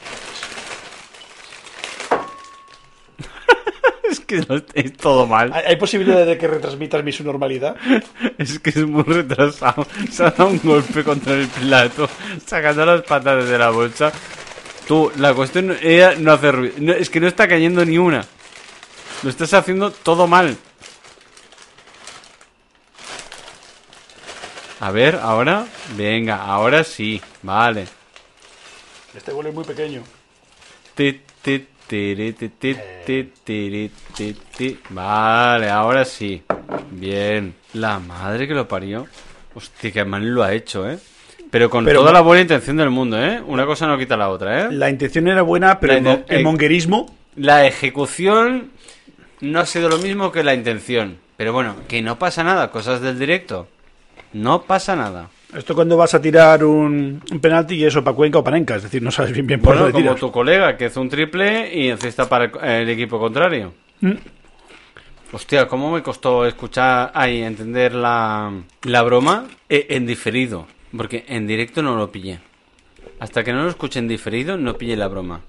A: es que no- es todo mal.
B: ¿Hay, hay posibilidad de que retransmitas mi subnormalidad?
A: Es que es muy retrasado. Se ha dado un golpe contra el plato, sacando las patatas de la bolsa. Tú, la cuestión era no hacer ruido. No, es que no está cayendo ni una. Lo estás haciendo todo mal. A ver, ahora. Venga, ahora sí. Vale.
B: Este vuelo es muy pequeño.
A: Te, te, tere, te, te, te, tere, te, te. Vale, ahora sí. Bien. La madre que lo parió. Hostia, que mal lo ha hecho, ¿eh? Pero con
B: Pero-
A: toda la buena intención del mundo, ¿eh? Una cosa no quita la otra, ¿eh?
B: La intención era buena, pero
A: La
B: el,
A: inten-
B: mon- el
A: eh.
B: monguerismo.
A: La ejecución no ha sido lo mismo que la intención. Pero bueno, que no pasa nada. Cosas del directo. No pasa nada.
B: Esto cuando vas a tirar un, un penalti y eso para Cuenca o para Enca, es decir, no sabes bien bien por
A: Bueno,
B: dónde
A: como
B: tiras.
A: tu colega que hizo un triple y encesta para el, el equipo contrario.
B: Mm.
A: Hostia, ¿cómo me costó escuchar ahí entender la, la broma E- en diferido? Porque en directo no lo pillé. Hasta que no lo escuche en diferido, no pillé la broma.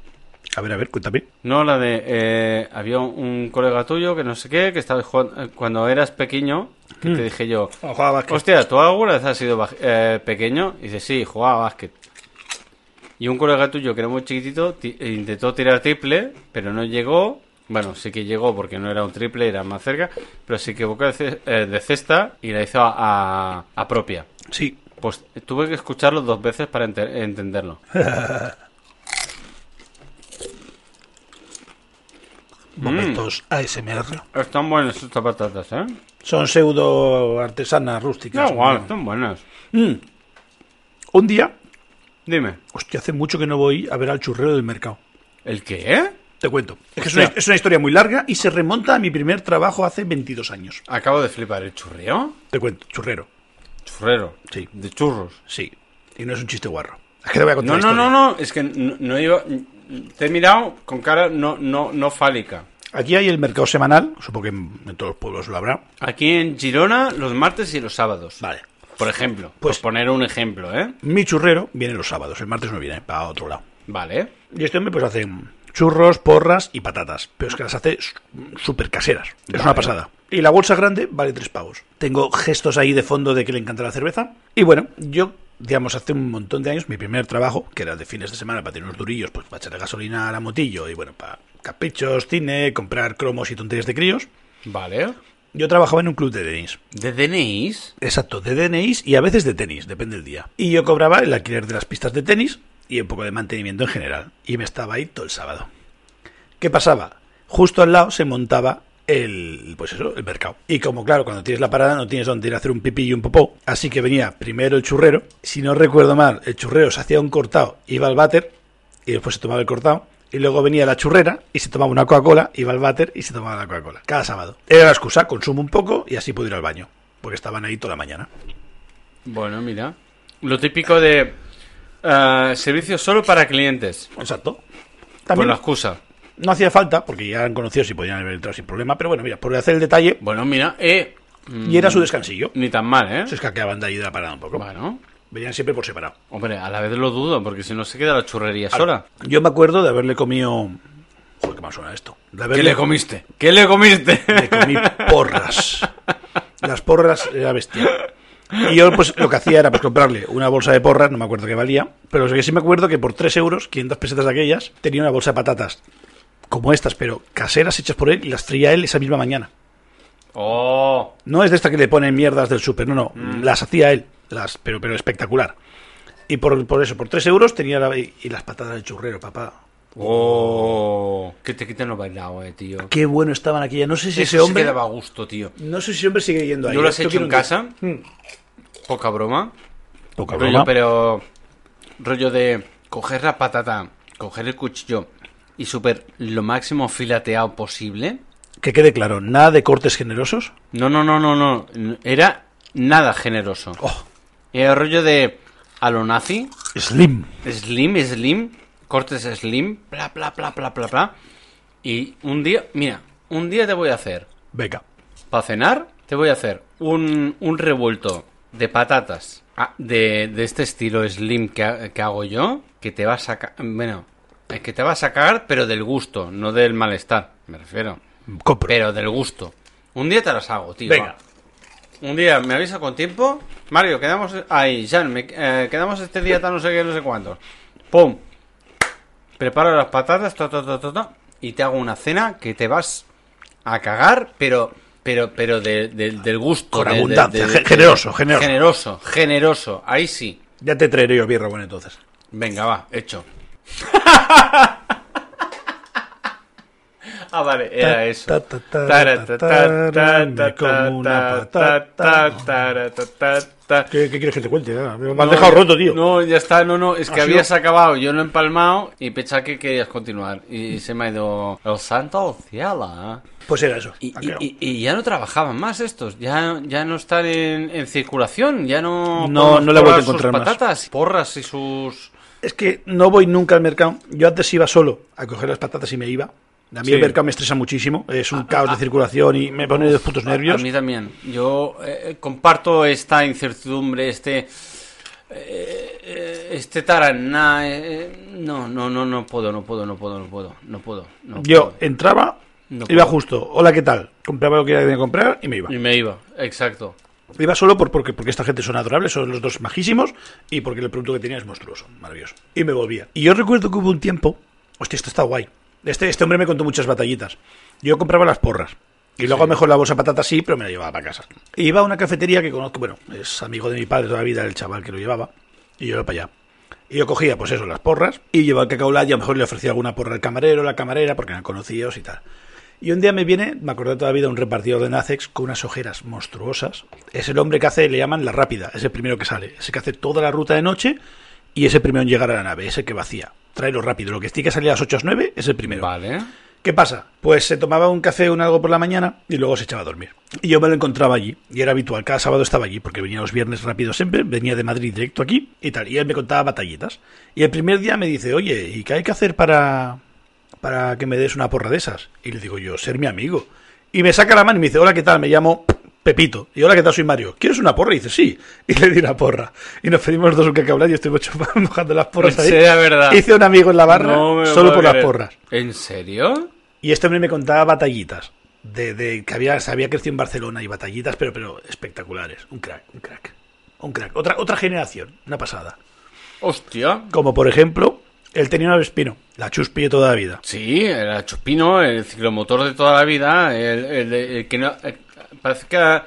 B: A ver, a ver, cuéntame.
A: No, la de. eh, había un colega tuyo que no sé qué, que estaba jugando. eh, Cuando eras pequeño, que
B: Mm.
A: te dije yo.
B: Cuando jugaba a básquet.
A: Hostia, ¿tú alguna vez has sido baj- eh, pequeño? Y dice, sí, jugaba a básquet. Y un colega tuyo que era muy chiquitito ti- eh, intentó tirar triple, pero no llegó. Bueno, sí que llegó porque no era un triple, era más cerca. Pero se equivocó de, ce- eh, de cesta y la hizo a, a- a propia.
B: Sí.
A: Pues tuve que escucharlo dos veces para ente- entenderlo. Mm.
B: Momentos ASMR.
A: Están buenas estas patatas, ¿eh?
B: Son pseudo artesanas rústicas.
A: Da igual, están buenas.
B: Mm. Un día,
A: Dime.
B: hostia, hace mucho que no voy a ver al churrero del mercado.
A: ¿El qué?
B: Te cuento. Es que es
A: Hostia.
B: una, es una historia muy larga y se remonta a mi primer trabajo hace 22 años.
A: Acabo de flipar. ¿El churreo?
B: Te cuento, churrero.
A: Churrero.
B: Sí.
A: De churros.
B: Sí. Y no es un chiste guarro. Es que te voy a
A: No,
B: contar. la
A: no,
B: historia.
A: no, no. Es que no, no iba... Te he mirado con cara no, no, no fálica.
B: Aquí hay el mercado semanal, supongo que en, en todos los pueblos lo habrá.
A: Aquí en Girona, los martes y los sábados.
B: Vale.
A: Por ejemplo.
B: Pues-
A: Pues por poner un ejemplo, ¿eh?
B: Mi churrero viene los sábados, el martes no viene, para otro lado.
A: Vale.
B: Y este hombre pues hace churros, porras y patatas, pero es que las hace s- súper caseras. Es una pasada. Y la bolsa grande vale tres pavos. Tengo gestos ahí de fondo de que le encanta la cerveza. Y bueno, yo, digamos, hace un montón de años, mi primer trabajo, que era el de fines de semana para tener unos durillos, pues para echarle gasolina a la motillo y bueno, para caprichos, cine, comprar cromos y tonterías de críos,
A: Vale.
B: yo trabajaba en un club de tenis.
A: ¿De DNIs?
B: Exacto, de DNIs y a veces de tenis, depende del día. Y yo cobraba el alquiler de las pistas de tenis y un poco de mantenimiento en general. Y me estaba ahí todo el sábado. ¿Qué pasaba? Justo al lado se montaba el, pues eso, el mercado. Y como claro, cuando tienes la parada no tienes dónde ir a hacer un pipí y un popó. Así que venía primero el churrero. Si no recuerdo mal, el churrero se hacía un cortado, iba al váter y después se tomaba el cortado. Y luego venía la churrera y se tomaba una Coca-Cola, iba al váter y se tomaba la Coca-Cola. Cada sábado. Era la excusa, consumo un poco y así puedo ir al baño. Porque estaban ahí toda la mañana.
A: Bueno, mira. Lo típico de... eh, servicio solo para clientes.
B: Exacto.
A: Con
B: También
A: la excusa.
B: no hacía falta, porque ya eran conocidos y podían haber entrado sin problema. Pero bueno, mira, por hacer el detalle,
A: Bueno, mira. Eh, mm,
B: y era su descansillo.
A: Ni tan mal, ¿eh?
B: Se escaqueaban de ahí de la parada un poco.
A: Bueno.
B: Venían siempre por separado.
A: Hombre, a la vez lo dudo, porque si no se queda la churrería sola.
B: Yo me acuerdo de haberle comido. Joder, qué mal suena esto. De haberle
A: ¿Qué le comiste? ¿Qué le comiste?
B: le comí porras. Las porras era bestia. Y yo, pues, lo que hacía era pues, comprarle una bolsa de porras, no me acuerdo qué valía, pero lo que sí me acuerdo que por 3 euros, 500 pesetas de aquellas, tenía una bolsa de patatas como estas, pero caseras hechas por él y las fría él esa misma mañana.
A: Oh,
B: No es de esta que le ponen mierdas del súper, no, no.
A: Mm.
B: Las hacía él, las, pero, pero espectacular. Y por, por eso, por 3 euros tenía la- y las patatas del churrero, papá.
A: oh, que te quitan los bailado, eh, tío.
B: Pues Qué bueno estaban aquellas. No sé
A: Eso
B: si ese
A: sí
B: hombre.
A: que daba gusto, tío.
B: No sé si ese hombre sigue yendo ahí.
A: Yo lo has
B: Esto
A: hecho
B: quiero
A: en
B: un- Mm.
A: casa. Poca broma.
B: Poca
A: Rollo,
B: broma.
A: pero rollo de coger la patata, coger el cuchillo y súper lo máximo filateado posible.
B: Que quede claro, nada de cortes generosos.
A: No, no, no, no, no. Era nada generoso.
B: Oh,
A: Era rollo de a lo nazi.
B: slim.
A: Slim, slim, cortes slim, bla, bla, bla, bla, bla, bla. Y un día, mira, un día te voy a hacer,
B: Venga.
A: para cenar, te voy a hacer un, un revuelto de patatas ah, de, de este estilo slim que, ha- que hago yo, que te va a sacar, bueno, es que te va a sacar, pero del gusto, no del malestar, me refiero.
B: Compro.
A: Pero del gusto. Un día te las hago, tío.
B: Venga.
A: va. Un día me avisa con tiempo. Mario, quedamos ahí. Jan, me- eh, quedamos este día tan no sé qué, no sé cuántos. Pum. Preparo las patatas, ta, ta, ta, ta, ta, y te hago una cena que te vas a cagar, pero pero pero de- de- del gusto.
B: Con
A: de- de-
B: abundancia,
A: de-
B: ge-
A: de-
B: generoso, generoso.
A: Generoso, generoso. Ahí sí.
B: Ya te traeré yo birra, bueno, entonces.
A: Venga, va, hecho. Ah, vale, era eso.
B: Ta, ta, ta, ta, ta, ta, ta, me como una patata. ¿Qué, qué quieres que te cuente? Ah, Me has
A: No,
B: dejado
A: ya-
B: roto, tío.
A: No, ya está, no, no, es que
B: Ha sido-
A: habías acabado, yo lo he empalmado y pensaba que querías continuar. Y se me ha ido el santo cielo. ¿eh?
B: Pues era eso.
A: Y, y-
B: Aquello.
A: y- y ya no trabajaban más estos, ya, ya no están en, en circulación, ya no...
B: No,
A: podemos
B: no la he vuelto a
A: probar sus
B: encontrar más.
A: patatas, porras y sus...
B: Es que no voy nunca al mercado. Yo antes iba solo a coger las patatas y me iba. A mí
A: Sí. Ah,
B: el mercado me estresa muchísimo. Es un caos de circulación y me pone de putos
A: A-
B: nervios.
A: eh, A mí también. Yo eh, comparto esta incertidumbre, este eh, eh, este Taraná. eh, eh, no, no, no, no puedo, no puedo, no puedo, no puedo, no puedo. no
B: Yo
A: puedo.
B: entraba,
A: No
B: iba
A: puedo.
B: justo. Hola, ¿qué tal? Compraba lo que tenía que comprar y me iba.
A: Y me iba, exacto.
B: Iba solo por, porque, porque esta gente son adorables, son los dos majísimos y porque el producto que tenía es monstruoso, maravilloso. Y me volvía. Y yo recuerdo que hubo un tiempo, hostia, esto está guay. Este, este hombre me contó muchas batallitas. Yo compraba las porras. Y luego a lo mejor la bolsa de patatas sí, pero me la llevaba para casa. Y iba a una cafetería que conozco, bueno, es amigo de mi padre toda la vida, el chaval que lo llevaba. Y yo iba para allá. Y yo cogía, pues eso, las porras. Y llevaba el cacao lat y a lo mejor le ofrecía alguna porra al camarero, la camarera, porque eran conocidos y tal. Y un día me viene, me acordé toda la vida, un repartidor de Nacex con unas ojeras monstruosas. Es el hombre que hace, le llaman la rápida, es el primero que sale. Ese que hace toda la ruta de noche y ese primero en llegar a la nave, ese que vacía. Tráelo rápido, lo que esté que salir a las 8 o 9 es el primero.
A: Vale.
B: ¿Qué pasa? Pues se tomaba un café o un algo por la mañana y luego se echaba a dormir. Y yo me lo encontraba allí, y era habitual, cada sábado estaba allí, porque venía los viernes rápido siempre, venía de Madrid directo aquí y tal, y él me contaba batallitas. Y el primer día me dice, oye, ¿y qué hay que hacer para, para que me des una porra de esas? Y le digo yo, ser mi amigo. Y me saca la mano y me dice, hola, ¿qué tal? Me llamo Pepito. Y hola, ¿qué tal? Soy Mario. ¿Quieres una porra? Y dice, sí. Y le di una porra. Y nos pedimos dos un cacao y estuvimos chupando, mojando las porras ahí.
A: Sea verdad.
B: Hice un amigo en la barra
A: No me lo
B: solo
A: puedo
B: por las
A: creer.
B: porras.
A: ¿En serio?
B: Y este hombre me contaba batallitas. De, de que había, se había crecido en Barcelona y batallitas, pero, pero espectaculares. Un crack, un crack. Un crack. Otra, otra generación, una pasada.
A: Hostia.
B: Como por ejemplo, él tenía una Vespino, la chuspi de toda la vida.
A: Sí, el Chupino, el ciclomotor de toda la vida, el, el de- el que no... eh, parece, que,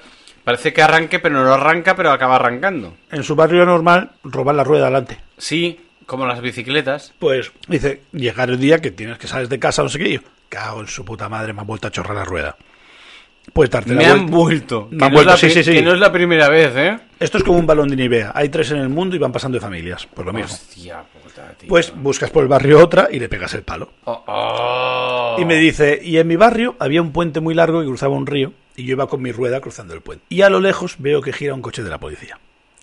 A: parece que arranque, pero no arranca, pero acaba arrancando.
B: En su barrio normal, robar la rueda delante.
A: Sí, como las bicicletas.
B: Pues dice, llegar el día que tienes que salir de casa, no sé qué. Y yo, cago en su puta madre, me han vuelto a chorrar la rueda. Pues darte la
A: Me han
B: vuelta.
A: vuelto.
B: Me
A: Que
B: han
A: no es
B: vuelto,
A: la
B: sí,
A: pri-
B: sí, sí.
A: Que no es la primera vez, ¿eh?
B: Esto es como un balón de Nivea. Hay tres en el mundo y van pasando de familias. Pues lo mismo.
A: Hostia puta, tío.
B: Pues buscas por el barrio otra y le pegas el palo.
A: Oh, oh.
B: Y me dice, y en mi barrio había un puente muy largo que cruzaba un río y yo iba con mi rueda cruzando el puente. Y a lo lejos veo que gira un coche de la policía.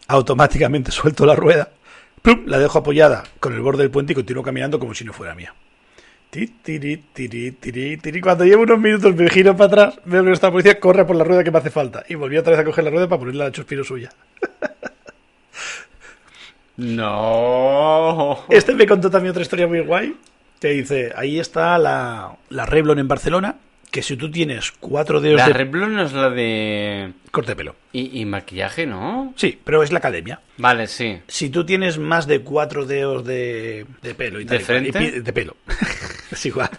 B: Automáticamente suelto la rueda, plum, la dejo apoyada con el borde del puente y continúo caminando como si no fuera mía. Ti, tiri, tiri, tiri, tiri. Cuando llevo unos minutos me giro para atrás, veo que nuestra policía corre por la rueda que me hace falta. Y volví otra vez a coger la rueda para ponerla al chuspiro suya.
A: No.
B: Este me contó también otra historia muy guay. Que dice, ahí está la, la Revlon en Barcelona, que si tú tienes cuatro dedos
A: La
B: de
A: Reblon no es la de...
B: corte de pelo.
A: Y, y maquillaje, ¿no?
B: Sí, pero es la academia.
A: Vale, sí.
B: Si tú tienes más de cuatro dedos de, de pelo y
A: ¿De
B: tal y cual, y
A: frente?
B: pi- de pelo. es igual.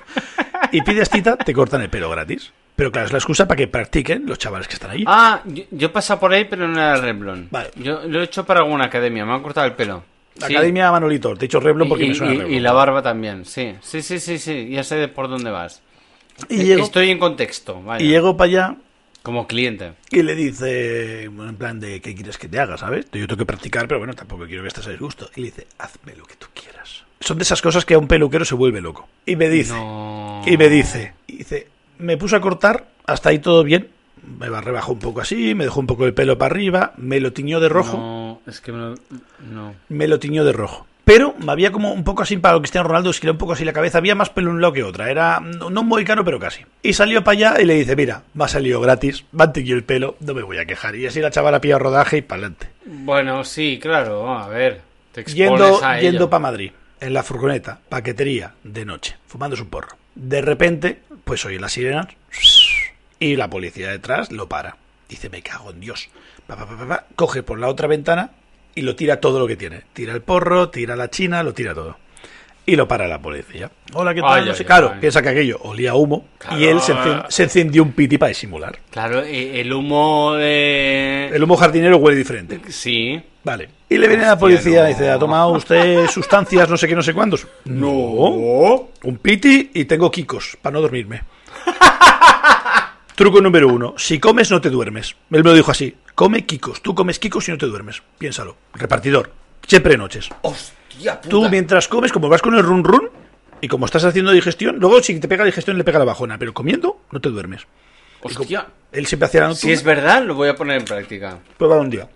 B: Y pides cita, te cortan el pelo gratis. Pero claro, es la excusa para que practiquen los chavales que están ahí.
A: Ah, yo, yo he pasado por ahí, pero no era Reblon.
B: Vale.
A: Yo lo he hecho para alguna academia, me han cortado el pelo.
B: La
A: Sí.
B: Academia Manolito, te he dicho
A: Y,
B: Reblon porque
A: y-
B: me suena
A: y-
B: Reblon.
A: y la barba también, sí. Sí, sí, sí, sí, ya sé de por dónde vas.
B: Y
A: Eh,
B: llego,
A: Estoy en contexto, vaya.
B: y llego para allá
A: Como cliente.
B: y le dice, bueno, en plan de, ¿qué quieres que te haga, sabes? Yo tengo que practicar, pero bueno, tampoco quiero que estés a disgusto. Y le dice, hazme lo que tú quieras. Son de esas cosas que a un peluquero se vuelve loco. Y me dice,
A: No.
B: Y me dice, y dice, me puso a cortar, hasta ahí todo bien. Me va- rebajó un poco así, me dejó un poco el pelo para arriba, me lo tiñó de rojo,
A: No, es que me lo... No.
B: me lo tiñó de rojo. Pero me había como un poco así para lo Cristiano Ronaldo, esquiló un poco así la cabeza, había más pelo en un lado que otra, era no no un mohicano, pero casi. Y salió para allá y le dice, mira, me ha salido gratis, me han tiñido el pelo, no me voy a quejar. Y así la chavala pilla rodaje y para adelante.
A: Bueno, sí, claro, a ver. Te expones
B: Yendo,
A: a ello.
B: yendo para Madrid, en la furgoneta, paquetería, de noche, fumándose un porro. De repente, pues oye las sirenas y la policía detrás lo para. Dice, me cago en Dios. Pa, pa, pa, pa, pa. Coge por la otra ventana y lo tira todo lo que tiene. Tira el porro, tira la china, lo tira todo. Y lo para la policía. Hola, ¿qué tal?
A: Ay,
B: No
A: ay,
B: sé. Claro,
A: ay.
B: piensa que aquello olía a humo
A: Claro.
B: y él se, encen- se encendió un piti para disimular.
A: Claro, eh, el humo de...
B: El humo jardinero huele diferente.
A: Sí.
B: Vale. Y le viene la policía y dice, ¿ha tomado usted sustancias no sé qué, no sé cuántos? No. Un piti y tengo quicos para no dormirme. Truco número uno. Si comes no te duermes. Él me lo dijo así. Come quicos. Tú comes quicos y no te duermes. Piénsalo. Repartidor. Siempre noches.
A: Hostia puta.
B: Tú mientras comes, como vas con el run run y como estás haciendo digestión, luego si te pega la digestión le pega la bajona, pero comiendo no te duermes.
A: Hostia.
B: Él siempre hacía la
A: Si es verdad, lo voy a poner en práctica.
B: Prueba un día.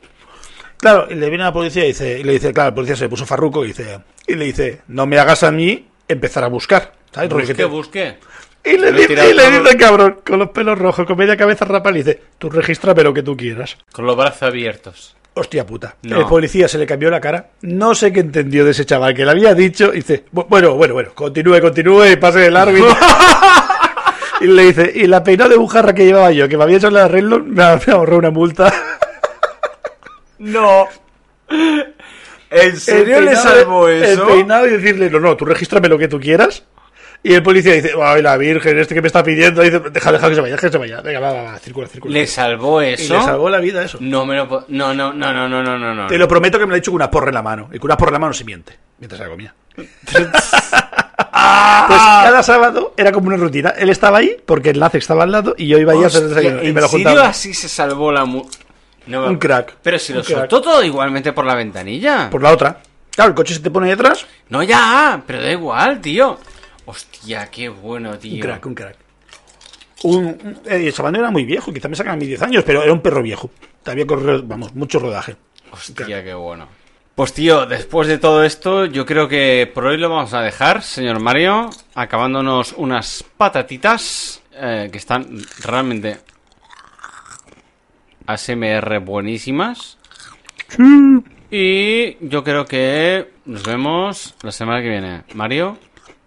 B: Claro, y le viene la policía y, dice, y le dice, claro, la policía se puso farruco y, dice, y le dice, no me hagas a mí empezar a buscar. ¿sabes?
A: Busqué,
B: Rojete.
A: busqué.
B: Y le,
A: Lo he
B: dice,
A: tirado
B: y le
A: todo.
B: dice, cabrón, con los pelos rojos, con media cabeza rapa, le dice, tú registra pero que tú quieras.
A: Con los brazos abiertos.
B: Hostia puta.
A: No.
B: El policía se le cambió la cara. No sé qué entendió de ese chaval que le había dicho. Y dice, "Bu- bueno, bueno, bueno, continúe, continúe y pase el árbitro. y le dice, y la peinada de bujarra que llevaba yo, que me había hecho el arreglo, me ahorró una multa.
A: No. ¿En serio
B: El
A: le
B: peinado-
A: salvó
B: El
A: eso?
B: peinado y decirle, no, no, tú regístrame lo que tú quieras. Y el policía dice, ay, la virgen, este que me está pidiendo. dice, deja, deja que se vaya, deja que se vaya. Venga, va, va, va, circula, circula.
A: ¿Le salvó
B: y
A: eso?
B: le salvó la vida eso.
A: No me lo po- No, no, no, no, no, no, no, no.
B: Te lo prometo que me lo ha dicho con una porra en la mano. Y con una porra en la mano se miente. Mientras se la comía.
A: Ah,
B: Pues cada sábado era como una rutina. Él estaba ahí porque el Lace estaba al lado y yo iba ahí a hacer
A: Hostia,
B: desayuno. Y
A: ¿En
B: me lo
A: serio
B: juntaba.
A: así se salvó la mu- No me-
B: Un crack.
A: Pero si lo
B: Un crack.
A: soltó todo igualmente por la ventanilla.
B: Por la otra. Claro, el coche se te pone detrás.
A: No ya, pero da igual, tío. Hostia, qué bueno, tío.
B: Un crack, un crack. Un, un- eh, el chaval no era muy viejo, quizá me sacan a mis 10 años, pero era un perro viejo. Te había corrido, vamos, mucho rodaje.
A: Hostia, qué bueno. Pues tío, después de todo esto, yo creo que por hoy lo vamos a dejar, señor Mario, acabándonos unas patatitas eh, que están realmente ASMR buenísimas. Y yo creo que nos vemos la semana que viene. Mario,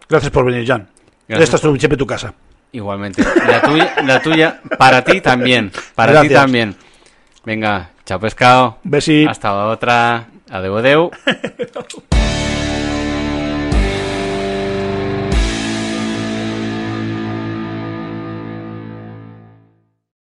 B: Gracias por venir, Jan.
A: Gracias.
B: Esta es tu- siempre tu casa.
A: igualmente. La tuya, la tuya para ti también. Para ti
B: Gracias.
A: también. Venga, chao pescado.
B: Besi.
A: Hasta otra. Adeu, adeu.